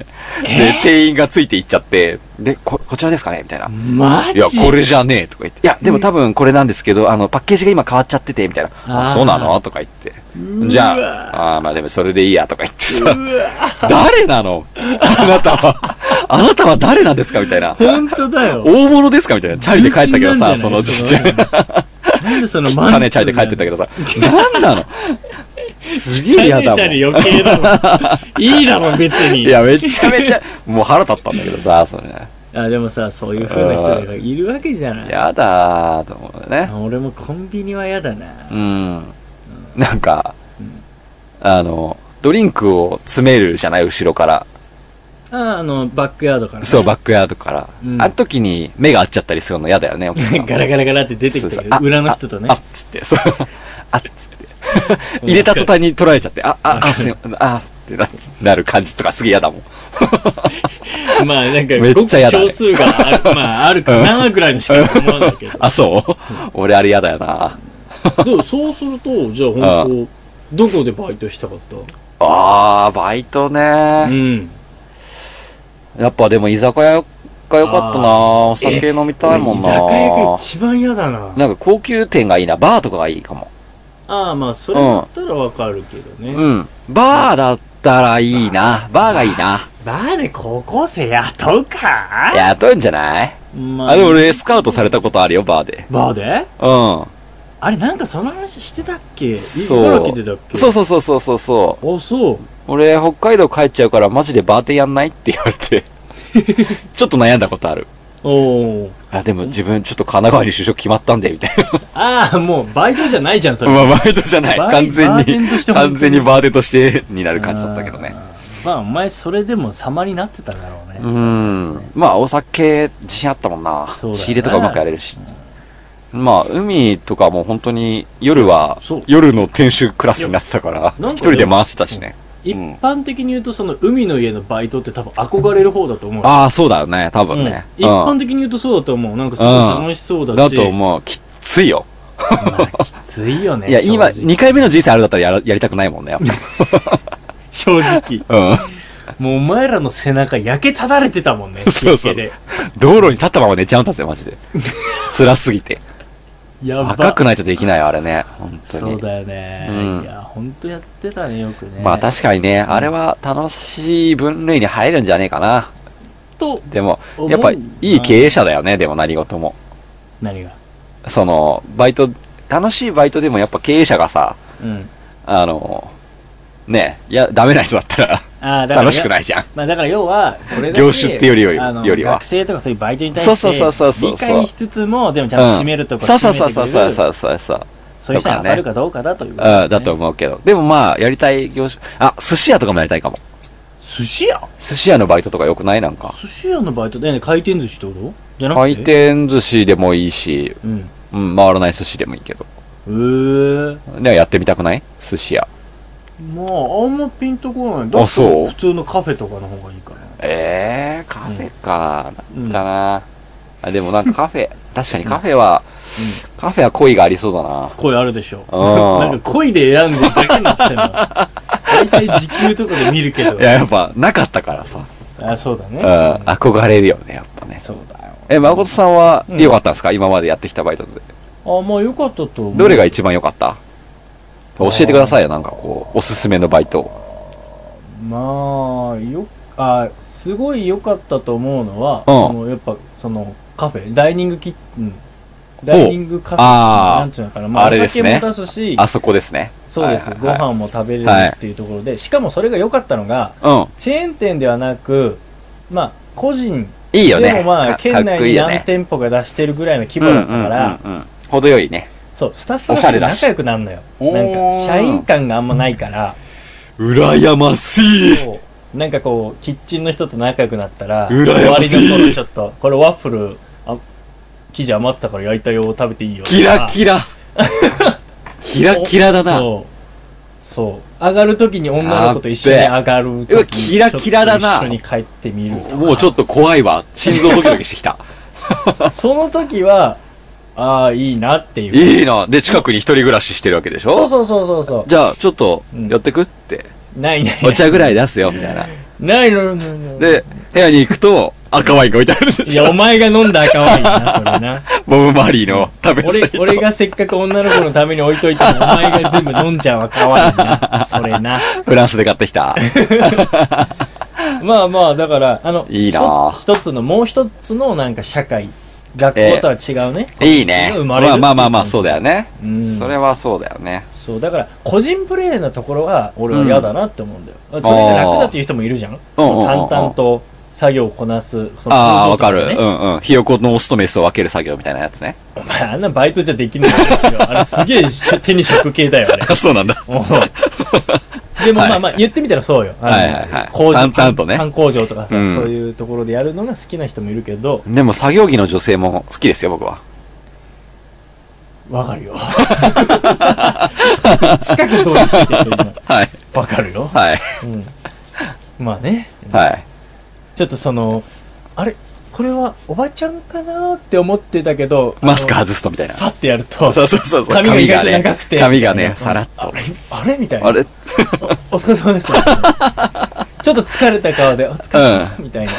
Speaker 5: で、店員がついていっちゃって、で、こ、こちらですかねみたいな。
Speaker 6: マジ
Speaker 5: いや、これじゃねえとか言って。いや、でも多分これなんですけど、あの、パッケージが今変わっちゃってて、みたいな。
Speaker 6: あ
Speaker 5: あ
Speaker 6: ー
Speaker 5: そうなのとか言って。じゃあ、あーまあでもそれでいいや、とか言ってさ。誰なのあなたは、あなたは誰なんですかみたいな。
Speaker 6: 本当だよ。
Speaker 5: 大物ですかみたいな。チャリで帰ったけどさ、そのじいちゃん。
Speaker 6: なんでその
Speaker 5: 汚ねえチャリで帰ってったけどさ。なん なのすげえ嫌だ
Speaker 6: チャ
Speaker 5: もん。
Speaker 6: リ余計だもん。いいだろ、別に。
Speaker 5: いや、めちゃめちゃ、もう腹立ったんだけどさ、それ。
Speaker 6: あでもさ、そういう風な人がいるわけじゃない。
Speaker 5: やだーと思うね。
Speaker 6: 俺もコンビニは嫌だな
Speaker 5: う。ん。なんか、あの、ドリンクを詰めるじゃない後ろから。
Speaker 6: ああの、バックヤードからね。
Speaker 5: そう、バックヤードから。
Speaker 6: うん
Speaker 5: あの時に目が合っちゃったりするの嫌だよね、お客さんも。
Speaker 6: ガラガラガラって出て
Speaker 5: そう
Speaker 6: き
Speaker 5: そう
Speaker 6: たけど、裏の人とね
Speaker 5: あああ。っつって、そう。 あっつって。入れた途端に取られちゃって、あ、あ、あ、すいません、あ、ってななる感じとかすげえ嫌だもん。
Speaker 6: まあなんか、
Speaker 5: めっ
Speaker 6: ごく
Speaker 5: ちゃ嫌だね
Speaker 6: 少数がある、まああるかなぐらいのしか思わないけ
Speaker 5: あ、そう俺あれ嫌だよな。
Speaker 6: ど。 でもそうすると、じゃあ本当どこでバイトしたかった
Speaker 5: あー、バイト
Speaker 6: う
Speaker 5: ね。
Speaker 6: ん。
Speaker 5: やっぱでも居酒屋が良かったな
Speaker 6: あ
Speaker 5: お酒飲みたいもんな
Speaker 6: 居酒屋が一番嫌だな。
Speaker 5: なんか高級店がいいな。バーとかがいいかも。
Speaker 6: ああ、まあそれだったらわかるけどね。
Speaker 5: うん。バーだったらいいな。バーがいいな。
Speaker 6: バーで高校生雇うか
Speaker 5: 雇うんじゃない
Speaker 6: ま
Speaker 5: あ、でも俺スカウトされたことあるよ、バーで。
Speaker 6: バーで
Speaker 5: う
Speaker 6: あれなんかその話してたっけ
Speaker 5: ん。
Speaker 6: 茨城でだっけ
Speaker 5: そうそうそうそうそうそう。
Speaker 6: う。あ、そう。
Speaker 5: 俺、北海道帰っちゃうからマジでバーテンやんないって言われ て。ちょっと悩んだことある。
Speaker 6: おー。
Speaker 5: あ、でも自分ちょっと神奈川に就職決まったんで、みたい
Speaker 6: ああ、も うバイトじゃないじゃん、そ
Speaker 5: な。
Speaker 6: れ。
Speaker 5: まあ、バイトじゃない。
Speaker 6: バイ
Speaker 5: 完全
Speaker 6: バーテンとして
Speaker 5: に、
Speaker 6: 本当に
Speaker 5: 完全にバーテンとしてになる感じだったけどね。
Speaker 6: あー。まあ、お前それでも様になってただろうね。
Speaker 5: うーん。まあ、お酒、自信あったもんな。
Speaker 6: そうだよね
Speaker 5: 仕入れとかうまくやれるし。まあ、海とかも本当に、夜は
Speaker 6: そう、
Speaker 5: 夜の店主クラスになってたから、
Speaker 6: いやなん
Speaker 5: 一
Speaker 6: か
Speaker 5: 人で回してたしね。
Speaker 6: 一般的に言うと、その海の家のバイトって多分憧れる方だと思う。
Speaker 5: ああ、そうだよね、多
Speaker 6: う
Speaker 5: 分
Speaker 6: ん、
Speaker 5: ね。
Speaker 6: 一般的に言うとそうだと思う。なんかすごい楽しそうだ
Speaker 5: う
Speaker 6: し。
Speaker 5: ん。だと思う。きっついよ。
Speaker 6: まあきついよね。
Speaker 5: いや、今、
Speaker 6: 正直
Speaker 5: 2回目の人生あるだったらやらやりたくないもんね、やっ
Speaker 6: 正直。
Speaker 5: ぱ。うん。
Speaker 6: もうお前らの背中焼けただれてたもんね。
Speaker 5: そうそう
Speaker 6: 日焼けで
Speaker 5: 道路に立ったまま寝ちゃうんだぜ、マ ジで。辛すぎて。
Speaker 6: やば
Speaker 5: 赤くないとできないよ、あれね。本当
Speaker 6: そう
Speaker 5: に。
Speaker 6: だよね。
Speaker 5: うん
Speaker 6: いや、ほんとやってたね、よくね。
Speaker 5: まあ確かにね、あれは楽しい分類に入るんじゃねえかな。
Speaker 6: と、
Speaker 5: でも
Speaker 6: 思、う
Speaker 5: やっぱいい経営者だよね、でも何事も。
Speaker 6: 何が
Speaker 5: その、バイト、楽しいバイトでもやっぱ経営者がさ、
Speaker 6: うん。
Speaker 5: あの、ね、いや、ダメな人だったら、
Speaker 6: ああ、だから。
Speaker 5: 楽しくないじゃん。
Speaker 6: まあだから要は、どれだけ
Speaker 5: 業種ってよりより
Speaker 6: あの
Speaker 5: よりは
Speaker 6: 学生とかそういうバイトに対
Speaker 5: そう
Speaker 6: し
Speaker 5: そうそうそう
Speaker 6: て、
Speaker 5: そう
Speaker 6: 理解しつつも、でもちゃんと締めるとこ
Speaker 5: うんそ
Speaker 6: 締
Speaker 5: うそうそうそう
Speaker 6: めてく
Speaker 5: そ
Speaker 6: れる
Speaker 5: うそうそう。
Speaker 6: そういう人に当たるかどうかだということ
Speaker 5: うん、だと。思うけど。でもまあ、やりたい業種、あ、寿司屋とかもやりたいかも。
Speaker 6: 寿司屋
Speaker 5: 寿司屋のバイトとかよくないなんか。
Speaker 6: 寿司屋のバイトでね、回転寿司ってことじゃなく
Speaker 5: 回
Speaker 6: て。。
Speaker 5: 転寿司でもいいし、
Speaker 6: うん。
Speaker 5: うん、回らない寿司でもいいけど。
Speaker 6: えー。
Speaker 5: ね、やってみたくない寿司屋。
Speaker 6: まあ、あんまピンとこない。だったら
Speaker 5: あそう
Speaker 6: 普通のカフェとかの方がいいかな。
Speaker 5: ええカフェかな、
Speaker 6: うん
Speaker 5: だな、あ、でもなんかカフェ、 確かにカフェは、カフェは恋がありそうだな。
Speaker 6: 恋あるでしょ。
Speaker 5: あー
Speaker 6: なんか恋で選んでるだけになって たの。大体時給とかで見るけど
Speaker 5: い。や、やっぱ、なかったからさ。
Speaker 6: あ、そうだ
Speaker 5: う
Speaker 6: ね。
Speaker 5: ん、憧れるよね、やっぱね。
Speaker 6: そうだよ。
Speaker 5: え、誠さんは、
Speaker 6: うん
Speaker 5: 良かったんですか、今までやってきたバイトで。
Speaker 6: あ、まあよかったと思う。
Speaker 5: どれが一番良かった教えてくださいよ、なんかこう、おすすめのバイト。
Speaker 6: まあ、よ、あ、すごい良かったと思うのは、
Speaker 5: うん
Speaker 6: そのやっぱ、その、カフェ、ダイニングキッチン、ダイニングカフ
Speaker 5: あ
Speaker 6: ェ、
Speaker 5: ー
Speaker 6: なんていうのかな、まあ、
Speaker 5: あれですね
Speaker 6: お酒も出すし、
Speaker 5: あそこですね。
Speaker 6: そうです、
Speaker 5: はいはいはい
Speaker 6: ご飯も食べれるっていうところで、しかもそれが良かったのが、
Speaker 5: うん。
Speaker 6: チェーン店ではなく、まあ、個人
Speaker 5: いいよね。
Speaker 6: でもまあ、
Speaker 5: か
Speaker 6: 県
Speaker 5: かっ
Speaker 6: 内
Speaker 5: こいい
Speaker 6: に
Speaker 5: よ
Speaker 6: 何
Speaker 5: ね。
Speaker 6: 店舗が出してるぐらいの規模だったから、
Speaker 5: うんうんうんうん程よいね。
Speaker 6: そう、スタッフ
Speaker 5: おしゃ
Speaker 6: が
Speaker 5: れだし
Speaker 6: 仲良くなるのよ。
Speaker 5: おー
Speaker 6: なんか、社員感があんまないから、
Speaker 5: 羨ましい
Speaker 6: こう なんかこう、キッチンの人と仲良くなったら、終
Speaker 5: 羨ましい
Speaker 6: わりの頃ちょっと、これワッフル、あ生地余ってたから焼いたよ、食べていいよ。
Speaker 5: キラキ ラキラキラだな。
Speaker 6: そう。そう。上がるときに女の子と一緒に上がる
Speaker 5: うわ
Speaker 6: とき
Speaker 5: キラキラだな
Speaker 6: 一緒に帰ってみるとか。
Speaker 5: もうちょっと怖いわ。心臓ドキドキしてきた。
Speaker 6: その時は、ああ、いいなって いう。
Speaker 5: いいな。で、近くに一人暮らししてるわけでしょ
Speaker 6: そうそうそうそうそ
Speaker 5: じゃあ、ちょっと、寄ってくって。
Speaker 6: う。ないない。
Speaker 5: お茶ぐらい出すよ、みたいな。
Speaker 6: ないのないの。
Speaker 5: で、部屋に行くと、赤ワインが置いてあるんで
Speaker 6: い
Speaker 5: すよ
Speaker 6: や、お前が飲んだ赤ワインな、それな。
Speaker 5: ボブ・マーリーの食べ
Speaker 6: 俺
Speaker 5: 過ぎ、と
Speaker 6: 俺がせっかく女の子のために置いといたのに、お前が全部飲んじゃう赤ワイ ンな。それな。
Speaker 5: フランスで買ってき た。
Speaker 6: まあまあ、だから、あの、
Speaker 5: いいな
Speaker 6: 一つ一つの、もう一つのなんか社会、学校とは違うね。
Speaker 5: いいね。
Speaker 6: 生
Speaker 5: ま
Speaker 6: まれる
Speaker 5: あまあまあまあ、そうだよね。
Speaker 6: うん
Speaker 5: それはそうだよね。
Speaker 6: そう、だから、個人プレイのところは、俺は嫌だなって思うんだよ。それが楽だっていう人もいるじゃん。
Speaker 5: うんうんうんうん
Speaker 6: 淡々と作業をこなす、その
Speaker 5: ああ、
Speaker 6: 工場
Speaker 5: わ
Speaker 6: と
Speaker 5: か
Speaker 6: ね
Speaker 5: る。うんうん。ひよこのオスとメスを分ける作業みたいなや つね。
Speaker 6: お前、あんなバイトじゃできないですよ。あれすげえし手に職系だよ、あれ。
Speaker 5: あそうなんだ。
Speaker 6: もうでもまあまあ言ってみたらそうよ。あの
Speaker 5: はいはいはい
Speaker 6: 工場、
Speaker 5: 淡々とね
Speaker 6: パン工場とかさ、
Speaker 5: うん
Speaker 6: そういうところでやるのが好きな人もいるけど、
Speaker 5: でも作業着の女性も好きですよ、僕は。
Speaker 6: わか るよ。深く同意してるけど今
Speaker 5: はい。
Speaker 6: わか るよ。
Speaker 5: はい。
Speaker 6: うんまあね、
Speaker 5: はい。
Speaker 6: ちょっとその、あれこれはおばちゃんかなって思ってたけど、
Speaker 5: マスク
Speaker 6: あの
Speaker 5: 外すとみたいな。
Speaker 6: パッてやると、
Speaker 5: そうそうそうそう。
Speaker 6: 髪が意外と
Speaker 5: ね
Speaker 6: 長くて。
Speaker 5: 髪が
Speaker 6: う
Speaker 5: ね、
Speaker 6: ん
Speaker 5: さらっ
Speaker 6: あ
Speaker 5: と。
Speaker 6: れあれみたいな。
Speaker 5: あれ
Speaker 6: お疲れ様 です。ちょっと疲れた顔で、お疲れ様、みた いな。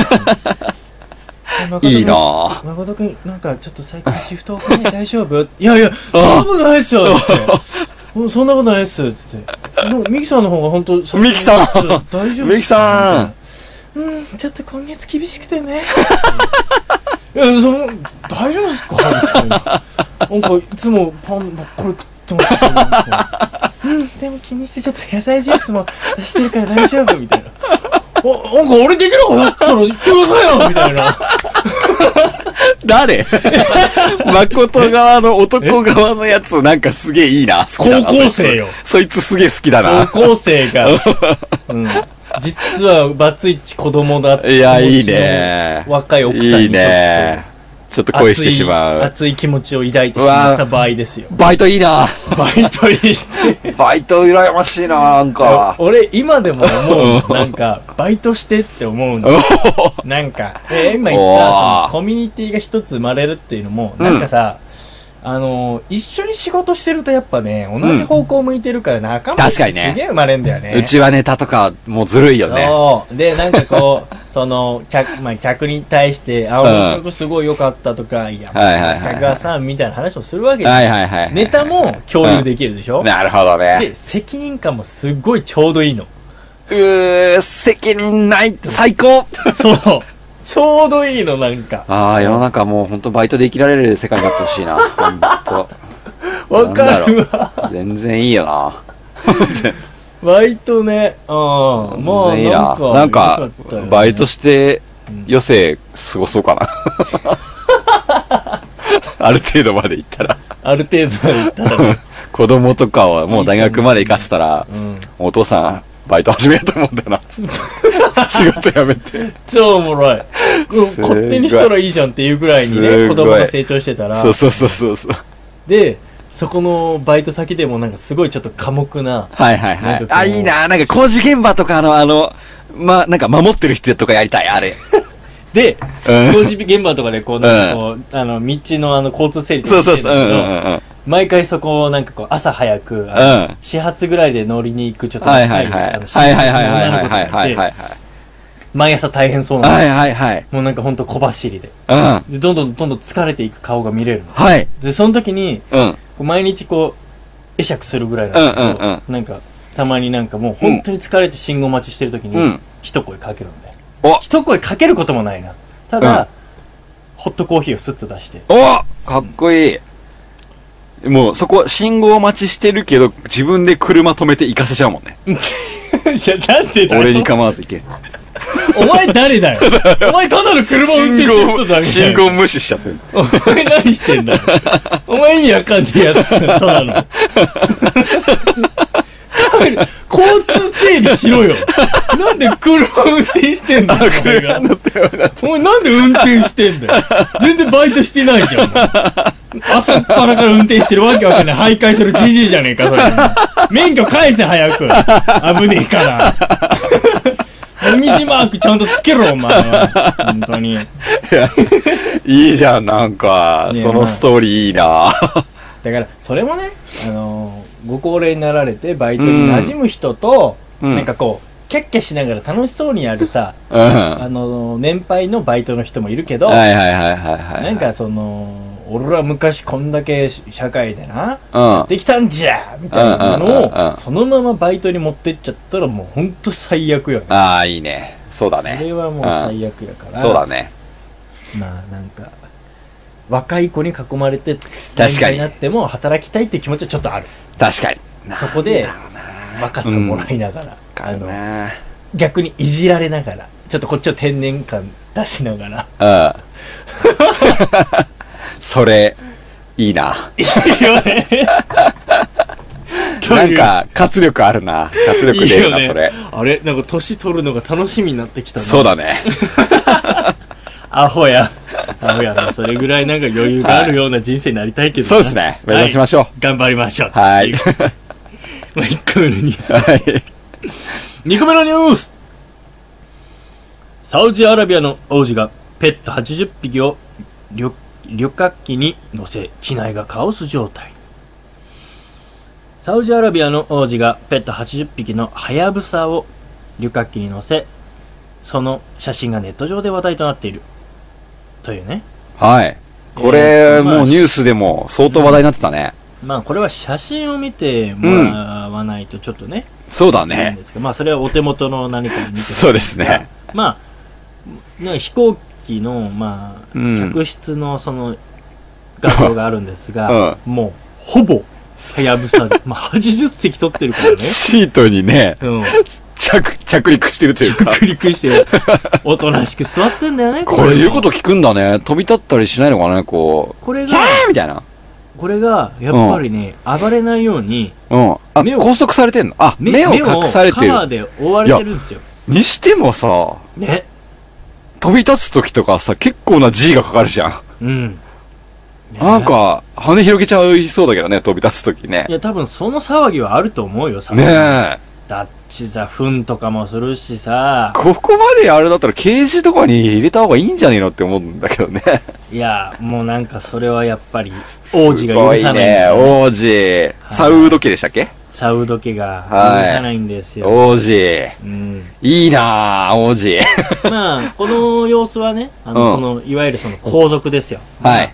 Speaker 6: 誠君
Speaker 5: いいなぁ。
Speaker 6: 誠くん、なんかちょっと最近シフト多 くない大丈夫いやいや、そんなことないっすよつってうんそんなことないっすよつって。もうミキさんの方が本当ミ
Speaker 5: ミキさん
Speaker 6: 大丈夫
Speaker 5: ミキさ
Speaker 6: んうん、ちょっと今月厳しくてね。いや、その、大丈夫ですかみたいな。なんか、いつもパンばっかり食ってますけどなんか。うん、でも気にしてちょっと野菜ジュースも出してるから大丈夫みたいな。お、なんか俺できるかだったら言ってくださいよみたいな。
Speaker 5: 誰 誠側の男側のやつなんかすげえいいな。好きだな
Speaker 6: 高校生よ
Speaker 5: そいつそいつすげえ好きだな。
Speaker 6: 高校生が、うん、実はバツイチ子供だった
Speaker 5: いや、いいね。
Speaker 6: 若い奥さん
Speaker 5: い
Speaker 6: に
Speaker 5: い
Speaker 6: ちょっ
Speaker 5: ね。ちょっと
Speaker 6: と
Speaker 5: 恋してしま。
Speaker 6: 熱いう熱い気持ちを抱いてしまった場合ですよ
Speaker 5: バイトいいな。
Speaker 6: バイトにして
Speaker 5: バイト羨ましいな、なんか。
Speaker 6: 俺今でも思うなんかバイトしてって思うのなんか、えー今言った
Speaker 5: おー
Speaker 6: そのコミュニティが一つ生まれるっていうのも、なんかさ、あのー一緒に仕事してるとやっぱね、同じ方向向いてるから仲間が
Speaker 5: 確
Speaker 6: す
Speaker 5: かにね
Speaker 6: げえ生まれんだよね。
Speaker 5: うちはネタとかもうずるいよね。
Speaker 6: そう。で、なんか こう、その、客、まあ、客に対して、あ、
Speaker 5: うん
Speaker 6: 俺の客すごい良かったとか、いや、
Speaker 5: はいはいはいはい
Speaker 6: 客はさ、みたいな話をするわけで
Speaker 5: はいはいはい。
Speaker 6: ネタも共有できるでしょ、
Speaker 5: なるほどね。
Speaker 6: で、責任感もすっごいちょうどいいの。
Speaker 5: うー、責任ない、最高
Speaker 6: そう。ちょうどいいの、なんか。
Speaker 5: ああ、世の中もう本当バイトで生きられる世界になってほしいな。本当。
Speaker 6: わかるわ。
Speaker 5: 全然いいよな。
Speaker 6: バイトね。うん。まあ、
Speaker 5: 全然いい
Speaker 6: な
Speaker 5: なん
Speaker 6: か、
Speaker 5: なんか
Speaker 6: よったよね、
Speaker 5: バイトして
Speaker 6: ん
Speaker 5: 余生過ごそうか な。ある程度まで行ったら。
Speaker 6: ある程度まで行ったらね、
Speaker 5: 子供とかはもう大学まで行かせたら、
Speaker 6: うん。
Speaker 5: お父さん、バイト始めようと思うんだよ な。仕事辞めて。
Speaker 6: 超おもろい。
Speaker 5: すごい
Speaker 6: 勝手にしたらいいじゃんっていうぐらいにね、
Speaker 5: すご
Speaker 6: 子
Speaker 5: い
Speaker 6: 供が成長してたら
Speaker 5: そ、うそうそうそうそう。
Speaker 6: で、そこのバイト先でもなんかすごいちょっと寡黙な、
Speaker 5: はいはいはい。
Speaker 6: なんかこう
Speaker 5: あ、いいな。なんか工事現場とかの、あの、ま、なんか守ってる人とかやりたい、あれ。
Speaker 6: で、
Speaker 5: うん
Speaker 6: 工事現場とかでこう、なんかこう、あの、道のあの、交通整理と
Speaker 5: そ
Speaker 6: か
Speaker 5: う
Speaker 6: して
Speaker 5: そう
Speaker 6: るん
Speaker 5: そ
Speaker 6: だ
Speaker 5: う。うんう
Speaker 6: け
Speaker 5: ん
Speaker 6: ど
Speaker 5: うんうん。
Speaker 6: 毎回そこをなんかこう、朝早く、あの
Speaker 5: うん
Speaker 6: 始発ぐらいで乗りに行くちょっと
Speaker 5: は
Speaker 6: 若
Speaker 5: いはいはい。
Speaker 6: あの
Speaker 5: はいはいはいはい
Speaker 6: 新卒の
Speaker 5: はいはい
Speaker 6: 女の子とか
Speaker 5: はい
Speaker 6: で。毎朝大変そうなの
Speaker 5: はいはいはい。
Speaker 6: もうなんかほんと小走りで。
Speaker 5: うん。
Speaker 6: で、どんどんどんどん疲れていく顔が見れるの。
Speaker 5: はい。
Speaker 6: で、その時に、
Speaker 5: うん。はい
Speaker 6: こう毎日こう、会釈するぐらいなんだけど
Speaker 5: うんうんうん
Speaker 6: なんか、たまになんかもう本当に疲れて信号待ちしてる
Speaker 5: う
Speaker 6: 時に
Speaker 5: ん、
Speaker 6: 一声かけるんだよ。
Speaker 5: お
Speaker 6: 一声かけることもないな。た
Speaker 5: うん
Speaker 6: だ、ホットコーヒーをスッと 出して。
Speaker 5: おかっこいい。もう、そこ、信号待ちしてるけど、自分で車止めて行かせちゃうもんね。
Speaker 6: いや、なんでだよ
Speaker 5: 俺に構わず行けっつって。
Speaker 6: お前誰だよ お前ただの車運転してる人だみた
Speaker 5: 信
Speaker 6: いな
Speaker 5: 号無視しちゃってる。
Speaker 6: お前何してんだよお前意味わかんねえやつただの交通整理しろよなんで車運転してんだよお前がお前なんで運転してんだよ全然バイトしてないじゃんお前朝っぱらから運転してるわけわかんない徘徊するじじいじゃねえかそれ免許返せ早く危ねえからもみじマークちゃんとつけろお前は本当に
Speaker 5: いいじゃん、なんか、
Speaker 6: ねえ
Speaker 5: そのストーリーいいな。
Speaker 6: だからそれもね、あのーご高齢になられてバイトに馴染む人と、
Speaker 5: うん
Speaker 6: なんかこうキャッキャしながら楽しそうにやるさ、
Speaker 5: うん。は
Speaker 6: あのー年配のバイトの人もいるけ
Speaker 5: い
Speaker 6: ど、
Speaker 5: はいはいはいはい。
Speaker 6: なんかその俺ら昔こんだけ社会でな
Speaker 5: うん。
Speaker 6: できたんじゃみたいな
Speaker 5: うんうんうん
Speaker 6: の
Speaker 5: うん
Speaker 6: をそのままバイトに持ってっちゃったらもうほんと最悪よね
Speaker 5: ああ、いいね。そうだ
Speaker 6: それ
Speaker 5: ね。
Speaker 6: はもう最悪だから
Speaker 5: そうだね。
Speaker 6: まあなんか若い子に囲まれて
Speaker 5: 確かに
Speaker 6: 年配なっても働きたいっていう気持ちはちょっとある
Speaker 5: 確かに。
Speaker 6: そこで若さもらいながら、あの
Speaker 5: ね。
Speaker 6: 逆にいじられながらちょっとこっちを天然感出しながら
Speaker 5: うん。それ、いいな。
Speaker 6: いいよね
Speaker 5: なんか、活力あるな。活力出るな、それ。
Speaker 6: あれなんか年取るのが楽しみになってきたな
Speaker 5: そうだね。
Speaker 6: アホやアホやなそれぐらいなんか余裕があるような人生になりたいけどな
Speaker 5: そうですね。目指しましょ
Speaker 6: はい頑張りましょう
Speaker 5: う。はい。
Speaker 6: まあ1個目のニュース
Speaker 5: はい。
Speaker 6: 2個目のニュースサウジアラビアの王子がペット80匹を旅旅客機に乗せ機内がカオス状態サウジアラビアの王子がペット80匹のハヤブサを旅客機に乗せその写真がネット上で話題となっているというね
Speaker 5: はい。こ
Speaker 6: え
Speaker 5: れ、
Speaker 6: ーまあ
Speaker 5: もうニュースでも相当話題になってたね。
Speaker 6: まあこれは写真を見てもらわないとちょっとね、
Speaker 5: そうだ
Speaker 6: いいん
Speaker 5: ね
Speaker 6: で。すけどまあそれはお手元の何かに見てほしい
Speaker 5: そうですね。
Speaker 6: まあ、ね飛行機の、まあ、
Speaker 5: うん
Speaker 6: 客室のその画像があるんです が、もう、ほぼ、はやぶさ、まあ、80席取ってるからね。
Speaker 5: シートにね、
Speaker 6: うん。
Speaker 5: 着、着陸してるというか。
Speaker 6: 着陸して、おとなしく座ってんだよね、
Speaker 5: こ
Speaker 6: は
Speaker 5: れ言うこと聞くんだね。飛び立ったりしないのかね、こう。
Speaker 6: これ
Speaker 5: キャ
Speaker 6: が、
Speaker 5: ーみたいな。
Speaker 6: これが、やっぱりね、暴れないように、
Speaker 5: うん。あ、
Speaker 6: 目を
Speaker 5: 拘束されてんのあ、
Speaker 6: 目
Speaker 5: 目を
Speaker 6: 目を
Speaker 5: 隠されて
Speaker 6: カバ
Speaker 5: る。
Speaker 6: ーで覆われてるんですよ。
Speaker 5: にしてもさ、
Speaker 6: ね。
Speaker 5: 飛び立つ時とかさ、結構な G がかかるじゃん。
Speaker 6: うん。
Speaker 5: なん、か、羽広げちゃいそうだけどね、飛び立つ時ね
Speaker 6: い。や、多分その騒ぎはあると思うよ、さすがに
Speaker 5: ねえ。
Speaker 6: ダッチザフンとかもするしさ、
Speaker 5: ここまであれだったらケージとかに入れた方がいいんじゃねえのって思うんだけどね。
Speaker 6: いや、もうなんかそれはやっぱり、王子が許さないんだ
Speaker 5: す
Speaker 6: よ
Speaker 5: ごいね。王子。サウード家でしたっけ
Speaker 6: サウド家が
Speaker 5: はい
Speaker 6: 許さないんですよ。
Speaker 5: 王子。
Speaker 6: うん、
Speaker 5: いいなあ王子。
Speaker 6: まあ、この様子はね、あの、
Speaker 5: うん
Speaker 6: その、いわゆるその皇族ですよ。
Speaker 5: はい。。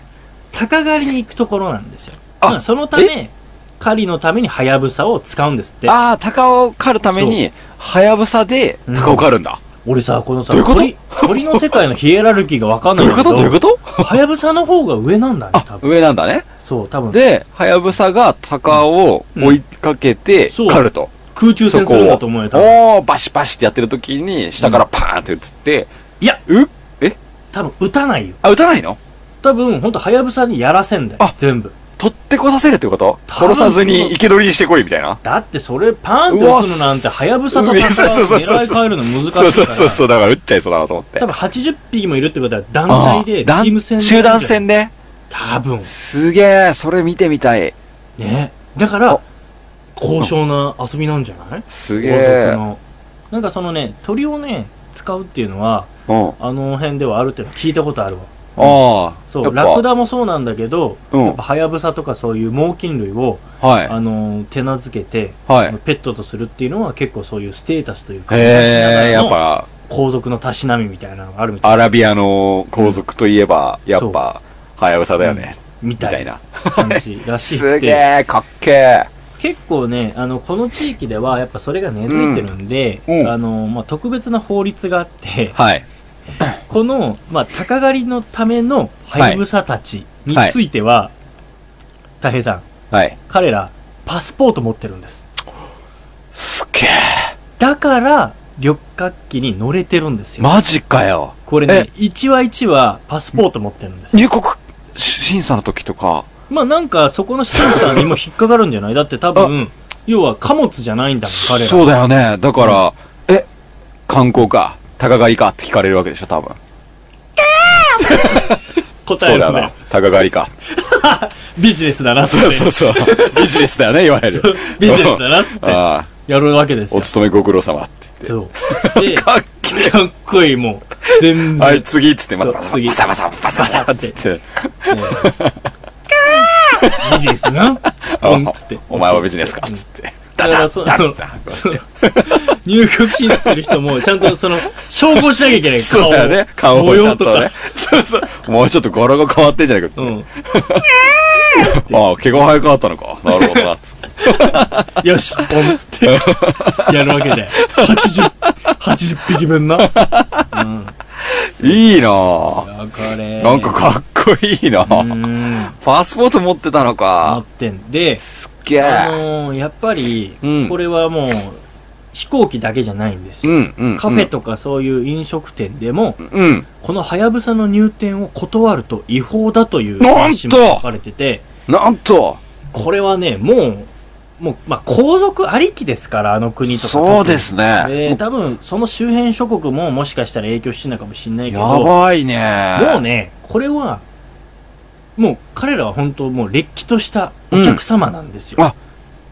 Speaker 6: 鷹狩りに行くところなんですよ。
Speaker 5: あ
Speaker 6: まあ、そのため、狩りのためにハヤブサを使うんですって。
Speaker 5: ああ、鷹を狩るために、はやぶさで
Speaker 6: うん
Speaker 5: 鷹を狩るんだ。
Speaker 6: 俺さ、このさ、
Speaker 5: どういうこと
Speaker 6: 鳥、鳥の世界のヒエラルキーがわかんな
Speaker 5: どい
Speaker 6: いうん
Speaker 5: う
Speaker 6: だ
Speaker 5: こ
Speaker 6: けど、
Speaker 5: とどういうこと
Speaker 6: ハヤブサの方が上なんだね、多
Speaker 5: あ、
Speaker 6: 分。
Speaker 5: 上なんだね。
Speaker 6: そう、多分。
Speaker 5: で、はやぶさが鷹を追いかけて
Speaker 6: うん
Speaker 5: 狩ると。
Speaker 6: 空中
Speaker 5: そ
Speaker 6: 戦す
Speaker 5: こ
Speaker 6: るん
Speaker 5: を。
Speaker 6: だと思うよ、多分。
Speaker 5: おー、バシバシってやってる時に、下からパーンって撃つって、
Speaker 6: いや、
Speaker 5: うえ
Speaker 6: 多分撃たないよ。
Speaker 5: あ、撃たないの
Speaker 6: 多分、ほんと、はやぶさにやらせんだよ
Speaker 5: あ、
Speaker 6: 全部。
Speaker 5: 取ってこさせるってこと
Speaker 6: 多分
Speaker 5: 殺さずに生け捕りにしてこいみたいな。
Speaker 6: だってそれパーンって打つのなんて、はやぶさと
Speaker 5: うん
Speaker 6: 戦う
Speaker 5: そうそうそうそう
Speaker 6: 狙い変えるの難しいか
Speaker 5: そう
Speaker 6: ら。
Speaker 5: そうそうそう、だから撃っちゃいそうだなと思って。
Speaker 6: 多分80匹もいるってことは団体で、チ
Speaker 5: ああ
Speaker 6: ーム戦
Speaker 5: 団
Speaker 6: で
Speaker 5: 集団戦で
Speaker 6: 多分。
Speaker 5: すげえ、それ見てみたい。
Speaker 6: ね。だから、高尚な遊びなんじゃない
Speaker 5: すげ
Speaker 6: 王族
Speaker 5: え。
Speaker 6: の。なんかそのね、鳥をね、使うっていうのは、
Speaker 5: うん。あ
Speaker 6: あの辺ではあるっていうのは聞いたことあるわ。
Speaker 5: あ。
Speaker 6: そ
Speaker 5: や
Speaker 6: う、
Speaker 5: っぱ
Speaker 6: ラクダもそうなんだけど、
Speaker 5: うん。
Speaker 6: はやぶさとかそういう猛禽類を、
Speaker 5: は
Speaker 6: あの、手なずけて、
Speaker 5: い。はい。
Speaker 6: ペットとするっていうのは結構そういうステータスというか、
Speaker 5: へえ、
Speaker 6: 昔な
Speaker 5: やっ
Speaker 6: がらの
Speaker 5: ぱ、
Speaker 6: 皇族のたしなみみたいなのがあるみた
Speaker 5: ア
Speaker 6: いな
Speaker 5: ラビアの皇族といえば、やっぱ、はやぶさだよね。
Speaker 6: み
Speaker 5: みた
Speaker 6: た
Speaker 5: い
Speaker 6: いな
Speaker 5: な。
Speaker 6: 感じらし
Speaker 5: す
Speaker 6: く
Speaker 5: げ
Speaker 6: て、
Speaker 5: え、かっけえ。
Speaker 6: 結構ね、あの、この地域ではやっぱそれが根付いてるんで、
Speaker 5: うんうん
Speaker 6: あの、まあ、特別な法律があって、
Speaker 5: はい。
Speaker 6: この、まあ、鷹狩りのためのハヤブサたちについては、た平さん、
Speaker 5: はい。
Speaker 6: 彼ら、パスポート持ってるんです。
Speaker 5: すっげえ。
Speaker 6: だから、旅客機に乗れてるんですよ。
Speaker 5: マジかよ
Speaker 6: これね、一話一話パスポート持ってるんです
Speaker 5: 入
Speaker 6: よ。
Speaker 5: 国審査の時とか、
Speaker 6: まあなんか、そこの審査にも引っかかるんじゃないだって多分、要は貨物じゃないんだもん、彼ら。
Speaker 5: そうだよね。だから、え、観光か、高狩りかって聞かれるわけでしょ、多分。
Speaker 6: 答
Speaker 5: そ
Speaker 6: え
Speaker 5: うだ
Speaker 6: る
Speaker 5: よな
Speaker 6: ね。。
Speaker 5: 高狩りか。
Speaker 6: ビジネスだな、つっ
Speaker 5: そう
Speaker 6: て。
Speaker 5: そう そう。ビジネスだよね、いわゆる。
Speaker 6: ビジネスだな、つって。
Speaker 5: ああ、
Speaker 6: やるわけです
Speaker 5: お
Speaker 6: よ。
Speaker 5: 勤めご苦労様って言
Speaker 6: そう。で
Speaker 5: って。、かっけえ
Speaker 6: かっこいい、もう。全然。
Speaker 5: はい、次っつって、またバ
Speaker 6: そ
Speaker 5: サ
Speaker 6: う次
Speaker 5: バサバサバサバサバサって言って。
Speaker 6: ビジネスだな。うん、つって。
Speaker 5: お前はビジネスかっつって。ダ
Speaker 6: だから
Speaker 5: ダ
Speaker 6: そ
Speaker 5: ダ
Speaker 6: の
Speaker 5: ダ
Speaker 6: その入国審査する人も、ちゃんとその、照合しなきゃいけない。
Speaker 5: そうだよね。
Speaker 6: 顔
Speaker 5: 顔
Speaker 6: を
Speaker 5: をち
Speaker 6: 模
Speaker 5: ゃ
Speaker 6: 様
Speaker 5: ん
Speaker 6: と
Speaker 5: とね
Speaker 6: か。。
Speaker 5: そうそう。もうちょっと語呂が変わってんじゃないか。
Speaker 6: うん。
Speaker 5: ああ、毛が早かったのか。なるほどな。
Speaker 6: よし、ポンっつって、やるわけで。80、80匹分な。うん。い
Speaker 5: いいなぁ。
Speaker 6: やこれ。
Speaker 5: なんかかっこいいな
Speaker 6: う
Speaker 5: ぁ。
Speaker 6: ん。
Speaker 5: パスポート持ってたの
Speaker 6: 持っ
Speaker 5: か。
Speaker 6: てんで、
Speaker 5: すっげ
Speaker 6: あ
Speaker 5: え。
Speaker 6: のー、やっぱり
Speaker 5: う、ん
Speaker 6: これはもう、飛行機だけじゃないんです
Speaker 5: う
Speaker 6: よ。
Speaker 5: ん、うん。
Speaker 6: カフェとかそういう飲食店でも、
Speaker 5: うん。
Speaker 6: このハヤブサの入店を断ると違法だという
Speaker 5: なんと
Speaker 6: 話も書かれてて、
Speaker 5: なんと、
Speaker 6: これはね、もう、もう、まあ、皇族ありきですから、あの国とか。
Speaker 5: そうです
Speaker 6: で、
Speaker 5: ね。
Speaker 6: 多分、その周辺諸国ももしかしたら影響してるのかもしれないけ
Speaker 5: や
Speaker 6: ど、
Speaker 5: ばいね。
Speaker 6: もう。ね、これは、もう彼らは本当もうれっきとしたお客様なんですよ。
Speaker 5: うんあ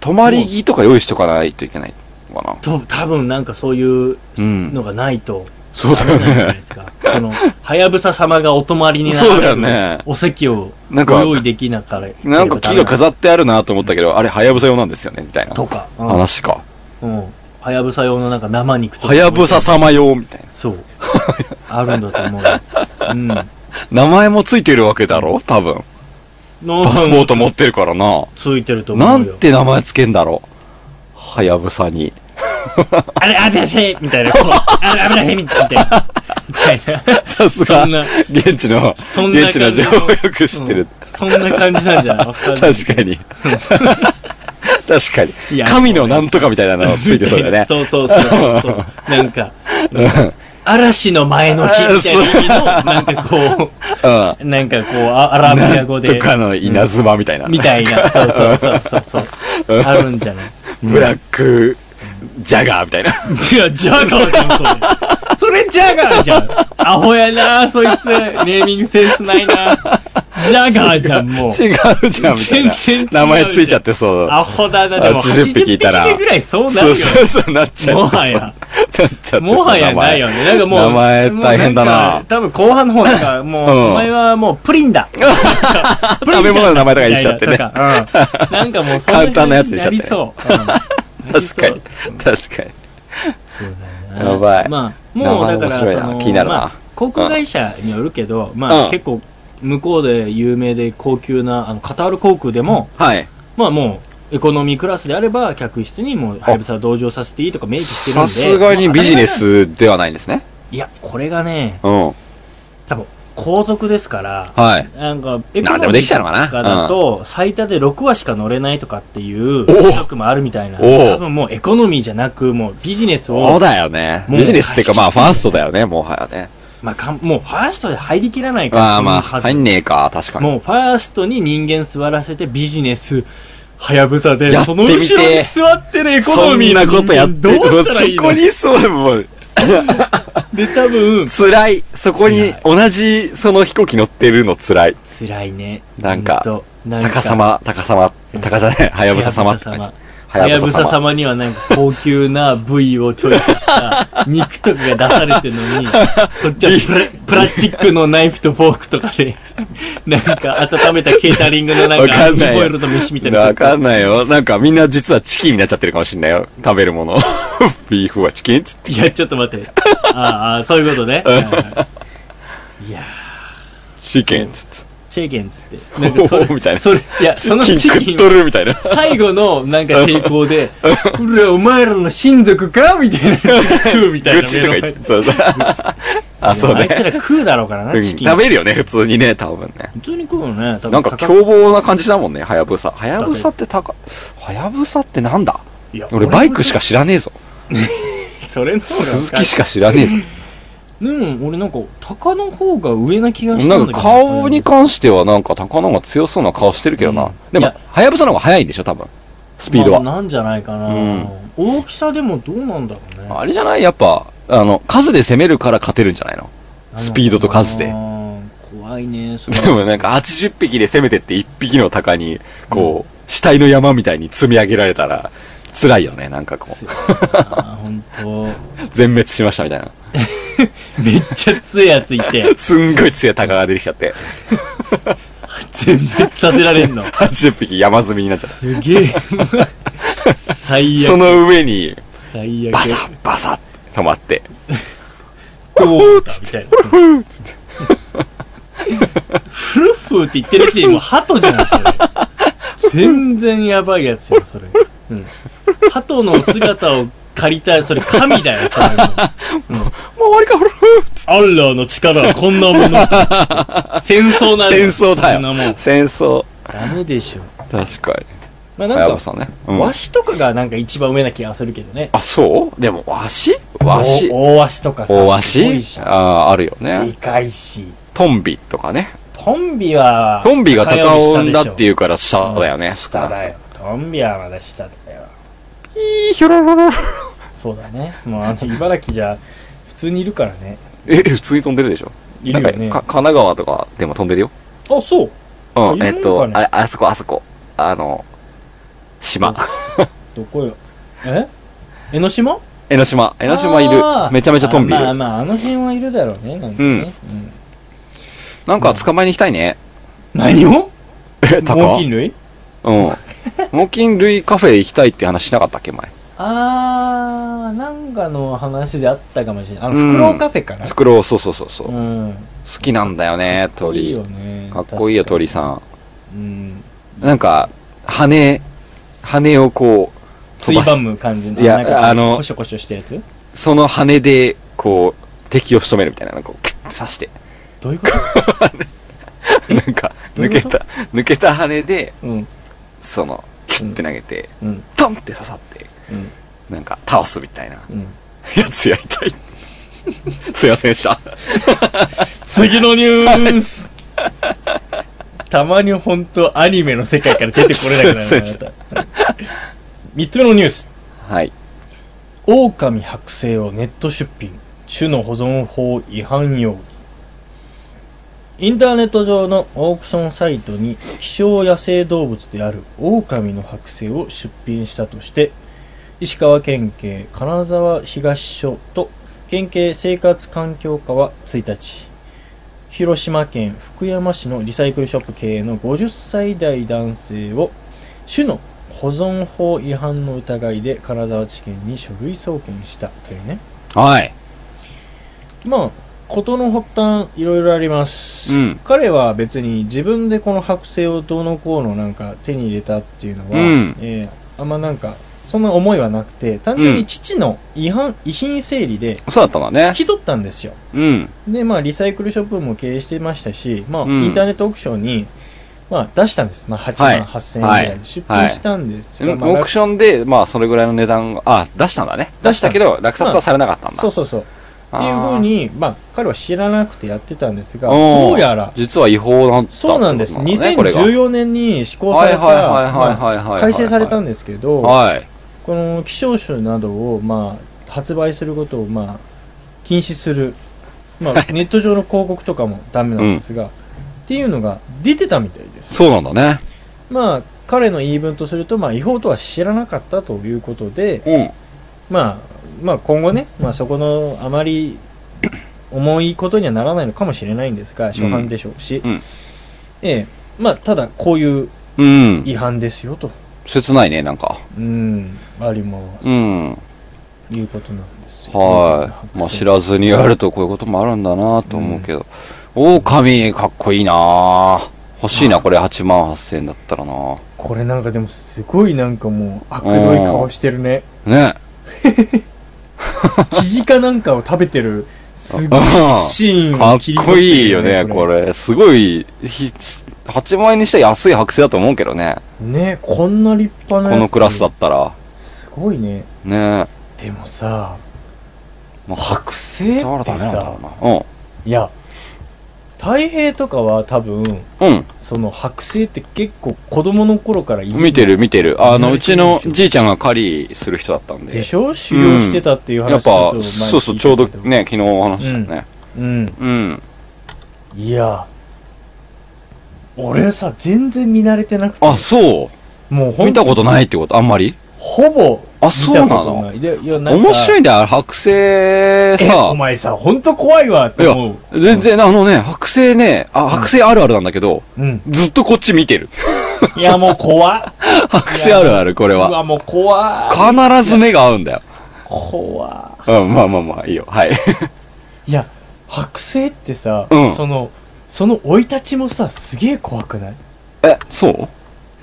Speaker 5: 泊まり着とか用意しとかないといけないのかな。
Speaker 6: と多分なんかそういう
Speaker 5: うん
Speaker 6: のがないと、
Speaker 5: そうだよ
Speaker 6: なんじゃない
Speaker 5: ね
Speaker 6: で。すか。その、はやぶさ様がお泊まりにな
Speaker 5: そうだよ
Speaker 6: る
Speaker 5: ね。
Speaker 6: お席をご
Speaker 5: なんか
Speaker 6: 用意できなから。
Speaker 5: なんか木が飾ってあるなと思ったけど、あれ、はやぶさ用なんですよね、みたいな。
Speaker 6: とか、う
Speaker 5: 話か。
Speaker 6: ん。うん。はやぶさ用のなんか生肉とか。
Speaker 5: はやぶさ様用、みたいな。
Speaker 6: そう。あるんだと思 うよ。うん。パ
Speaker 5: 名前もついてるわけだろ多分。パスポート持ってるからな。
Speaker 6: ついてると思う
Speaker 5: な
Speaker 6: よ。
Speaker 5: んて名前つけんだろう。はやぶさに。
Speaker 6: あれ、あぶらせ みたいな。こうあれ、あぶらせみたいな。みたいな。
Speaker 5: さす
Speaker 6: そ
Speaker 5: が
Speaker 6: ん、な、
Speaker 5: 現地の、
Speaker 6: そんな
Speaker 5: 現地の情報をよく知ってる。
Speaker 6: うんそんな感じなんじゃないわかんない
Speaker 5: 確か に。確か
Speaker 6: い
Speaker 5: に。
Speaker 6: や
Speaker 5: 神のなんとかみたいなのついてそうだよね。
Speaker 6: そうそうそうそうそう。なんか、なんか嵐の前の日みたいな意味の、なんかこ
Speaker 5: うん。
Speaker 6: う、なんかこう、あアラビ
Speaker 5: な
Speaker 6: ア
Speaker 5: ん
Speaker 6: 語で
Speaker 5: と、かの稲妻みたいな。
Speaker 6: みたいな。そうそうそうそうそう。あるんじゃない
Speaker 5: ブラック、ジャガーみたいな。
Speaker 6: いや、ジャガーじゃん、それ。それジャガーじゃん。アホやなそいつ。ネーミングセンスないなジャガーじゃん、もう。
Speaker 5: 違うじゃん、みたいな。
Speaker 6: 全然違うじゃん
Speaker 5: 名前ついちゃってそう。
Speaker 6: アホだな、でも80
Speaker 5: 80
Speaker 6: 匹
Speaker 5: 匹いたら
Speaker 6: ぐらいそうなる
Speaker 5: そ
Speaker 6: よ
Speaker 5: う。そうそう、なっちゃって
Speaker 6: も
Speaker 5: そう。
Speaker 6: はや。
Speaker 5: なっちゃって
Speaker 6: もはやないよね。なんかもう。
Speaker 5: 名前大変だな
Speaker 6: もう。んか多分後半の方なんか、もう、
Speaker 5: うん
Speaker 6: お前はもうプリンだ。プリ ン
Speaker 5: 食べ物の名前とか言っ
Speaker 6: じ
Speaker 5: ち
Speaker 6: ゃ
Speaker 5: ゃ
Speaker 6: ん
Speaker 5: ってね
Speaker 6: みたいなとかうんなんかもう、そんな
Speaker 5: 簡単なやつにしちゃって
Speaker 6: なりそう。うんなり
Speaker 5: 確
Speaker 6: そう
Speaker 5: かに。確かに。
Speaker 6: そうだ
Speaker 5: やばい
Speaker 6: まあ、もうだ
Speaker 5: 名前
Speaker 6: から、
Speaker 5: 面白
Speaker 6: そ
Speaker 5: いな
Speaker 6: の、
Speaker 5: 気になるな
Speaker 6: まあ、航空会社によるけど、まあ、
Speaker 5: うん
Speaker 6: 結構、向こうで有名で高級な、あの、カタール航空でも、
Speaker 5: はい。
Speaker 6: まあもう、エコノミークラスであれば、客室にもう、はやぶさを同乗させていいとか明記してるん
Speaker 5: さ
Speaker 6: で。
Speaker 5: すがにビジネ
Speaker 6: まあ。
Speaker 5: スではないんですね。
Speaker 6: いや、これがね、
Speaker 5: うん。
Speaker 6: 多分、皇族ですから、
Speaker 5: はい。
Speaker 6: なんか、エコ
Speaker 5: なんでも
Speaker 6: ノミ
Speaker 5: で
Speaker 6: ー
Speaker 5: きちゃうのかな
Speaker 6: とかだと、最多で6話しか乗れないとかっていう、
Speaker 5: おお
Speaker 6: 規則もあるみたいな。
Speaker 5: おお
Speaker 6: 多分もうエコノミーじゃなく、もうビジネス
Speaker 5: そう
Speaker 6: を、
Speaker 5: だよね。
Speaker 6: もう
Speaker 5: ビジネスっていうか、まあ、ファーストだよね、もはやね。
Speaker 6: まあ、かんもうファーストで入りきらないから、
Speaker 5: まあまあ、
Speaker 6: この数
Speaker 5: 入んねえか、確かに。
Speaker 6: もうファーストに人間座らせてビジネス、はやぶさで、
Speaker 5: やって
Speaker 6: そ
Speaker 5: み
Speaker 6: の後
Speaker 5: て
Speaker 6: ろに座ってるエコ
Speaker 5: そ
Speaker 6: ノ
Speaker 5: ん
Speaker 6: ミー
Speaker 5: な
Speaker 6: の
Speaker 5: ことやって
Speaker 6: 人間どうしたらいい
Speaker 5: そこ
Speaker 6: の
Speaker 5: にそう、もう、
Speaker 6: で、多分、
Speaker 5: 辛い。そこに、同じ、その飛行機乗ってるの辛い。
Speaker 6: 辛いね。
Speaker 5: なんか
Speaker 6: ほと、なんか
Speaker 5: 高様、高様、高じゃない、はやぶさ様って感じ。
Speaker 6: はやぶさ。様にはなんか高級な部位をチョイス した肉とかが出されてるのに、こっちはプラプラスチックのナイフとフォークとかで、なんか温めたケータリングのなん
Speaker 5: わ
Speaker 6: か、
Speaker 5: かん
Speaker 6: ニ
Speaker 5: ないよ
Speaker 6: ボイルの飯みたいな。
Speaker 5: わかんないよ。なんかみんな実はチキンになっちゃってるかもしんないよ。食べるもの。 ビーフはチキンっつって。
Speaker 6: いや、ちょっ と待って。あーあー、そういうことね。いや
Speaker 5: チキンっつって。
Speaker 6: ー、チェーケンっつって。なんかそ
Speaker 5: おーみたい
Speaker 6: れ、
Speaker 5: な
Speaker 6: それ、いや、その
Speaker 5: チ
Speaker 6: チ
Speaker 5: キン
Speaker 6: キ
Speaker 5: 食っ
Speaker 6: ン
Speaker 5: とるみたいな。
Speaker 6: 最後のなんか抵抗で、うら、お前らの親族かみたいなやつ食うみたい
Speaker 5: 愚
Speaker 6: な
Speaker 5: 痴
Speaker 6: 目
Speaker 5: とか
Speaker 6: の前
Speaker 5: 言
Speaker 6: で
Speaker 5: って。 そうそう。 あ、そう
Speaker 6: あいつら
Speaker 5: ね。
Speaker 6: 食うだろうから
Speaker 5: う
Speaker 6: な、
Speaker 5: ん
Speaker 6: チ
Speaker 5: 食
Speaker 6: キン。
Speaker 5: べるよね、普通にね、多分ね。
Speaker 6: 普通に食うのね、多分
Speaker 5: なんか
Speaker 6: 価格
Speaker 5: 凶暴な感じだもんね、はやぶさ。はやぶさって高、はやぶさってなんだ
Speaker 6: いや
Speaker 5: 俺バイクしか知らねえぞ。
Speaker 6: それの方が
Speaker 5: 鈴木しか知らねえぞ
Speaker 6: でも俺なんか鷹の方が上な気がした
Speaker 5: なん
Speaker 6: だ
Speaker 5: ん
Speaker 6: け
Speaker 5: か
Speaker 6: ど
Speaker 5: 顔に関してはなんか高野が強そうな顔してるけどな、
Speaker 6: うん
Speaker 5: で
Speaker 6: い
Speaker 5: も
Speaker 6: や
Speaker 5: はやぶさの方が速いんでしょ多分スピードは、
Speaker 6: まあなんじゃないかな、
Speaker 5: うん
Speaker 6: 大きさでもどうなんだろうね
Speaker 5: あ、れじゃないやっぱあの数で攻めるから勝てるんじゃないのスピードと数で
Speaker 6: あー怖いねそれ
Speaker 5: でもなんか80匹で攻めてって1匹の鷹にこう、死体の山みたいに積み上げられたら辛いよねなんかこう
Speaker 6: 本当
Speaker 5: 全滅しましたみたいな
Speaker 6: めっちゃ強いやついて
Speaker 5: すんごい強い鷹が出てきちゃって
Speaker 6: 全滅させられんの
Speaker 5: 80匹山積みになっちゃっ
Speaker 6: すげえ
Speaker 5: た
Speaker 6: 最
Speaker 5: そ
Speaker 6: 悪
Speaker 5: の上に
Speaker 6: 最悪
Speaker 5: バサッバサッって止まって
Speaker 6: どうだみたいなフルフーって言ってる時点でもう鳩じゃないそれ全然やばいやつよそれ、うん、鳩の姿を借りたいそれ神だよそれ
Speaker 5: もう終わりかほら
Speaker 6: アッラーの力はこんなもの戦争なん
Speaker 5: 戦争だ
Speaker 6: そんなも
Speaker 5: よ
Speaker 6: ん
Speaker 5: 戦争
Speaker 6: ダメでしょ
Speaker 5: 確かに
Speaker 6: まあ
Speaker 5: はや
Speaker 6: なん
Speaker 5: ぶ
Speaker 6: か
Speaker 5: さね、
Speaker 6: わしとかがなんか一番上な気がするけどね
Speaker 5: あそうでもわしわし
Speaker 6: お大わしとかさ
Speaker 5: おわ
Speaker 6: すごい
Speaker 5: し
Speaker 6: じゃん
Speaker 5: あーあるよ
Speaker 6: で
Speaker 5: ね
Speaker 6: かいし
Speaker 5: トンビとかね
Speaker 6: トンビは
Speaker 5: トンビが高
Speaker 6: よ
Speaker 5: 音
Speaker 6: り
Speaker 5: だ
Speaker 6: 下でしょ
Speaker 5: っていうから下だよね
Speaker 6: 下だよトンビはまだ下だよ
Speaker 5: いいひょろろろ
Speaker 6: そうだねもうあの茨城じゃ普通にいるからね
Speaker 5: え普通に飛んでるでしょ
Speaker 6: いるよね
Speaker 5: なんかか神奈川とかでも飛んでるよ
Speaker 6: あそう
Speaker 5: う
Speaker 6: あい
Speaker 5: ん
Speaker 6: る
Speaker 5: え
Speaker 6: の
Speaker 5: っと
Speaker 6: かね
Speaker 5: あれあそこあそこあの島
Speaker 6: どこよえ江ノ島
Speaker 5: 江ノ島江ノ島いる
Speaker 6: あー
Speaker 5: めちゃめちゃトンビい
Speaker 6: あまあ
Speaker 5: る
Speaker 6: まああの辺はいるだろうねなんかね、
Speaker 5: うんなんか捕まえに行きたいね
Speaker 6: 何を
Speaker 5: えタカ
Speaker 6: 猛禽類
Speaker 5: うん。 猛禽類カフェ行きたいって話しなかったっけ、前。
Speaker 6: あーなんかの話であったかもしれないあの
Speaker 5: うん
Speaker 6: フクロウカフェかな
Speaker 5: フクロウ、そうそうそうそう。
Speaker 6: う
Speaker 5: 好
Speaker 6: ん、
Speaker 5: きなんだよね、
Speaker 6: いい
Speaker 5: 鳥。
Speaker 6: よね
Speaker 5: かっこいいよ、鳥
Speaker 6: ん
Speaker 5: さ
Speaker 6: うん
Speaker 5: ん。なんか、羽、羽をこう、
Speaker 6: ついばむ感じの
Speaker 5: いや
Speaker 6: なんか
Speaker 5: あの
Speaker 6: コショコショしてるやつ
Speaker 5: その羽で、こう、敵を仕留めるみたいな、なんかこう、キュッて刺して。
Speaker 6: どういうこと
Speaker 5: なんか、
Speaker 6: どう
Speaker 5: 抜
Speaker 6: い
Speaker 5: け
Speaker 6: うこと
Speaker 5: た、抜けた羽で、
Speaker 6: うん
Speaker 5: その、キュッて投げて、
Speaker 6: うん
Speaker 5: トンって刺さって、
Speaker 6: うん
Speaker 5: なんか、倒すみたいな
Speaker 6: うん
Speaker 5: やつやりたい。すいませんでした。
Speaker 6: 次のニュ ースたまに本当アニメの世界から出てこれなくなる
Speaker 5: すい
Speaker 6: なあなた3つ目のニュース
Speaker 5: はい。
Speaker 6: 狼剥製をネット出品種の保存法違反容疑インターネット上のオークションサイトに希少野生動物である狼の剥製を出品したとして石川県警金沢東署と県警生活環境課は1日広島県福山市のリサイクルショップ経営の50歳代男性を種の保存法違反の疑いで金沢地検に書類送検したというね
Speaker 5: はい。
Speaker 6: まあ事の発端いろいろあります、
Speaker 5: うん
Speaker 6: 彼は別に自分でこの剥製をどうのこうのなんか手に入れたっていうのは、
Speaker 5: うん
Speaker 6: えーあんまなんかそんな思いはなくて単純
Speaker 5: う
Speaker 6: に
Speaker 5: ん
Speaker 6: 父の違反、遺品整理で
Speaker 5: そうだったんだ
Speaker 6: 引
Speaker 5: ね。
Speaker 6: き取ったんですよ
Speaker 5: うん。
Speaker 6: でまあリサイクルショップも経営してましたし、まあ
Speaker 5: うん
Speaker 6: インターネットオークションに、まあ、出したんです、まあ、8
Speaker 5: はい
Speaker 6: 万8000円ぐらいで出品したんです
Speaker 5: うん
Speaker 6: が、まあ
Speaker 5: オークションで、まあ、それぐらいの値段が、あ、出したんだね。出
Speaker 6: 出
Speaker 5: し
Speaker 6: したた
Speaker 5: けど、落札はされなかったんだ。
Speaker 6: そうそうそう。っていうふうに、まあ、彼は知らなくてやってたんですが、
Speaker 5: あー
Speaker 6: どうやら、
Speaker 5: 実は違法だった
Speaker 6: そうなんです。
Speaker 5: ってことだねこれが
Speaker 6: 2014年に施行された、
Speaker 5: はいはいはいはいはいはいはい
Speaker 6: まあ改正されたんですけど、
Speaker 5: はい。
Speaker 6: この希少種などを、まあ、発売することを、まあ、禁止する、まあ、ネット上の広告とかもダメなんですが、っていうのが出てたみたいです。
Speaker 5: そうなんだね。
Speaker 6: まあ、彼の言い分とすると、まあ、違法とは知らなかったということで、
Speaker 5: う
Speaker 6: まあ、まあ今後ね、まあ、そこのあまり重いことにはならないのかもしれないんですが、初犯でしょうし、
Speaker 5: うんうん。
Speaker 6: ええまあ、ただ、こういうん
Speaker 5: うん。
Speaker 6: 違反ですよと、
Speaker 5: 切ないね、なんか。
Speaker 6: うん、ありま
Speaker 5: う
Speaker 6: す、
Speaker 5: ん。
Speaker 6: いうことなんですよ、
Speaker 5: はい。まあ、知らずにやるとこういうこともあるんだなと思うけど。狼、かっこいいな欲しいな、これ8万8000円だったらな
Speaker 6: これなんかでも、すごいなんかもう、悪どい顔してるね、
Speaker 5: ね。
Speaker 6: キジかなんかを食べてる、すごいシーン
Speaker 5: か
Speaker 6: を
Speaker 5: っ
Speaker 6: 切り取
Speaker 5: こ
Speaker 6: て
Speaker 5: いいよね、
Speaker 6: る
Speaker 5: こ。れ。すごい、ひ8万円にしては安い剥製だと思うけどね。
Speaker 6: ね、こんな立派な
Speaker 5: こ
Speaker 6: やつ
Speaker 5: のクラスだったら。
Speaker 6: すごいね。
Speaker 5: ね
Speaker 6: でもさ
Speaker 5: まあ、
Speaker 6: 剥
Speaker 5: だ
Speaker 6: 製
Speaker 5: から
Speaker 6: って
Speaker 5: ダメなんだろ
Speaker 6: さ
Speaker 5: う、ない
Speaker 6: や、太平とかは多
Speaker 5: う
Speaker 6: 分、
Speaker 5: んうん
Speaker 6: その剥製って結構子供の頃からいい
Speaker 5: 見てる見てるあの
Speaker 6: 慣
Speaker 5: う
Speaker 6: れて
Speaker 5: ち
Speaker 6: るでしょ
Speaker 5: のじいちゃんが狩りする人だったんで
Speaker 6: でしょ修行してたっていう話
Speaker 5: やっ
Speaker 6: ちょ
Speaker 5: ぱ
Speaker 6: っと前に聞いたけ
Speaker 5: そうそうちょうど。ね昨日お話ししたね
Speaker 6: うん。
Speaker 5: うん、
Speaker 6: いや、俺さ、全然見慣れてなくて。
Speaker 5: あそ
Speaker 6: もうほ
Speaker 5: うん見たことないってことあんまり
Speaker 6: ほぼ
Speaker 5: あ
Speaker 6: 見たことない。でいや、なんか
Speaker 5: 面白いんだよあれ剥製
Speaker 6: え
Speaker 5: さ
Speaker 6: お前さ、ほんと怖いわっ
Speaker 5: い
Speaker 6: て
Speaker 5: や
Speaker 6: 思う。
Speaker 5: 全然あのね剥製ねあ剥製あるあるなんだけど
Speaker 6: うん。
Speaker 5: ずっとこっち見てる
Speaker 6: いや、もう 怖っ。
Speaker 5: 剥製あるあるこれ
Speaker 6: う
Speaker 5: は
Speaker 6: わ、もう怖っ。
Speaker 5: 必ず目が合うんだよ
Speaker 6: 怖っ。
Speaker 5: うんまあまあまあいいよ はい
Speaker 6: いや剥製ってさ、
Speaker 5: うん
Speaker 6: そのその生い立ちもさすげえ怖くない
Speaker 5: えそう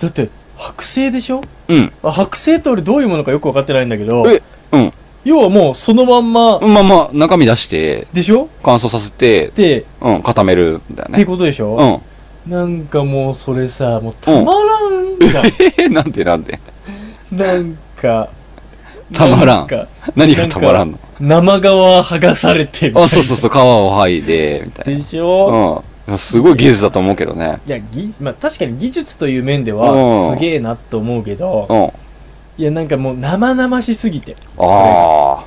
Speaker 6: だって剥製でしょ
Speaker 5: うん
Speaker 6: あ剥製って俺どういうものかよく分かってないんだけど
Speaker 5: えうん
Speaker 6: 要はもうそのまんま
Speaker 5: まあまあ中身出して
Speaker 6: でしょっ
Speaker 5: 乾燥させて
Speaker 6: て、っ
Speaker 5: うん固めるんだよ
Speaker 6: ていう
Speaker 5: ね
Speaker 6: ことでしょ、
Speaker 5: うん
Speaker 6: なんかもうそれさもうたまらんじ ゃん、
Speaker 5: えー、なんでなんで
Speaker 6: なんか
Speaker 5: たまらん
Speaker 6: なか
Speaker 5: 何がたまらんの
Speaker 6: 生皮剥がされてみたいな
Speaker 5: あ、そうそうそう、皮を剥いで、みたい
Speaker 6: でしょ、
Speaker 5: な。うん。すごい技術だと思うけどね。
Speaker 6: いやぎ、まあ、確かに技術という面で
Speaker 5: うん
Speaker 6: はすげえなと思うけど、
Speaker 5: うん。あ
Speaker 6: いやなんかもう生々しすぎて
Speaker 5: あ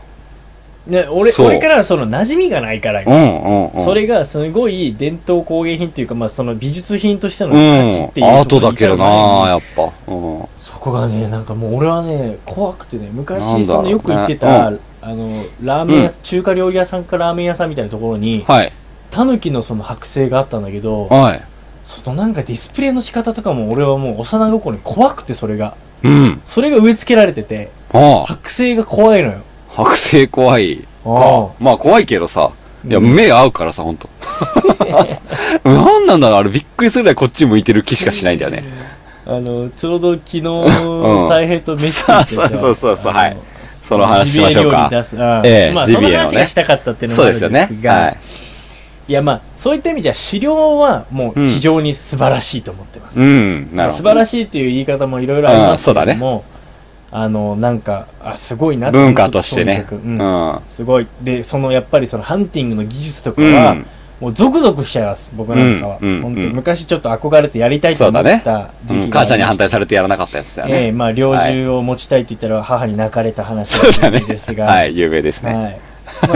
Speaker 6: ね、俺
Speaker 5: そう
Speaker 6: 俺からはその馴染みがないか
Speaker 5: ー。
Speaker 6: ら
Speaker 5: う
Speaker 6: 今、
Speaker 5: んうんうん。
Speaker 6: それがすごい伝統工芸品というか、まあ、その美術品としての
Speaker 5: う
Speaker 6: 価値ってい
Speaker 5: ん。
Speaker 6: う
Speaker 5: アート
Speaker 6: ところ
Speaker 5: だ
Speaker 6: に
Speaker 5: け
Speaker 6: 至
Speaker 5: ど
Speaker 6: る
Speaker 5: な
Speaker 6: までに
Speaker 5: やっぱ。うん。うん。
Speaker 6: そこがねなんかもう俺はね怖くてね
Speaker 5: なん
Speaker 6: 昔
Speaker 5: だろ
Speaker 6: そうの
Speaker 5: ね
Speaker 6: よく行ってた、
Speaker 5: うん
Speaker 6: あのラーメン屋、
Speaker 5: うん
Speaker 6: 中華料理屋さんかラーメン屋さんみたいなところに
Speaker 5: はい。
Speaker 6: タヌキのその剥製があったんだけど
Speaker 5: はい。
Speaker 6: そのなんかディスプレイの仕方とかも俺はもう幼心に怖くてそれが
Speaker 5: うん。
Speaker 6: それが植え付けられてて
Speaker 5: ああ。
Speaker 6: 剥製が怖いのよ
Speaker 5: 剥製怖いか。
Speaker 6: あ
Speaker 5: まあ怖いけどさ。いや、
Speaker 6: うん
Speaker 5: 目合うからさ、ほ んと。なんなんだろう、あれびっくりするぐらいこっち向いてる気しかしないんだよね。
Speaker 6: あのちょうど昨日大平と飯食って
Speaker 5: そうそうそうそうはいそ
Speaker 6: そ
Speaker 5: の話しましょうか。え
Speaker 6: え
Speaker 5: え
Speaker 6: まあ
Speaker 5: ジ
Speaker 6: そ
Speaker 5: ビ
Speaker 6: の
Speaker 5: エのね
Speaker 6: 話がしたかったっていうの
Speaker 5: そ
Speaker 6: も
Speaker 5: う
Speaker 6: あ
Speaker 5: で
Speaker 6: るん
Speaker 5: す
Speaker 6: で
Speaker 5: よ
Speaker 6: すが
Speaker 5: ね。はい。
Speaker 6: いやまあそういった意味じゃ狩猟はもう非常に素晴らしいと思ってます、
Speaker 5: うん。なるほ
Speaker 6: 素
Speaker 5: ど
Speaker 6: 晴。らしいっていう言い方もいろいろありますけども、
Speaker 5: うんそうだ
Speaker 6: あのなんかあすごいなって
Speaker 5: 文化としてね。
Speaker 6: と
Speaker 5: う
Speaker 6: にかくうん
Speaker 5: ん。
Speaker 6: すごいでそのやっぱりそのハンティングの技術とか
Speaker 5: う
Speaker 6: は、
Speaker 5: ん。
Speaker 6: もうゾクゾクしちゃいます僕なんかは、
Speaker 5: うんうん
Speaker 6: 本当
Speaker 5: うん
Speaker 6: 昔ちょっと憧れてやりたいと思ってた時期がありました
Speaker 5: うん母ちゃんに反対されてやらなかったやつだよ
Speaker 6: ええ
Speaker 5: ね。
Speaker 6: まあ、猟銃を持ちたいと言ったら母に泣かれた話
Speaker 5: そうだ
Speaker 6: なん
Speaker 5: ね
Speaker 6: です。が、
Speaker 5: はい、有名ですね。
Speaker 6: はい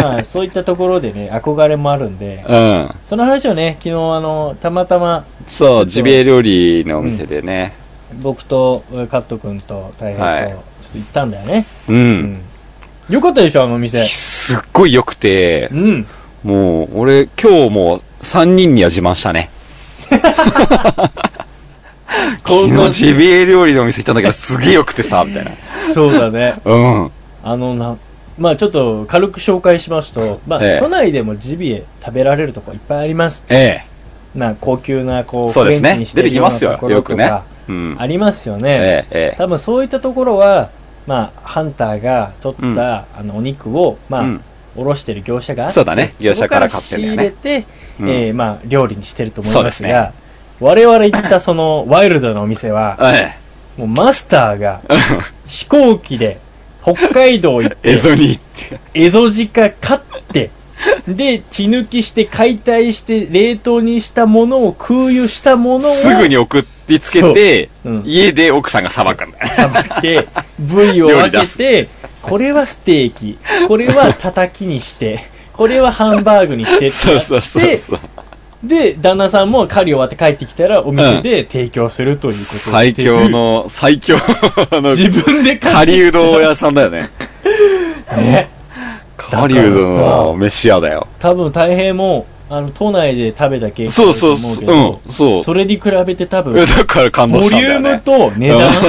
Speaker 6: まあ、そういったところでね、憧れもあるんで、
Speaker 5: うん。
Speaker 6: その話をね、昨日、あの、たまたま
Speaker 5: そう、ジビエ料理のお店でね。
Speaker 6: 僕とえカット君と大
Speaker 5: はい
Speaker 6: 平と、ちょっと行ったんだよね。
Speaker 5: う。
Speaker 6: うんん。よかったでしょ、あのお店。
Speaker 5: すっごい良くて
Speaker 6: う、ん。
Speaker 5: もう、俺、今日も3人には自慢したね。昨日ジビエ料理のお店行ったんだけど、すげえ良くてさ、みたいな。
Speaker 6: そうだね。
Speaker 5: うん。
Speaker 6: あの、な、まあちょっと軽く紹介しますと、まあ、
Speaker 5: ええ
Speaker 6: 都内でもジビエ食べられるとこいっぱいあります。
Speaker 5: え
Speaker 6: な、高級な、こう、
Speaker 5: え。そうです
Speaker 6: フレン
Speaker 5: ね
Speaker 6: チにし。
Speaker 5: 出
Speaker 6: て
Speaker 5: て
Speaker 6: る
Speaker 5: き
Speaker 6: よう
Speaker 5: ま
Speaker 6: な
Speaker 5: すよ
Speaker 6: とこ、ろ
Speaker 5: よ
Speaker 6: と
Speaker 5: く
Speaker 6: か
Speaker 5: ね。うん。
Speaker 6: ありますよね。
Speaker 5: ええ、ええ。
Speaker 6: 多分そういったところは、まあ、ハンターが取った、
Speaker 5: うん
Speaker 6: あのお肉を、まあ
Speaker 5: うん
Speaker 6: おろしてる業者があって
Speaker 5: そうだね業者から買って
Speaker 6: そ
Speaker 5: ん
Speaker 6: こ
Speaker 5: だよ
Speaker 6: 仕入
Speaker 5: ね
Speaker 6: れて、
Speaker 5: うん
Speaker 6: えーまあ、料理にしてると思い
Speaker 5: そう
Speaker 6: ま
Speaker 5: ですす
Speaker 6: が
Speaker 5: ね
Speaker 6: 我々行ったそのワイルドなお店は
Speaker 5: え
Speaker 6: もうマスターが飛行機で北海道行っ
Speaker 5: え。
Speaker 6: て
Speaker 5: エゾに行って。
Speaker 6: エゾジカ買ってで血抜きして解体して冷凍にしたものを空輸したものを
Speaker 5: すぐに送りつけて、
Speaker 6: そううん
Speaker 5: 家で奥さんがさばくんだ。
Speaker 6: さばい て、部位を分
Speaker 5: 料理出
Speaker 6: けて、これはステーキ、これはたたきにして、これはハンバーグ にしてって
Speaker 5: そうそうそう
Speaker 6: や
Speaker 5: そう。
Speaker 6: って、で、旦那さんも狩り終わって帰ってきたらお店で提供するということをしてる
Speaker 5: 最強。の、最強の、
Speaker 6: 自分で
Speaker 5: カ
Speaker 6: 狩り
Speaker 5: リうどん屋さんだよね。
Speaker 6: ね。
Speaker 5: カリうどんの飯屋だよ。
Speaker 6: 多分大平も、あの、都内で食べた経験
Speaker 5: そうそう
Speaker 6: だと思
Speaker 5: そうう
Speaker 6: けど、
Speaker 5: ん、そう。
Speaker 6: それに比べて多分、ボ
Speaker 5: えだから感動したん
Speaker 6: リ
Speaker 5: だ
Speaker 6: ュー
Speaker 5: よ
Speaker 6: ム
Speaker 5: ね。
Speaker 6: と値段、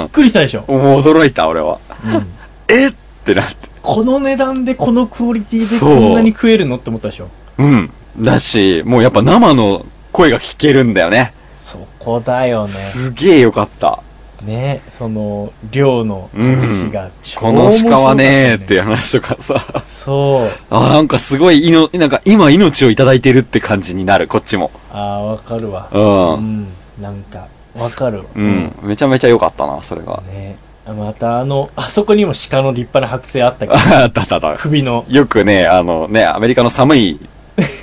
Speaker 6: びっくりしたでしょ。
Speaker 5: うん。もう驚いた、俺は。
Speaker 6: うん
Speaker 5: えってなって。
Speaker 6: この値段でこのクオリティで
Speaker 5: そう
Speaker 6: こんなに食えるのって思ったでしょ。
Speaker 5: うん。だし、もうやっぱ生の声が聞けるんだよね。
Speaker 6: そこだよね。
Speaker 5: すげえよかった。
Speaker 6: ねその量の話が超
Speaker 5: この鹿はねー
Speaker 6: 面白かっ
Speaker 5: ったていう話とかさ。
Speaker 6: そう
Speaker 5: あ、なんかすごい、いの、なんか今命をいただいてるって感じになる、こっちも。
Speaker 6: あーわかるわ
Speaker 5: う。
Speaker 6: うんんなんかわかるわ
Speaker 5: うん、めちゃめちゃ良かったな、それが。
Speaker 6: ねまたあの、あそこにも鹿の立派な剥製あった けど、
Speaker 5: あったあったあった。
Speaker 6: 首の。
Speaker 5: よくね、あのね、アメリカの寒い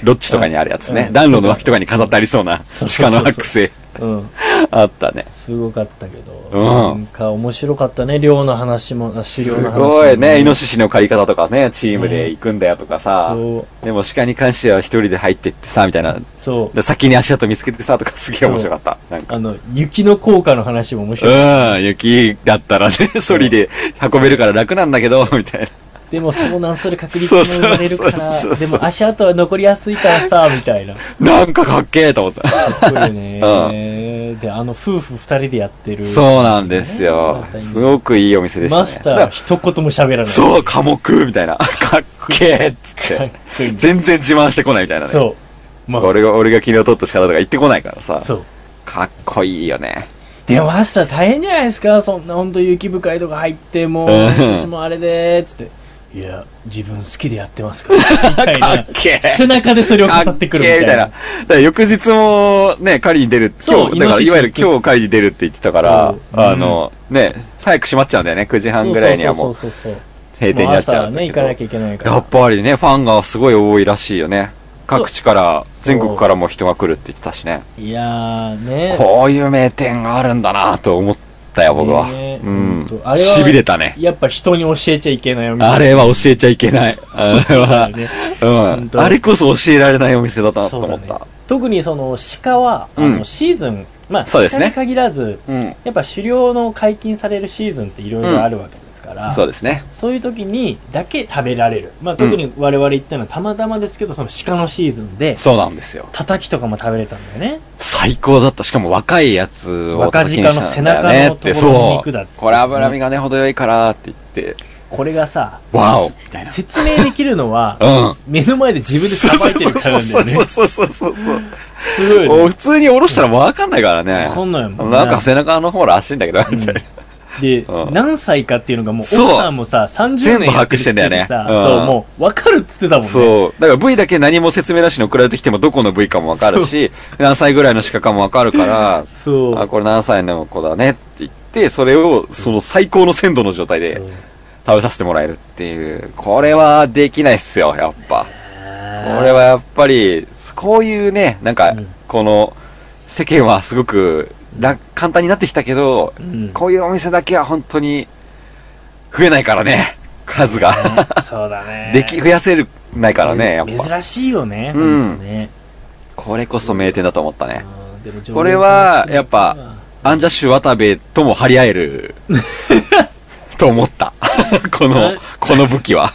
Speaker 5: ロッジとかにあるやつね
Speaker 6: う。ん
Speaker 5: 暖炉の脇とかに飾ってありそうな
Speaker 6: そうそ
Speaker 5: 鹿
Speaker 6: うそう
Speaker 5: の剥製。
Speaker 6: うん。
Speaker 5: あったね。
Speaker 6: すごかったけど、
Speaker 5: うん
Speaker 6: なんか面白かったね、漁の話も、あ狩
Speaker 5: す
Speaker 6: 猟の話も、
Speaker 5: ごいね、イノシシの狩り方とかね、チームで行くんだよとかさ。
Speaker 6: そう、
Speaker 5: でも鹿に関しては一人で入ってってさ、みたいな。
Speaker 6: そう。
Speaker 5: で先に足跡見つけてさ、とかすげえ面白かった。なんか。
Speaker 6: あの、雪の効果の話も面白い。
Speaker 5: うん、雪だったらね、ソリで運べるから楽なんだけど、みたいな。
Speaker 6: でも遭難する確率も生まれる
Speaker 5: そうそ
Speaker 6: か
Speaker 5: うそう
Speaker 6: ら、
Speaker 5: そ
Speaker 6: で
Speaker 5: う
Speaker 6: も足跡は残りやすいからさ、みたいな。
Speaker 5: なんかかっけえと思った。
Speaker 6: かっこい いね。で、あの、夫婦二人でやってる。
Speaker 5: そうなんですよ。すごくいいお店でしたね。
Speaker 6: マスター、一言も喋らない。う。
Speaker 5: そう、寡黙みたいな。かっけえっつっ。
Speaker 6: かってこいい。
Speaker 5: 全然自慢してこないみたいなね。
Speaker 6: そう。まあ、
Speaker 5: 俺が、俺が昨日取った力とか言ってこないからさ。
Speaker 6: そう。
Speaker 5: かっこいいよね。
Speaker 6: でもマスター大変じゃないですかそんな本当雪深いとか入っても
Speaker 5: う
Speaker 6: う
Speaker 5: ん
Speaker 6: 私もあれでーっつって「いや自分好きでやってますから」みたい
Speaker 5: か
Speaker 6: な
Speaker 5: っけえ。
Speaker 6: 背中でそれを
Speaker 5: か
Speaker 6: 語っ
Speaker 5: ってけ
Speaker 6: く
Speaker 5: えみ
Speaker 6: るみた
Speaker 5: た
Speaker 6: い
Speaker 5: いな。
Speaker 6: な
Speaker 5: だから翌日もね、狩りに出る。
Speaker 6: そう
Speaker 5: 今日、だから
Speaker 6: イノシシ
Speaker 5: いわゆる今日狩りに出るって言ってたから
Speaker 6: そう、うん
Speaker 5: あの、ね、早く閉まっちゃうんだよね。9時半ぐらいにはもう
Speaker 6: そうそうそうそう
Speaker 5: 閉店に
Speaker 6: もう
Speaker 5: なっちゃ
Speaker 6: 朝
Speaker 5: うんだ
Speaker 6: ね
Speaker 5: け
Speaker 6: 行かな
Speaker 5: ど。
Speaker 6: きゃいけないか
Speaker 5: やっ
Speaker 6: ら
Speaker 5: ぱりね、ファンがすごい多いらしいよね。各地から、全国からも人が来るって言ってたしね。
Speaker 6: いやーね
Speaker 5: こういう名店があるんだなと思ったよ、僕は。
Speaker 6: ねえ
Speaker 5: うん
Speaker 6: ほんとあれ。は
Speaker 5: しびれたね。
Speaker 6: やっぱ人に教えちゃいけないお店
Speaker 5: あれは教えちゃいけない。あれは、
Speaker 6: ね
Speaker 5: う
Speaker 6: ほん
Speaker 5: ん。
Speaker 6: と
Speaker 5: あれこそ教えられないお店だったなと
Speaker 6: そう
Speaker 5: 思
Speaker 6: だ
Speaker 5: っ
Speaker 6: ね
Speaker 5: た。
Speaker 6: 特にその鹿はあ
Speaker 5: うん
Speaker 6: のシーズンまあ
Speaker 5: そうです
Speaker 6: 鹿
Speaker 5: ね
Speaker 6: に限らず
Speaker 5: うん。
Speaker 6: やっぱ狩猟の解禁されるシーズンっていろいろあるわけですから
Speaker 5: そうですね。
Speaker 6: そういう時にだけ食べられる。まあ、特に我々言ったのはたまたまですけど、その鹿のシーズンで、
Speaker 5: そうなんですよ。
Speaker 6: たたきとかも食べれたんだよね。
Speaker 5: 最高だった。しかも若いやつを
Speaker 6: 若
Speaker 5: 叩きに
Speaker 6: 鹿
Speaker 5: し
Speaker 6: の
Speaker 5: た
Speaker 6: 背
Speaker 5: んだよ
Speaker 6: 中
Speaker 5: ね
Speaker 6: の
Speaker 5: っ
Speaker 6: と
Speaker 5: て、
Speaker 6: ころの
Speaker 5: そ
Speaker 6: 肉だっつって
Speaker 5: う。これ脂身がね、程よいからって言って、
Speaker 6: これがさ、
Speaker 5: わおみたいな。
Speaker 6: 説明できるのは、目の前で自分でさばいてるからなんだ
Speaker 5: そ
Speaker 6: よ
Speaker 5: う
Speaker 6: ね。
Speaker 5: そうそうそうそうそう。
Speaker 6: すごい
Speaker 5: お
Speaker 6: よ
Speaker 5: 普
Speaker 6: ね。
Speaker 5: 通におろしたらわかんないからね。
Speaker 6: こんなんやもん
Speaker 5: なんか背中の方らしいんだけど、
Speaker 6: うん
Speaker 5: みたいな。
Speaker 6: で、
Speaker 5: うん
Speaker 6: 何歳かっていうのがもう、奥
Speaker 5: そう
Speaker 6: さんもさ、30
Speaker 5: 全部
Speaker 6: 年やって
Speaker 5: 把握
Speaker 6: るっ
Speaker 5: し
Speaker 6: つって
Speaker 5: てんだよ
Speaker 6: て
Speaker 5: ね
Speaker 6: さ、
Speaker 5: うん
Speaker 6: そう、もう、わかるっつってたもんね。
Speaker 5: そう。だから部位だけ何も説明なしに送られてきてもどこの部位かもわかるし、何歳ぐらいの鹿かもわかるから、
Speaker 6: そう。
Speaker 5: あ、これ何歳の子だねって言って、それをその最高の鮮度の状態で
Speaker 6: そう
Speaker 5: 食べさせてもらえるっていう。これはできないっすよ、やっぱ。これ
Speaker 6: あ
Speaker 5: はやっぱり、こういうね、なんか
Speaker 6: うん、
Speaker 5: この、世間はすごく楽、簡単になってきたけど、
Speaker 6: ーうん
Speaker 5: こういうお店だけは本当に、増えないからね、数が。
Speaker 6: そうだね。
Speaker 5: でき、増やせる、ないからね、やっぱ。
Speaker 6: 珍しいよね、ほ
Speaker 5: うん
Speaker 6: んとね。
Speaker 5: これこそ名店だと思ったね。
Speaker 6: うんでも常連さん
Speaker 5: これは、やっぱ、アンジャッシュ渡部とも張り合え る、と思った。 この、この武器は。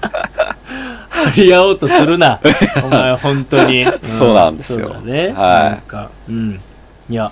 Speaker 6: 張り合おうとす るな。お前、本当に。
Speaker 5: そうなんですよ
Speaker 6: そうだね。
Speaker 5: はい
Speaker 6: なんか、うん。いや、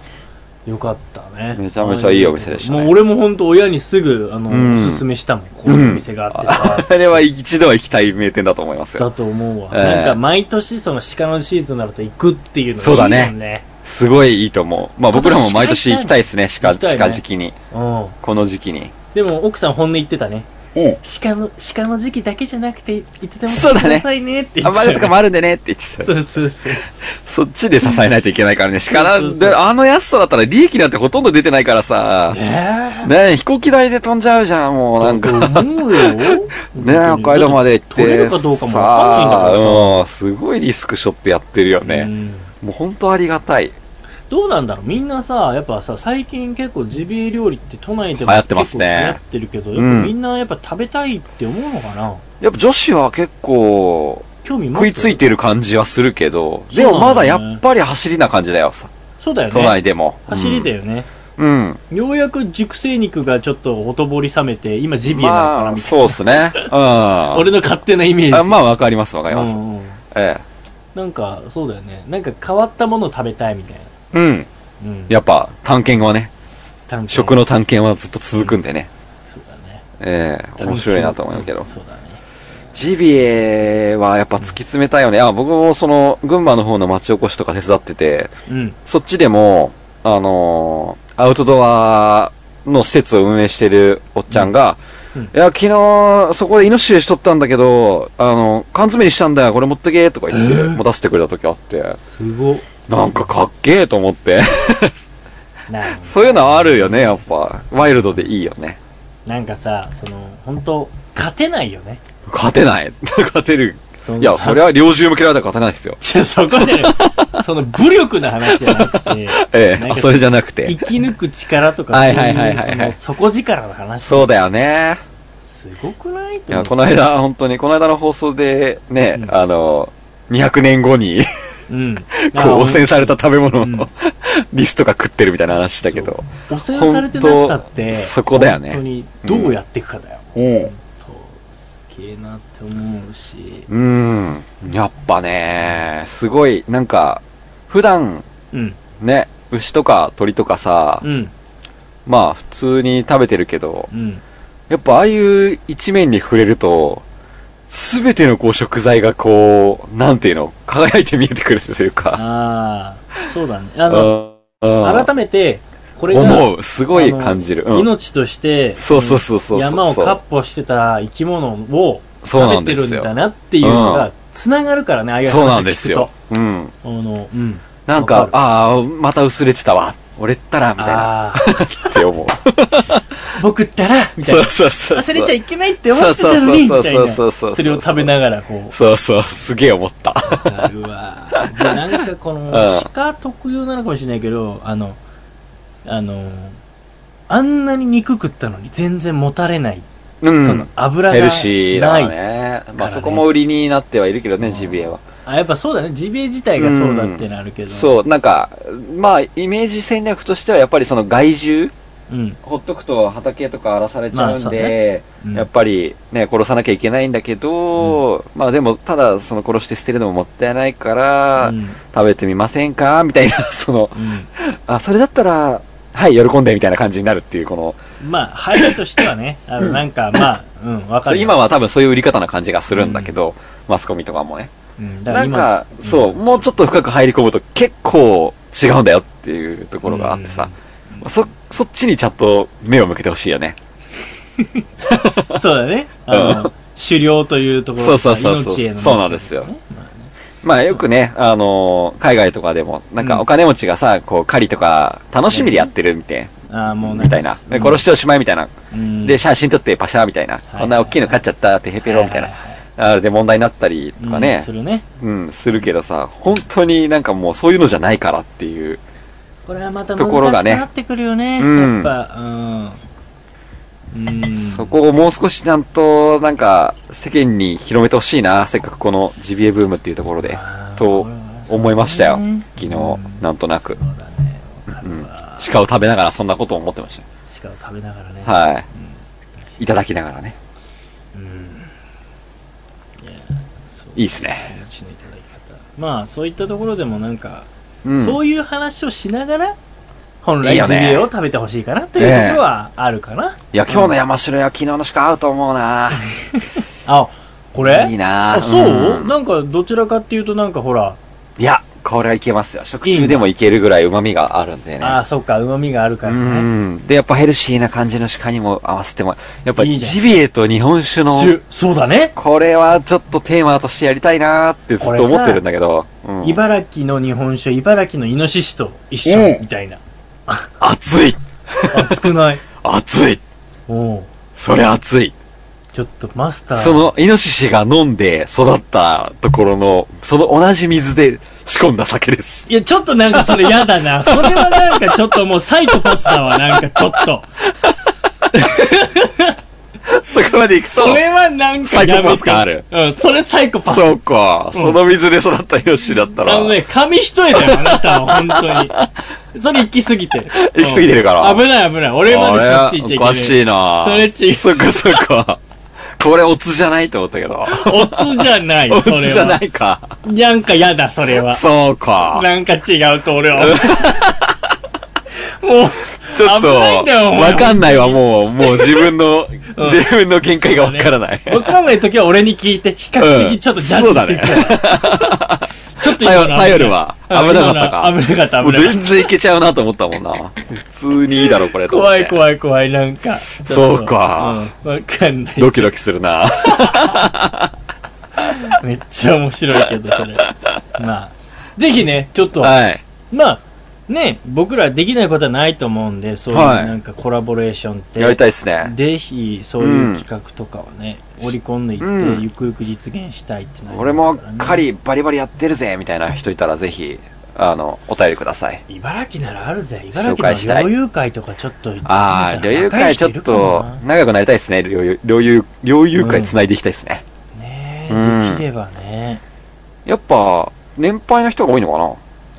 Speaker 6: よかったね。
Speaker 5: めちゃめちゃいいお店でしたね
Speaker 6: もう俺も本当親にすぐ、あの、
Speaker 5: うん
Speaker 6: おすすめしたもん。こういうお店があって
Speaker 5: あ
Speaker 6: さ。
Speaker 5: れは一度は行きたい名店だと思います
Speaker 6: だ
Speaker 5: よ。
Speaker 6: と思うわ。
Speaker 5: ええ
Speaker 6: なんか、毎年、その鹿のシーズンになると行くっていうのが
Speaker 5: そうだね
Speaker 6: いいもんね。
Speaker 5: すごいいいと思う。まあ僕らも毎年行きたいですね、
Speaker 6: 今
Speaker 5: 鹿、
Speaker 6: 年行きたいね
Speaker 5: 鹿時期に。
Speaker 6: うん。
Speaker 5: この時期に。
Speaker 6: でも、奥さん本音言ってたね。
Speaker 5: うん。
Speaker 6: 鹿の、鹿の時期だけじゃなくて、いつでも
Speaker 5: そうだ
Speaker 6: 来てく
Speaker 5: ね
Speaker 6: ださいねって言
Speaker 5: あ
Speaker 6: って
Speaker 5: ま
Speaker 6: たよ
Speaker 5: りとかもあるんでねって言ってた。
Speaker 6: そう そうそう。
Speaker 5: そっちで支えないといけないからね。鹿な
Speaker 6: そうそ
Speaker 5: ん
Speaker 6: うそ
Speaker 5: で、
Speaker 6: う
Speaker 5: あの安さだったら利益なんてほとんど出てないからさ。
Speaker 6: え
Speaker 5: ねえ飛行機代で飛んじゃうじゃん、もうなんか。
Speaker 6: 思うよ。
Speaker 5: ねえ、北海道まで行って。
Speaker 6: 取れるかどうかもわかんないんだから
Speaker 5: さあうん、すごいリスクしょってやってるよ
Speaker 6: さ。
Speaker 5: ね。
Speaker 6: うん
Speaker 5: もう本当ありがたい。
Speaker 6: どうなんだろうみんなさ、やっぱさ、最近結構ジビエ料理って都内でも
Speaker 5: 流行ってますね
Speaker 6: 結構流行ってるけど、や
Speaker 5: う
Speaker 6: っぱ
Speaker 5: ん
Speaker 6: みんなやっぱ食べたいって思うのかな
Speaker 5: やっぱ女子は結構、
Speaker 6: 興味持つ
Speaker 5: 食いついてる感じはするけど、
Speaker 6: そう
Speaker 5: で
Speaker 6: なんだよね
Speaker 5: もまだやっぱり走りな感じだよ、さ
Speaker 6: そうだよね。
Speaker 5: 都内でも。
Speaker 6: 走りだよね。
Speaker 5: うん。
Speaker 6: ようやく熟成肉がちょっとほとぼり冷めて、今ジ
Speaker 5: うん。
Speaker 6: ビエなのかな
Speaker 5: まあ、
Speaker 6: みたい
Speaker 5: そうっすね。うん。
Speaker 6: な。俺の勝手なイメージ。
Speaker 5: あまあ、わかります、わかります
Speaker 6: う。んうん
Speaker 5: え
Speaker 6: なんか、そうだよね。なんか変わったものを食べたいみたいな。
Speaker 5: え。うん。
Speaker 6: うん。
Speaker 5: やっぱ、探検はね、
Speaker 6: 単純
Speaker 5: 食の探検はずっと続くんでね。
Speaker 6: そうだね。
Speaker 5: ええ、面白いなと思うけど。
Speaker 6: そうだね。
Speaker 5: ジビエはやっぱ突き詰めたいよね。あ、僕もその、群馬の方の町おこしとか手伝ってて、
Speaker 6: うん。
Speaker 5: そっちでも、あのーアウトドアの施設を運営してるおっちゃんが、
Speaker 6: うんうん
Speaker 5: いや、昨日、そこでイノシシ取ったんだけど、あの、缶詰にしたんだよ、これ持ってけとか言って、持たせてくれた時あって、
Speaker 6: すごっ。
Speaker 5: なんかかっけえと思って。
Speaker 6: ない
Speaker 5: そういうのはあるよね、やっぱ。ワイルドでいいよね。
Speaker 6: なんかさその本当勝てないよね
Speaker 5: 勝てない。 勝てる。
Speaker 6: その
Speaker 5: いや、そりゃ猟銃向けられたら勝てないですよ。
Speaker 6: ちょそこじゃないその武力の話じゃなくて
Speaker 5: ええ
Speaker 6: なんか
Speaker 5: あ、それじゃなくて
Speaker 6: 生。き抜く力とか
Speaker 5: は
Speaker 6: そう
Speaker 5: いはいはいはいいうは
Speaker 6: そ
Speaker 5: い
Speaker 6: の底力の話
Speaker 5: そうだよね。
Speaker 6: すごくない
Speaker 5: い
Speaker 6: と思
Speaker 5: や、
Speaker 6: う
Speaker 5: この間、本当に、この間の放送で、ね、
Speaker 6: うん
Speaker 5: あの、200年後 に、
Speaker 6: うん
Speaker 5: こう、汚染された食べ物
Speaker 6: うん
Speaker 5: の リストが食ってるみたいな話だけど。
Speaker 6: 汚染されてなくたって
Speaker 5: 本当そこだよね
Speaker 6: 本当にどうやっていくかだよ、
Speaker 5: うん。
Speaker 6: 本当すげえなって思うし
Speaker 5: うん。やっぱね、すごい、なんか、普段、
Speaker 6: うん
Speaker 5: ね、牛とか鳥とかさ
Speaker 6: う、ん
Speaker 5: まあ普通に食べてるけど、
Speaker 6: うん
Speaker 5: やっぱああいう一面に触れると、すべてのこう食材がこう、なんていうの、輝いて見えてくるというか。
Speaker 6: ああそうだねあの
Speaker 5: 改
Speaker 6: 改めてこれが
Speaker 5: 思う。すごい感じる。
Speaker 6: あの
Speaker 5: うん。
Speaker 6: 命として
Speaker 5: そうそうそうそうそう。
Speaker 6: 山をかっ歩してた生き物を
Speaker 5: そうな
Speaker 6: 食
Speaker 5: ん
Speaker 6: べ
Speaker 5: で
Speaker 6: てるん
Speaker 5: すよ。
Speaker 6: だなっていうのがつながるからねああいう話
Speaker 5: そうな
Speaker 6: を
Speaker 5: んです
Speaker 6: 聞くと
Speaker 5: よ。うん。
Speaker 6: あのうん
Speaker 5: なん
Speaker 6: わ
Speaker 5: か、
Speaker 6: か
Speaker 5: ああ、また薄れてたわ。俺ったら、みたいな。
Speaker 6: ああ
Speaker 5: って思う。
Speaker 6: 僕ったらみたい
Speaker 5: そう
Speaker 6: な
Speaker 5: そうそう。
Speaker 6: 忘れちゃいけないって思ってたのにみ
Speaker 5: そう
Speaker 6: たい
Speaker 5: そう
Speaker 6: な
Speaker 5: そうそうそうそうそう
Speaker 6: それを食べながらこう
Speaker 5: そうそう、すげえ思った。
Speaker 6: なるわ。でなんかこの
Speaker 5: うん、
Speaker 6: 鹿特有なのかもしれないけど、あの、あの、あんなに肉食ったのに全然もたれない。
Speaker 5: うん。
Speaker 6: その油がない。
Speaker 5: ヘルシーだからね。まあそこも売りになってはいるけどね、ジビエは。
Speaker 6: あ、やっぱそうだね。ジビエ自体がそうだってなるけど。
Speaker 5: そう、なんか、まあイメージ戦略としてはやっぱりその害獣
Speaker 6: う。うん。
Speaker 5: ほっとくと畑とか荒らされちゃ
Speaker 6: まあ
Speaker 5: うん
Speaker 6: そう
Speaker 5: で、
Speaker 6: うん
Speaker 5: やっぱりね、殺さなきゃいけないんだけど、まあでもただその殺して捨てるのももったいないから、
Speaker 6: うん。
Speaker 5: 食べてみませんかみたいな、 その、
Speaker 6: う
Speaker 5: あ、それだったら、はい、喜んでみたいな感じになるっていう、この、
Speaker 6: ん。まあ、配慮としてはね、あの、なんか、まあ、うん、わ
Speaker 5: そ
Speaker 6: かる
Speaker 5: れ
Speaker 6: よ。
Speaker 5: 今は多分そういう売り方な感じがするんだけど、マスコミとかもね。
Speaker 6: うん、だら
Speaker 5: なん
Speaker 6: 今
Speaker 5: か、そう、もうちょっと深く入り込むと結構違うんだよっていうところがあってさ、そ、そっちにちゃんと目を向けてほしいよね。
Speaker 6: うんそうだね。あの、狩猟というところとか
Speaker 5: そうそうそうそう
Speaker 6: 命への
Speaker 5: そうなんですよ
Speaker 6: ねまあね
Speaker 5: まあよくね、あのー海外とかでも、なん
Speaker 6: う
Speaker 5: か
Speaker 6: ん
Speaker 5: お金持ちがさ、こう、狩りとか、楽しみでやってるみたい
Speaker 6: ああ、も
Speaker 5: な、
Speaker 6: うんか
Speaker 5: みたいな。で殺しておしまいみたいな。
Speaker 6: うん
Speaker 5: で、写真撮ってパシャみたいな。
Speaker 6: い
Speaker 5: こんな大きいの買っちゃったってヘペロみたいな
Speaker 6: は。はは
Speaker 5: あれで問題になったりとか
Speaker 6: うん
Speaker 5: ね
Speaker 6: す、るね。
Speaker 5: うん、するけどさ、本当になんかもうそういうのじゃないからっていう。
Speaker 6: これはまた
Speaker 5: と
Speaker 6: 難し
Speaker 5: ころが
Speaker 6: く
Speaker 5: ね
Speaker 6: なってくるよね。
Speaker 5: うん
Speaker 6: やっぱ、うん。うん。
Speaker 5: そこをもう少しちゃんと、なんか、世間に広めてほしいな、せっかくこのジビエブームっていうところで、
Speaker 6: あー
Speaker 5: と思いましたよ
Speaker 6: これはそうね。
Speaker 5: 昨
Speaker 6: う
Speaker 5: 日
Speaker 6: ん、
Speaker 5: なんとなく。
Speaker 6: そうだね。わかるわ。
Speaker 5: 鹿を食べながらそんなことを思ってましたよ
Speaker 6: 鹿を食べながらね。
Speaker 5: はい。いただきながらね。
Speaker 6: そう
Speaker 5: いいっすね。
Speaker 6: 命のいただき方。まあ、そういったところでもなんか、
Speaker 5: うん。
Speaker 6: そういう話をしながら、本
Speaker 5: いい
Speaker 6: 来
Speaker 5: よ
Speaker 6: ジ
Speaker 5: ね
Speaker 6: ビエを食べてほしいかなというところはあるかな。
Speaker 5: いや、今日の山城や昨日の鹿合うと思うな。
Speaker 6: あ、これ
Speaker 5: いいな
Speaker 6: あ、そう、
Speaker 5: うん
Speaker 6: なんか、どちらかっていうとなんかほら、
Speaker 5: いや、これはいけますよ。食中でもいけるぐらい旨味があるんでね。
Speaker 6: ああ、そっか、旨味があるか
Speaker 5: う
Speaker 6: らね。
Speaker 5: ん。で、やっぱヘルシーな感じの鹿にも合わせても、やっぱ
Speaker 6: いいじゃん
Speaker 5: ジビエと日本酒の
Speaker 6: しゅそうだね。
Speaker 5: これはちょっとテーマとしてやりたいなーってずっと思ってるんだけど、うん
Speaker 6: 茨城の日本酒、茨城のイノシシと一緒みたいな。
Speaker 5: 熱い
Speaker 6: 熱 くない。
Speaker 5: 熱い
Speaker 6: おう
Speaker 5: それ熱い
Speaker 6: ちょっとマスター。
Speaker 5: その、イノシシが飲んで育ったところの、その同じ水で仕込んだ酒です。
Speaker 6: いや、ちょっとなんかそれ嫌だ な。それはなんかちょっともうサイコパスだわ、なんかちょっと。
Speaker 5: そこまで行くと
Speaker 6: そ、れはなんかやめて
Speaker 5: サイコパス感ある。
Speaker 6: うん、それサイコパス。
Speaker 5: そうか、その水で育ったイノシシだったら、
Speaker 6: あのね、紙一重だよ、あなたは、本当に。それ行き過ぎてる。
Speaker 5: 行き過ぎてるから。
Speaker 6: うん危ない危ない。俺までそっち行っちゃいけない。
Speaker 5: あれおかしいな
Speaker 6: それ違う
Speaker 5: そっかそっか。これオツじゃないと思ったけど。
Speaker 6: おつじゃない、
Speaker 5: オ
Speaker 6: それは。
Speaker 5: ツじゃないか。
Speaker 6: なんか嫌だ、それは。
Speaker 5: そうか。
Speaker 6: なんか違うと俺は。 もう、
Speaker 5: ちょっと、
Speaker 6: 危ないんだよお前
Speaker 5: わかんないわ、もう、もう自分の、自分の限界がわからない。
Speaker 6: わかんない時は俺に聞いて、比較的ちょっとジャッジしてくれ。 ちょっと今
Speaker 5: 頼
Speaker 6: の危ない
Speaker 5: 頼るわ。危なかったか。
Speaker 6: うん今の危なかった、
Speaker 5: もう
Speaker 6: 危なかっ
Speaker 5: 全然いけちゃうなと思ったもんな。普通にいいだろ、これ。
Speaker 6: た。怖い
Speaker 5: い。
Speaker 6: 怖い怖い、なんか。
Speaker 5: そうか。
Speaker 6: うんわかんない。
Speaker 5: ドキドキするな。
Speaker 6: めっちゃ面白いけど、それ。まあ。ぜひね、ちょっと、
Speaker 5: はい。
Speaker 6: まあ、ね、僕らできないことはないと思うんで、そういう
Speaker 5: はい
Speaker 6: なんかコラボレーションって、
Speaker 5: やりたいですね。
Speaker 6: ぜひそういう企画とかはね、織り込んでいって、
Speaker 5: うん
Speaker 6: ゆくゆく実現したいってなりますから、
Speaker 5: 俺
Speaker 6: ね、
Speaker 5: も狩りバリバリやってるぜみたいな人いたらぜひ、あの、お便りください。
Speaker 6: 茨城ならあるぜ
Speaker 5: 紹介
Speaker 6: 茨
Speaker 5: し
Speaker 6: 城
Speaker 5: た
Speaker 6: の
Speaker 5: い
Speaker 6: 猟友会とかちょっと行ってみたら
Speaker 5: ああ、猟友会ちょっと
Speaker 6: 若い人いるかも
Speaker 5: 長くなりたいですね。猟友猟友猟友会繋いでいきたいですね。
Speaker 6: なね
Speaker 5: うん
Speaker 6: えできればね
Speaker 5: やっぱ、年配の人が多いのかな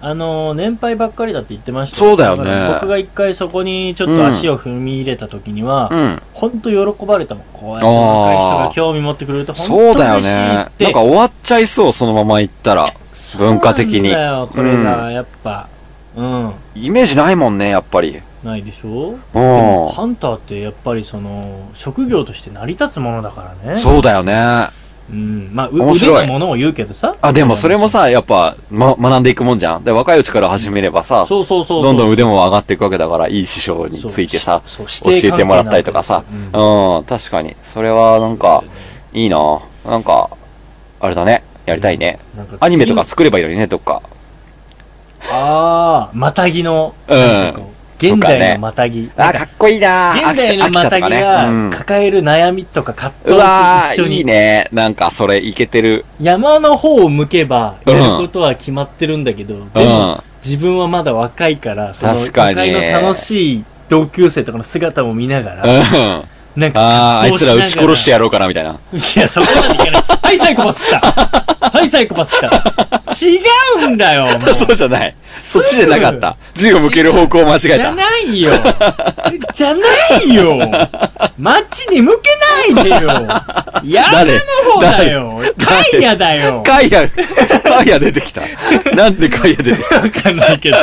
Speaker 6: あの年配ばっかりだって言ってました
Speaker 5: そうだよね
Speaker 6: から僕が一回そこにちょっと足を踏み入れた時には、
Speaker 5: うん。
Speaker 6: ほんと喜ばれたもんこうやって若い人が興味持ってくれると本
Speaker 5: そう
Speaker 6: 当
Speaker 5: だよ
Speaker 6: 嬉し
Speaker 5: ね。
Speaker 6: い
Speaker 5: な
Speaker 6: っ
Speaker 5: ん
Speaker 6: て
Speaker 5: か終わっちゃいそう、そのまま行ったら。文化的に
Speaker 6: そうなんだよこれがやっぱうん
Speaker 5: イメージないもんね、やっぱり。
Speaker 6: ないでしょ
Speaker 5: う
Speaker 6: でも
Speaker 5: ん。
Speaker 6: ハンターってやっぱりその職業として成り立つものだからね
Speaker 5: そうだよね。あ、
Speaker 6: うんまあう
Speaker 5: 面白い
Speaker 6: 腕のものを言うけどさ
Speaker 5: でもそれもさ、やっぱ、ま、学んでいくもんじゃん。で、若いうちから始めればさ、
Speaker 6: そうそうそうそう
Speaker 5: どんどん腕も上がっていくわけだから、いい師匠についてさ、
Speaker 6: そう
Speaker 5: 教えてもらったりとかさ。
Speaker 6: 指定関係なわけですよ
Speaker 5: うん、確かに。それはなんか、いいななんか、あれだね。やりたいね。
Speaker 6: うんなんか
Speaker 5: アニメとか作ればいいのにね、どっか。
Speaker 6: ああまたぎの
Speaker 5: うん
Speaker 6: なんかこう現代のまたぎな
Speaker 5: あ、
Speaker 6: ん
Speaker 5: か
Speaker 6: か
Speaker 5: っこいいな
Speaker 6: 現代の
Speaker 5: 秋田
Speaker 6: ま
Speaker 5: 秋田
Speaker 6: た
Speaker 5: とか
Speaker 6: ぎ
Speaker 5: ねうん
Speaker 6: が抱える悩みとか葛
Speaker 5: うわ
Speaker 6: 藤と一緒
Speaker 5: ー、いい
Speaker 6: に
Speaker 5: ね。なんか、それ、いけてる。
Speaker 6: 山の方を向けばやることは決まってるんだけど
Speaker 5: う
Speaker 6: でも
Speaker 5: ん。
Speaker 6: 自分はまだ若いから、その、
Speaker 5: 確かに
Speaker 6: 都会の楽しい同級生とかの姿も見なが
Speaker 5: う
Speaker 6: ら、
Speaker 5: ん。
Speaker 6: なんか、
Speaker 5: ああ、あいつら撃ち殺して
Speaker 6: や
Speaker 5: やろうかな、みたいな。
Speaker 6: る。いや、そこまでいかない。はい、サイコパス 来た。はい、サイコパス来た。違うんだよ、 もう。
Speaker 5: そうじゃない。そっちじゃなかった。銃を向ける方向を間違え
Speaker 6: じゃ
Speaker 5: た。
Speaker 6: ないよ。じゃない よ。街に向けないでよ。 山の方だよ。
Speaker 5: 誰
Speaker 6: カイヤだよ。
Speaker 5: カイヤ、カイヤ出てき た。なんでカイヤ出てきた
Speaker 6: わかんないけど。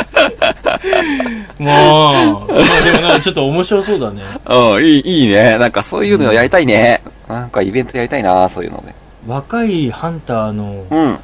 Speaker 6: もう、まあでもなんかちょっと面白そうだね。
Speaker 5: うん、いい、いいね。なんかそういうのやりたいね。なんかイベントやりたいな、そういうのね。
Speaker 6: 若いハンターの、
Speaker 5: うん、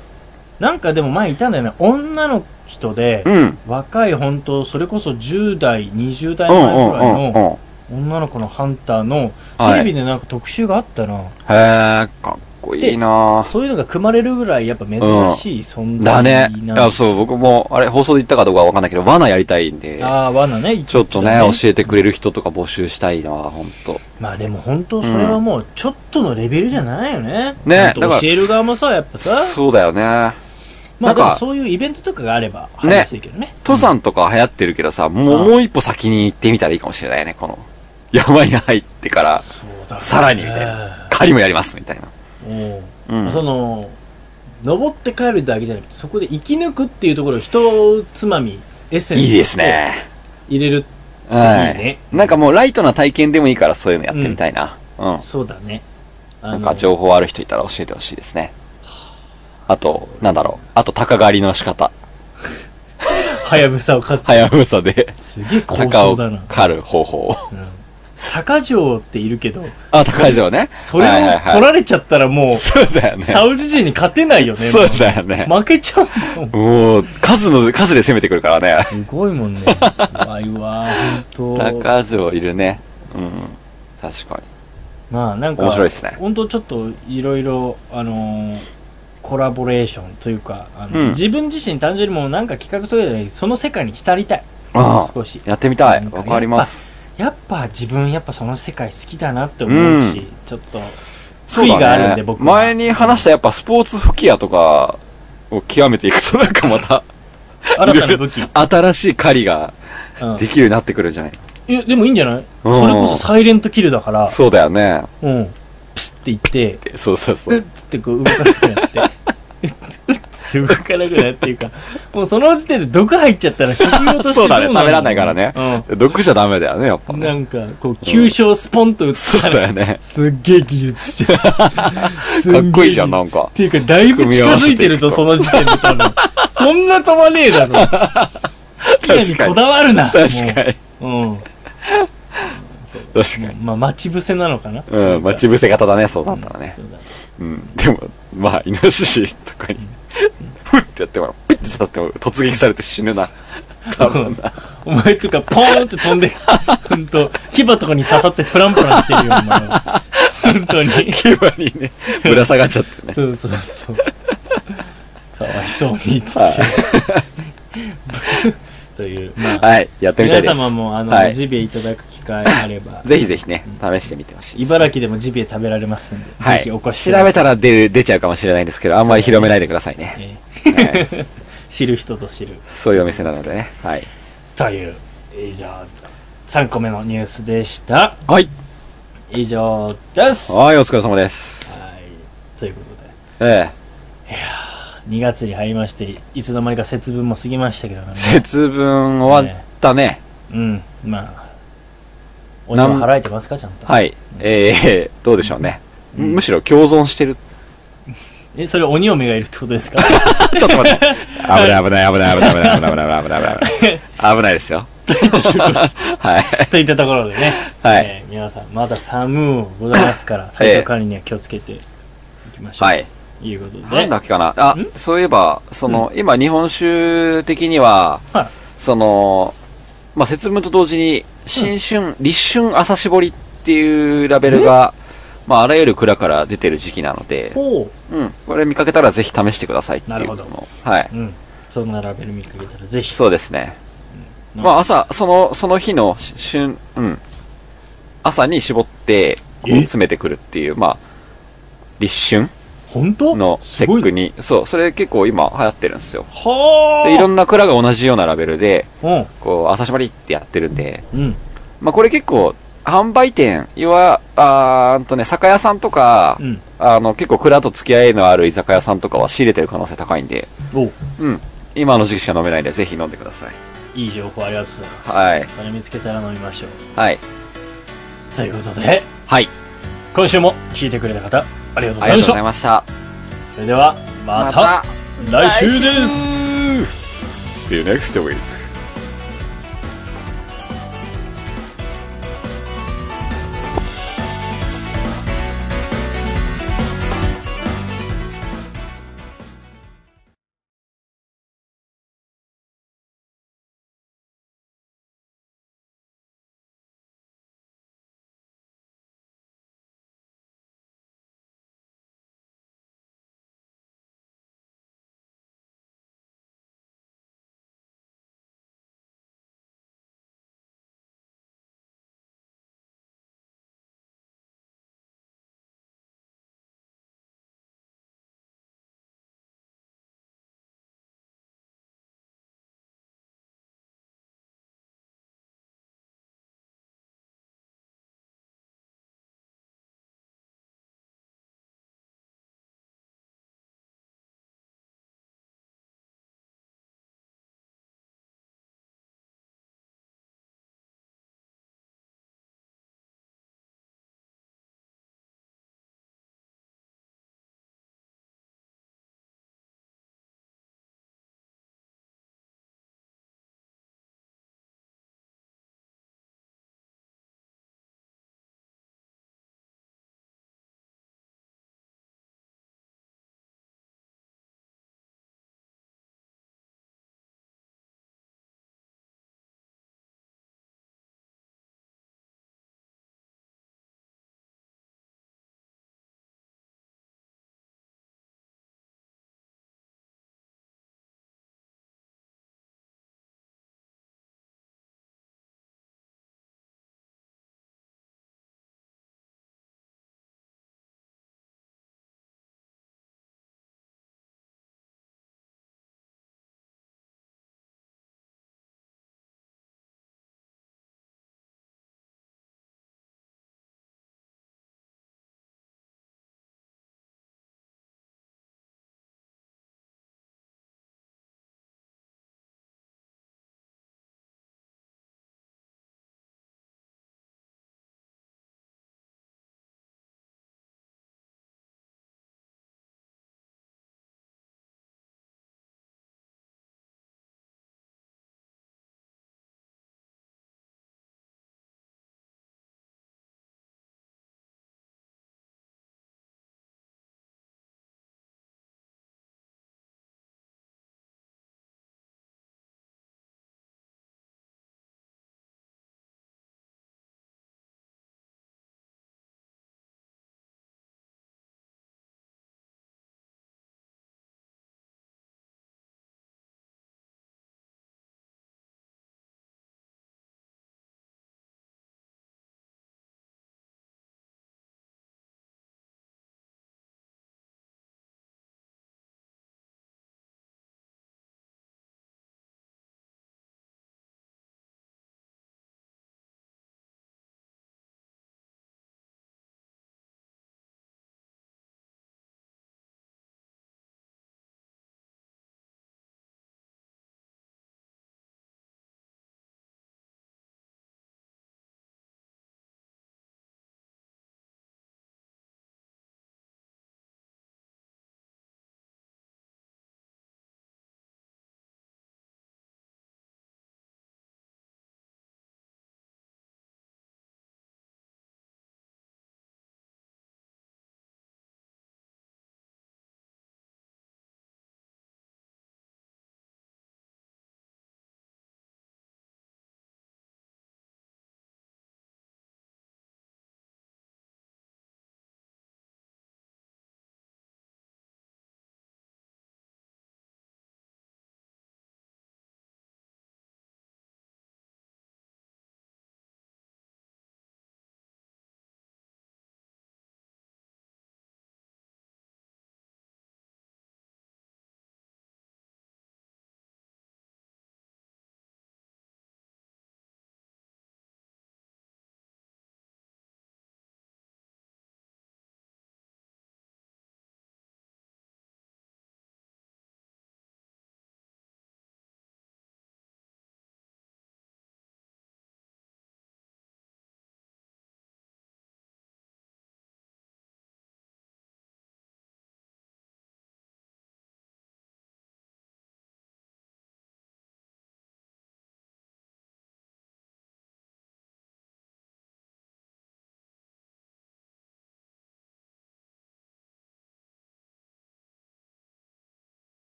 Speaker 6: なんかでも前いたんだよね女の人で、
Speaker 5: うん。
Speaker 6: 若い本当それこそ10代20代
Speaker 5: うん、う
Speaker 6: 前
Speaker 5: ん、
Speaker 6: ぐ
Speaker 5: う
Speaker 6: らい
Speaker 5: ん、う
Speaker 6: の
Speaker 5: ん。
Speaker 6: 女の子のハンターの
Speaker 5: は
Speaker 6: テレビ
Speaker 5: い。へ
Speaker 6: でなんか特集があったな、
Speaker 5: え、かっこいいな
Speaker 6: そういうのが組まれるぐらいやっぱ珍しい存
Speaker 5: だ
Speaker 6: 在
Speaker 5: ね
Speaker 6: なん。
Speaker 5: いや、そう、僕も、あれ、放送で言ったかどうかはわかんないけど、罠やりたいんで、
Speaker 6: ああ罠ね
Speaker 5: ちょっとね、教えてく
Speaker 6: れ
Speaker 5: れる人とか募集したいな、ほんと。
Speaker 6: まあでも本当それはもうちょっとのレベルじゃないよね、
Speaker 5: ね
Speaker 6: ほんと
Speaker 5: だから
Speaker 6: 教える側もさやっぱさ
Speaker 5: そうだよね。
Speaker 6: まあで
Speaker 5: な
Speaker 6: も
Speaker 5: んか
Speaker 6: そういうイベントとかがあれば入りやすいけどね
Speaker 5: 登山とか流行ってるけどさ、も
Speaker 6: あ
Speaker 5: う、もう一歩先に行ってみたらいいかもしれないね、この。山に入ってから、
Speaker 6: そうだね
Speaker 5: さらにみたいな狩りもやります、みたいな。
Speaker 6: うん
Speaker 5: うん。
Speaker 6: その登って帰るだけじゃなくてそこで生き抜くっていうところを一つまみエッセンス
Speaker 5: いいですね。
Speaker 6: を入れる
Speaker 5: はい
Speaker 6: いいね
Speaker 5: なんかもうライトな体験でもいいからそういうのやってみたいな。うん。
Speaker 6: そうだねあ
Speaker 5: なんか情報ある人いたら教えてほしいですね。あと、なんだろう。あと、鷹狩りの仕方。
Speaker 6: はやぶさを買って
Speaker 5: はやぶさで、
Speaker 6: すげえ高
Speaker 5: 鷹
Speaker 6: 尚
Speaker 5: を
Speaker 6: だな、
Speaker 5: 狩る方法。
Speaker 6: うん、高城っているけど
Speaker 5: あ、鷹城ね。
Speaker 6: それを
Speaker 5: はいはいはい
Speaker 6: 取られちゃったらもう、
Speaker 5: そうだよね。
Speaker 6: サウジ人に勝てないよね
Speaker 5: そうだよね。
Speaker 6: もう負けちゃうんだもん
Speaker 5: もう、数の、数で攻めてくるからね。
Speaker 6: すごいもんね怖いわ本当
Speaker 5: 鷹城いるね。うん。確か
Speaker 6: まあなんか
Speaker 5: 面白いっすね
Speaker 6: 本当ちょっといろいろあのーコラボレーションというかあの、
Speaker 5: うん
Speaker 6: 自分自身単純にもうなんか企画というよりその世界に浸りたい
Speaker 5: ああ
Speaker 6: 少し
Speaker 5: に。やってみたい
Speaker 6: な。んか
Speaker 5: わかります。
Speaker 6: やっぱ自分やっぱその世界好きだなって思うし、
Speaker 5: う
Speaker 6: ちょっと
Speaker 5: そ
Speaker 6: 悔
Speaker 5: うだ
Speaker 6: い
Speaker 5: ね
Speaker 6: があるんで、僕は
Speaker 5: 前に話したやっぱスポーツ吹き矢とかを極めていくとなんかまた
Speaker 6: 新たな 武器、
Speaker 5: 新しい狩りが
Speaker 6: うん
Speaker 5: できるようになってくるんじゃない
Speaker 6: いやでもいいんじゃない、それこそサイレントキルだから
Speaker 5: そうだよね。
Speaker 6: うんプスっていって
Speaker 5: そうそうそう
Speaker 6: っ
Speaker 5: う。
Speaker 6: つってこう動かなくなって、うっつって動かなくなっていうか、もうその時点で毒入っちゃったら食用として
Speaker 5: そうだね
Speaker 6: どな
Speaker 5: 食
Speaker 6: の
Speaker 5: べらんないからね。毒じゃダメだよね、やっぱ
Speaker 6: うん。
Speaker 5: ね。
Speaker 6: なんか、こう、急所をスポンと打つ
Speaker 5: そう
Speaker 6: から、
Speaker 5: だよね。
Speaker 6: すっげえ技術 じゃん。
Speaker 5: か
Speaker 6: か
Speaker 5: っこいいじゃん、
Speaker 6: っ
Speaker 5: なんか。
Speaker 6: ていうか、だいぶ近づいてるぞ、そ
Speaker 5: 組
Speaker 6: の時点で多分。そんな飛ばね えだろ。
Speaker 5: かに
Speaker 6: 確にこだわるな。
Speaker 5: 確かに。
Speaker 6: もう。うん。
Speaker 5: 確かに。
Speaker 6: まあ、待ち伏せなのかな。
Speaker 5: うん、待ち伏せ型だね、そうだったらね
Speaker 6: そ。うだね
Speaker 5: うん。でも、まあ、イノシシとかに、ふってやっても、ピッて刺さっても突撃されて死ぬな。多分な。
Speaker 6: お前とかポーンって 飛んで、ほんと、牙とかに刺さってプランプランしてるよ、お 前は。本当に。
Speaker 5: 牙にね、ぶら下がっ ちゃってね。
Speaker 6: そうそうそう。かわいそうに、つって
Speaker 5: は。
Speaker 6: という、まあ、
Speaker 5: はい、やってみたい
Speaker 6: 皆
Speaker 5: です。
Speaker 6: 様もあの、
Speaker 5: はい
Speaker 6: ジビエいただく機会あれば、
Speaker 5: ぜひぜひね、試してみてほしいです。
Speaker 6: 茨城でもジビエ食べられますんで、
Speaker 5: はい、
Speaker 6: ぜひお越しく
Speaker 5: 調
Speaker 6: ださい
Speaker 5: べたら出る出ちゃうかもしれないんですけど、あんまり広めないでくださいね。
Speaker 6: え ー
Speaker 5: はい
Speaker 6: 知る人と知る。
Speaker 5: そういうお店なのでね。はい。
Speaker 6: という、以上、3個目のニュースでした。
Speaker 5: はい。
Speaker 6: 以上です。は
Speaker 5: はい、お疲れ様です。
Speaker 6: い。ということで、
Speaker 5: ええ。
Speaker 6: 2月に入りまして、いつの間にか節分も過ぎましたけどね。
Speaker 5: 節分終わったね。
Speaker 6: うん、まあ。お金は払えてますか、ちゃんと。
Speaker 5: はい。ええ、どうでしょうね。むしろ共存してる。
Speaker 6: え、それ鬼嫁がいるってことで すか
Speaker 5: ちょっと待って。危ない危ない危ない危ない危ない危ない危ない危ない危ない。危ないですよ。はい。
Speaker 6: といったところでね。
Speaker 5: はい
Speaker 6: えー皆さん、まだ寒うございますから、体調管理には気をつけていきましょう。
Speaker 5: はい。
Speaker 6: ということで。
Speaker 5: なんだっけかな。あ、そういえば、その、今日本酒的には、
Speaker 6: はい
Speaker 5: その、まあ、節分と同時に、新春、立春朝絞りっていうラベルが、まあ、あらゆる蔵から出てる時期なので、
Speaker 6: ほ
Speaker 5: うん、これ見かけたらぜひ試してくださいっていう
Speaker 6: なる
Speaker 5: の
Speaker 6: ほど
Speaker 5: も。はい。
Speaker 6: う。うん。そんなラベル見かけたら、ぜひ。
Speaker 5: そうですね。
Speaker 6: うん
Speaker 5: まあ、朝、その、その日の春、うん、朝に絞って、こう
Speaker 6: え
Speaker 5: 詰めてくるっていう、まあ、立春
Speaker 6: 本当
Speaker 5: の
Speaker 6: す
Speaker 5: 節
Speaker 6: ごい
Speaker 5: 句に、そう、それ結構今流行ってるんですよ。
Speaker 6: はあ。
Speaker 5: で、いろんな蔵が同じようなラベルで、
Speaker 6: うん。
Speaker 5: こう、朝縛りってやってるんで、
Speaker 6: うん。
Speaker 5: まあこれ結構、販売店、いわ、あーんとね、酒屋さんとか、
Speaker 6: うん。
Speaker 5: あの、結構蔵と付き合いのある居酒屋さんとかは仕入れてる可能性高いんで、
Speaker 6: お
Speaker 5: うん。今の時期しか飲めないんで、ぜひ飲んでください。
Speaker 6: いい情報ありがとうございます。
Speaker 5: はい
Speaker 6: それ見つけたら飲みましょう。
Speaker 5: はい。
Speaker 6: ということで、
Speaker 5: はい。
Speaker 6: 今週も聞いてくれた方、ありがとうご
Speaker 5: あ
Speaker 6: ざ
Speaker 5: り
Speaker 6: い
Speaker 5: がとう
Speaker 6: ま
Speaker 5: ご
Speaker 6: した
Speaker 5: ざい。ました。
Speaker 6: それでは、また来週です
Speaker 5: 週 !See you next week!